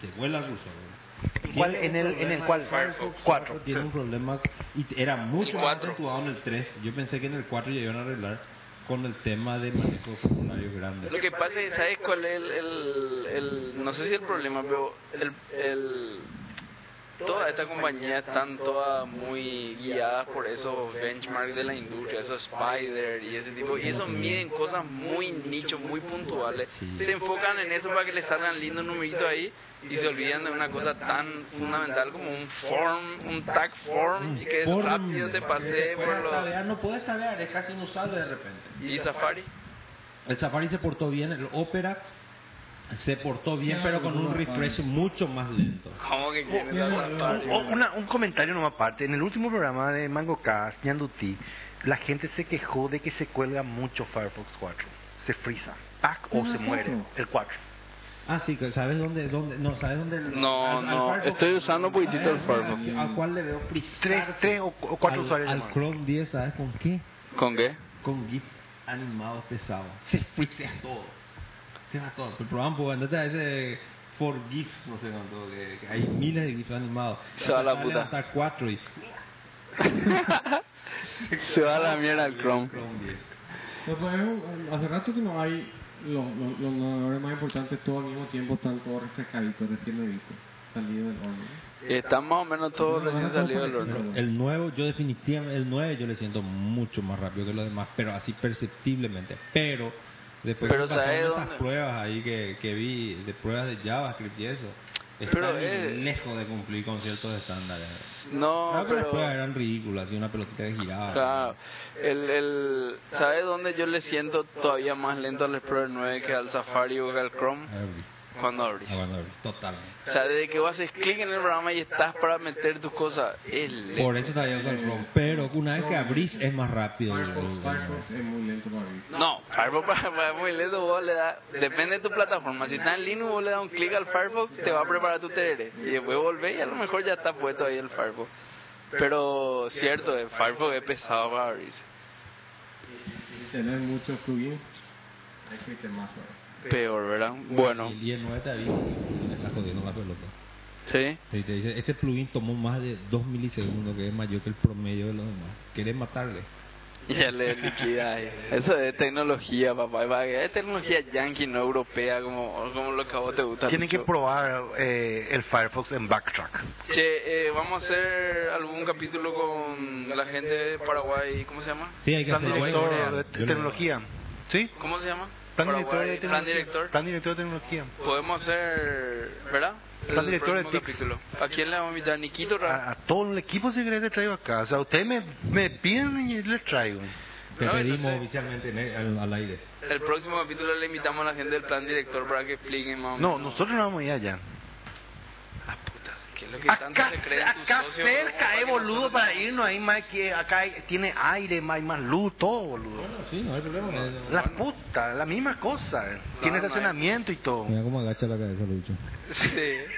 Speaker 2: te vuela el cursor. ¿verdad?
Speaker 4: ¿Cuál?
Speaker 2: Tiene
Speaker 4: ¿En
Speaker 2: un
Speaker 4: el, en el
Speaker 2: problema
Speaker 4: cual?
Speaker 2: Firefox
Speaker 4: Cuatro.
Speaker 2: tiene un problema y t- era mucho
Speaker 3: El
Speaker 2: más
Speaker 3: cuatro.
Speaker 2: actuado en el 3. Yo pensé que en el 4 ya iban a arreglar.
Speaker 10: con el tema de manejo de formulario grande.
Speaker 3: Lo que pasa es, ¿sabes cuál es el, el- el- no sé si el problema, pero el, el, todas estas compañías están todas muy guiadas por esos benchmarks de la industria, esos Spider y ese tipo, y eso miden cosas muy nicho, muy puntuales. Se enfocan en eso para que les salgan lindos numeritos ahí y se olvidan de una cosa tan fundamental como un form, un tag form y que
Speaker 2: Por-
Speaker 3: rápido se pase por
Speaker 2: puedas
Speaker 3: los...
Speaker 2: tabear, No puedes tabear, es casi inusable de repente.
Speaker 3: Y Safari.
Speaker 2: El Safari se portó bien, el Opera se portó bien, pero con un refresh mucho más lento.
Speaker 3: ¿Cómo que quieren
Speaker 5: Bien,
Speaker 3: Safari?
Speaker 4: O- Oh, una- un comentario nomás aparte. En el último programa de Mango Cast, Ñanduti, la gente se quejó de que se cuelga mucho Firefox 4. Se frisa. Pac o
Speaker 5: No,
Speaker 4: se
Speaker 5: no,
Speaker 4: muere.
Speaker 5: no.
Speaker 4: El 4.
Speaker 2: Ah, sí, que ¿sabes dónde? dónde no, ¿sabes dónde?
Speaker 3: No, no, estoy usando un poquitito el Firefox.
Speaker 2: ¿A cuál le veo frisar?
Speaker 4: Tres, tres o, o cuatro
Speaker 2: Al-
Speaker 4: usuarios.
Speaker 2: Al
Speaker 4: nomás.
Speaker 2: Chrome 10, ¿sabes con qué?
Speaker 3: ¿Con qué?
Speaker 2: Con GIF animado pesado. Se frisea todo. Se va todo. Pero probamos, pues, andate a ese for GIF, no sé cuánto, que, que hay miles de GIF animados.
Speaker 3: Se va la
Speaker 2: Vas a
Speaker 3: puta.
Speaker 2: levantar cuatro y...
Speaker 3: Se va a la mierda el Chrome.
Speaker 2: Chrome 10.
Speaker 5: No, pues, es un- hace rato que no hay los los- los nombres más importantes todos al mismo tiempo están todos refrescaditos, recién nuevitos, salidos del horno.
Speaker 3: Está más o menos todo
Speaker 5: No,
Speaker 3: recién
Speaker 5: no, no,
Speaker 3: salido del
Speaker 5: no,
Speaker 3: horno.
Speaker 5: no.
Speaker 2: El nuevo, yo definitivamente, el 9 yo le siento mucho más rápido que los demás, pero así perceptiblemente. Pero después
Speaker 3: Pero
Speaker 2: que pasaron
Speaker 3: ¿sabes
Speaker 2: esas
Speaker 3: dónde?
Speaker 2: pruebas ahí que, que vi, de pruebas de JavaScript y eso,
Speaker 3: Pero
Speaker 2: están
Speaker 3: es-
Speaker 2: lejos de cumplir con ciertos estándares.
Speaker 3: No,
Speaker 2: Claro que las pruebas
Speaker 3: pero...
Speaker 2: eran ridículas, y una pelotita que giraba.
Speaker 3: Claro, el, el, ¿sabes dónde yo le siento todavía más lento al Explorer 9 que al Safari o que al Chrome?
Speaker 2: A ver,
Speaker 3: Cuando abrís.
Speaker 2: a ver, a ver, Ah, totalmente.
Speaker 3: O sea, desde que vos haces clic en el programa y estás para meter tus cosas, es lento.
Speaker 2: Por eso todavía usan Chrome, pero una vez que abrís es más rápido.
Speaker 5: Firefox, Firefox es muy lento para abrir.
Speaker 3: No, Firefox para- para muy lento, vos le das, depende de tu plataforma. Si estás en Linux, vos le das un clic al Firefox, te va a preparar tu TDR. Y después volvés y a lo mejor ya está puesto ahí el Firefox. Pero cierto, el Firefox es pesado para abrirse.
Speaker 5: Y tener muchos plugins, hay que irte más para
Speaker 3: Peor, ¿verdad? Bueno,
Speaker 2: Y el 9 te avisa, le estás jodiendo la pelota.
Speaker 3: sí.
Speaker 2: Y te dice, este plugin tomó más de 2 milisegundos, que es mayor que el promedio de los demás. ¿Querés matarle?
Speaker 3: Ya le liquida ahí. Eso es tecnología, papá. Va, Es tecnología yankee, no europea, como, como lo que a vos te gusta.
Speaker 4: Tienen que
Speaker 3: mucho.
Speaker 4: probar eh, el Firefox en Backtrack.
Speaker 3: Che, eh, vamos a hacer algún capítulo con la gente de Paraguay. ¿Cómo se llama?
Speaker 2: Sí, hay que
Speaker 4: Plan
Speaker 2: hacer
Speaker 4: director
Speaker 3: Yo
Speaker 4: de
Speaker 3: le-
Speaker 4: te- tecnología. ¿Sí?
Speaker 3: ¿Cómo se llama?
Speaker 4: Plan director
Speaker 3: Paraguay,
Speaker 4: de tecnología.
Speaker 3: plan director.
Speaker 4: Plan director de tecnología.
Speaker 3: Podemos hacer, ¿verdad?
Speaker 4: Plan
Speaker 3: El
Speaker 4: director de
Speaker 3: próximo
Speaker 4: TICS. Ah,
Speaker 3: capítulo. ¿A quién le vamos a invitar? Niquito Ra.
Speaker 4: A, a todo el equipo si querés te traigo acá. O sea, ustedes me, me piden y les traigo.
Speaker 2: Te
Speaker 3: No,
Speaker 2: pedimos
Speaker 3: entonces-
Speaker 2: oficialmente en el- al, al aire.
Speaker 4: ah.
Speaker 3: El próximo capítulo le invitamos a la gente del plan director para que expliquen más o
Speaker 4: No,
Speaker 3: menos.
Speaker 4: nosotros no vamos a ir allá.
Speaker 3: Ah, puta, ¿qué es lo que tanto
Speaker 4: Acá,
Speaker 3: se creen tus
Speaker 4: acá
Speaker 3: socios, bro?
Speaker 4: cerca es boludo para irnos, hay más que acá hay- tiene aire, hay más luz, todo boludo.
Speaker 2: sí, no hay problema.
Speaker 4: La puta, la misma cosa, eh. tiene
Speaker 3: no hay-
Speaker 4: estacionamiento y todo.
Speaker 2: Mira cómo agacha la cabeza, Lucho.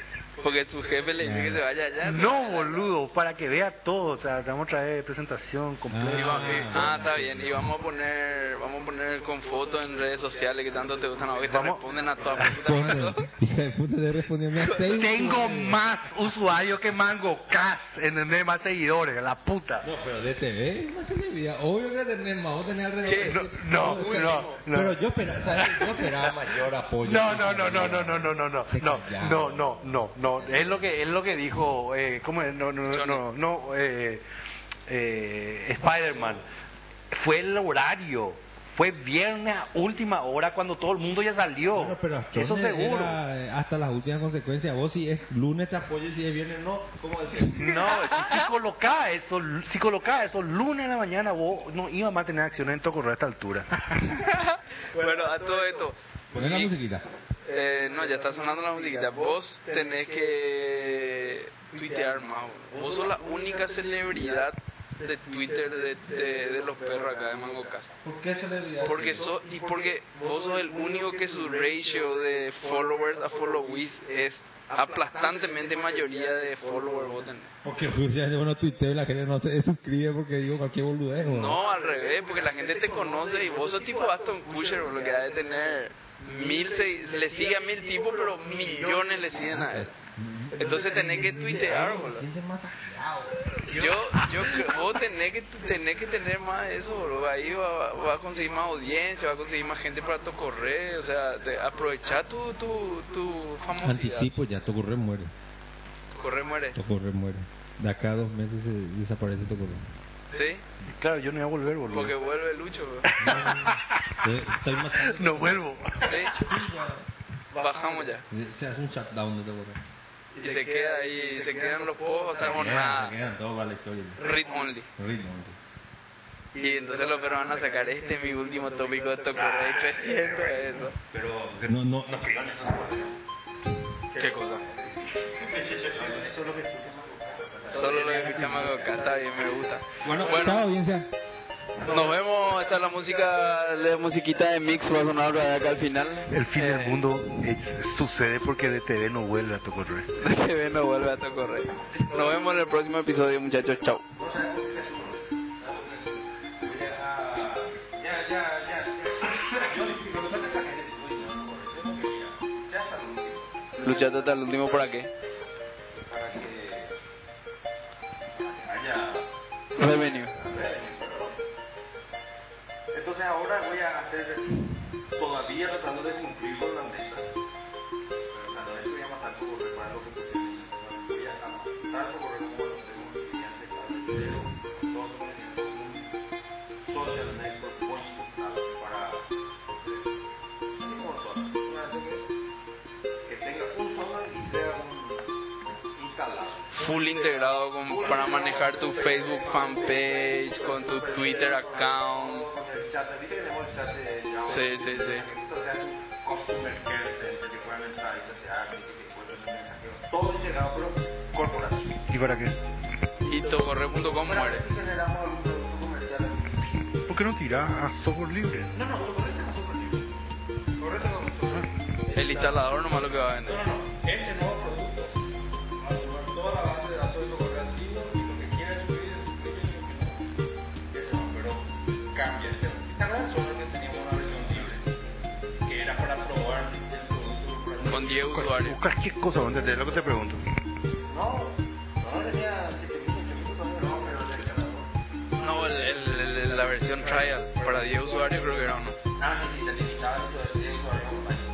Speaker 3: Sí, porque su jefe le dice que se vaya allá.
Speaker 4: No boludo, para que vea todo, o sea, te vamos a traer presentación
Speaker 3: Y
Speaker 4: completa.
Speaker 3: va- y- ah, está bien. Y vamos a poner, vamos a poner con fotos en redes sociales que tanto te gustan, o que te
Speaker 4: Vamos.
Speaker 3: responden a todas.
Speaker 2: Corre. Hija de puta, te respondió mi aceite.
Speaker 4: Tengo más usuarios que Mango Cast, ¿entendés? Más seguidores, la puta.
Speaker 2: No, pero de TV, no se le olvida. Obvio que tenés más, vos tenés alrededor. de-
Speaker 4: No, no, no, no.
Speaker 2: Pero yo esperaba, ¿sabes? yo esperaba mayor apoyo.
Speaker 4: No, no, no, no, no, no, no, no, no,
Speaker 2: Se
Speaker 4: no,
Speaker 2: callaron.
Speaker 4: no, no, no, no, es lo que, es lo que dijo, eh, ¿cómo es? No, no, no, no, no, eh, eh, Spider-Man. Fue el horario, fue viernes a última hora cuando todo el mundo ya salió.
Speaker 2: Bueno, pero hasta
Speaker 4: Eso
Speaker 2: dónde
Speaker 4: seguro.
Speaker 2: era, eh, hasta las últimas consecuencias. Vos si es lunes te apoyo y si es viernes no. ¿Cómo decir?
Speaker 4: No, si, si colocaba eso, si colocaba eso lunes en la mañana, vos no ibas a mantener acciones en tu correo a esta altura.
Speaker 3: Bueno, a todo esto.
Speaker 2: Poné la musiquita.
Speaker 3: Eh, no, ya está sonando la musiquita. Vos tenés que tuitear más. boludo. Vos sos la única celebridad de Twitter de, de- de los perros acá de Mango Casa.
Speaker 2: ¿Por qué se le olvida?
Speaker 3: Porque so, y porque vos sos el único que su ratio de followers a followees es aplastantemente mayoría de followers vos tenés.
Speaker 2: Porque Rusia yo no tuiteo y la gente no se suscribe porque digo cualquier boludez. ¿no?
Speaker 3: No, al revés, porque la gente te conoce y vos sos tipo Aston Kutcher, lo que ha de tener mil, seis- le sigue a mil tipos, pero millones le siguen a él. Entonces tenés que tuitear, boludo.
Speaker 11: Siente masajeado.
Speaker 3: Yo, yo, cre- vos tenés que, tenés que tener más de eso, boludo. Ahí va, va a conseguir más audiencia, va a conseguir más gente para tu correr. O sea, te- aprovechá tu, tu, tu famosidad.
Speaker 11: Anticipo ya, Tocorre muere.
Speaker 3: Tu correr muere.
Speaker 11: Tocorre muere. De acá a dos meses se desaparece Tocorre.
Speaker 3: ¿Sí?
Speaker 4: Claro, yo no voy a volver, boludo.
Speaker 3: Porque vuelve Lucho, boludo.
Speaker 11: Eh, Estoy matando.
Speaker 4: No vuelvo.
Speaker 3: ¿Sí? Bajamos ya.
Speaker 11: Se hace un shutdown de Tocorre.
Speaker 3: Y se queda ahí, se quedan los pocos, hasta
Speaker 11: Nada.
Speaker 3: jornada.
Speaker 11: Quedan todos para la historia.
Speaker 3: Read only.
Speaker 11: Ritmo.
Speaker 3: Y entonces los peruanos van a sacar este es mi último tópico de Tocorre y 300 eso.
Speaker 11: Pero no, no, no,
Speaker 3: ¿Qué cosa? Solo lo que escucha Mango K, está bien, me gusta.
Speaker 11: Bueno,
Speaker 3: Bueno.
Speaker 11: chao audiencia.
Speaker 3: Nos vemos, esta es la música, la musiquita de Mix va a sonar ahora acá al final.
Speaker 4: El fin
Speaker 3: Eh,
Speaker 4: del mundo eh, sucede porque DTV no vuelve a Tocorre.
Speaker 3: TV no vuelve a Tocorre. Nos vemos en el próximo episodio, muchachos, chao. Luchaste hasta el último para qué? Para que haya revenue.
Speaker 2: Entonces ahora voy a hacer todavía tratando de cumplir con la meta. Pero o sea, no es que voy a matar por correr para lo que puse ahí. no, Voy a matar por correr como lo tengo que hacer antes, claro, pero todo lo que tengo un social network point claro, para eh, un montón, una de esas que tenga un solo y sea un instalado.
Speaker 3: full integrado con- para manejar tu Facebook fanpage, con tu Twitter account.
Speaker 2: Con el chat, ¿viste que tenemos el chat de Yahoo?
Speaker 3: Sí, sí, sí.
Speaker 2: Esto sea su customer care center, que puedan entrar y que sea gente que pueda hacer mensajero. Todo integrado, pero corporativo.
Speaker 4: ¿Y para qué?
Speaker 3: Y tocorre.com
Speaker 2: Pero a
Speaker 3: muere.
Speaker 2: veces generamos algún producto comercial así.
Speaker 4: ¿Por qué no tirar a software libre?
Speaker 2: No, no, correcto, correcto. Correcto, correcto.
Speaker 3: El instalador nomás lo que va a
Speaker 2: No,
Speaker 3: vender.
Speaker 2: no, no. Este nuevo producto va a tomar toda la base de datos de lo corporativo y lo que quiera subir es lo que quiera. Eso no, pero cambia el tema. Esta gran solo que teníamos una versión libre, que era para probar el producto corporativo.
Speaker 3: Con 10 usuarios.
Speaker 4: Buscas qué cosa, ¿entendés lo que te pregunto?
Speaker 2: No, no tenía 7000, 8000 todavía no, pero el escalador.
Speaker 3: No, el- el- el- la versión trial para 10 usuarios creo que era uno.
Speaker 2: Ah, sí, sí, te limitaba dentro de 10 usuarios por página.
Speaker 3: Mm.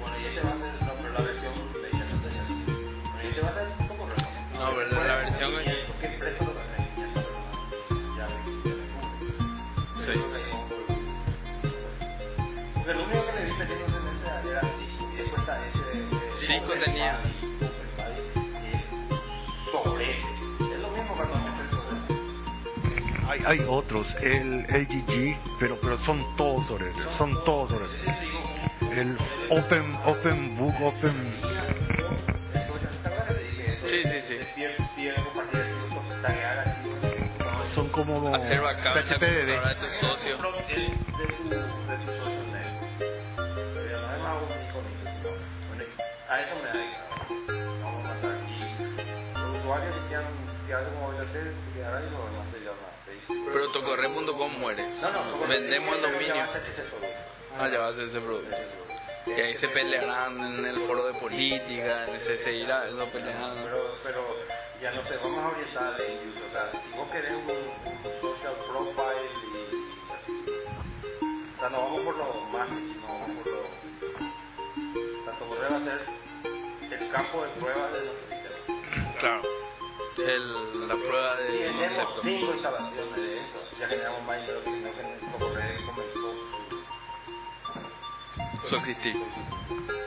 Speaker 2: Bueno, y este va a ser, no, pero la versión de ella no tenía. Bueno, y este va a ser un poco raro.
Speaker 3: No, pero la versión que-
Speaker 2: ¿Qué precio lo tenés? 500, pero ya me quité el culo.
Speaker 3: Sí.
Speaker 2: Porque lo único que le vi metiendo tendencia era Cisco, y después está ese de- de-
Speaker 3: Cisco
Speaker 2: de-
Speaker 3: tenía.
Speaker 2: de- Sobre. Es lo mismo cuando metes el sobre.
Speaker 4: Hay, hay otros, el LGG, pero, pero son todos sobre son todos sobre El Open, Open Book, Open...
Speaker 3: Sí, sí, sí.
Speaker 4: Son como...
Speaker 3: Hacer backup en la computadora
Speaker 4: PHPBB.
Speaker 3: de tu socio.
Speaker 2: A eso me dedico. Vamos a pasar aquí. Los usuarios que quieran quedarse como voy a hacer, se quedarán y lo demás pues, se llama Facebook.
Speaker 3: Pero tocorre.com muere.
Speaker 2: No, no, como-
Speaker 3: Vendemos el dominio.
Speaker 2: Ese es solo.
Speaker 3: Ah, ya va a ser ese producto. Y ahí se pelearán en el foro de política, en ese se irá, eso pelearán.
Speaker 2: Pero, pero ya no sé, vamos a orientar de ellos. O sea, si vos querés un, un social profile y así. O sea, no vamos por lo más, sino vamos por lo. O sea, Tocorre va a ser el campo de prueba de los criterios.
Speaker 3: Claro. El- la prueba
Speaker 2: Y
Speaker 3: de
Speaker 2: tenemos
Speaker 3: concepto.
Speaker 2: cinco instalaciones de eso. Ya generamos más dinero que no que Tocorre comenzó.
Speaker 3: Su existir.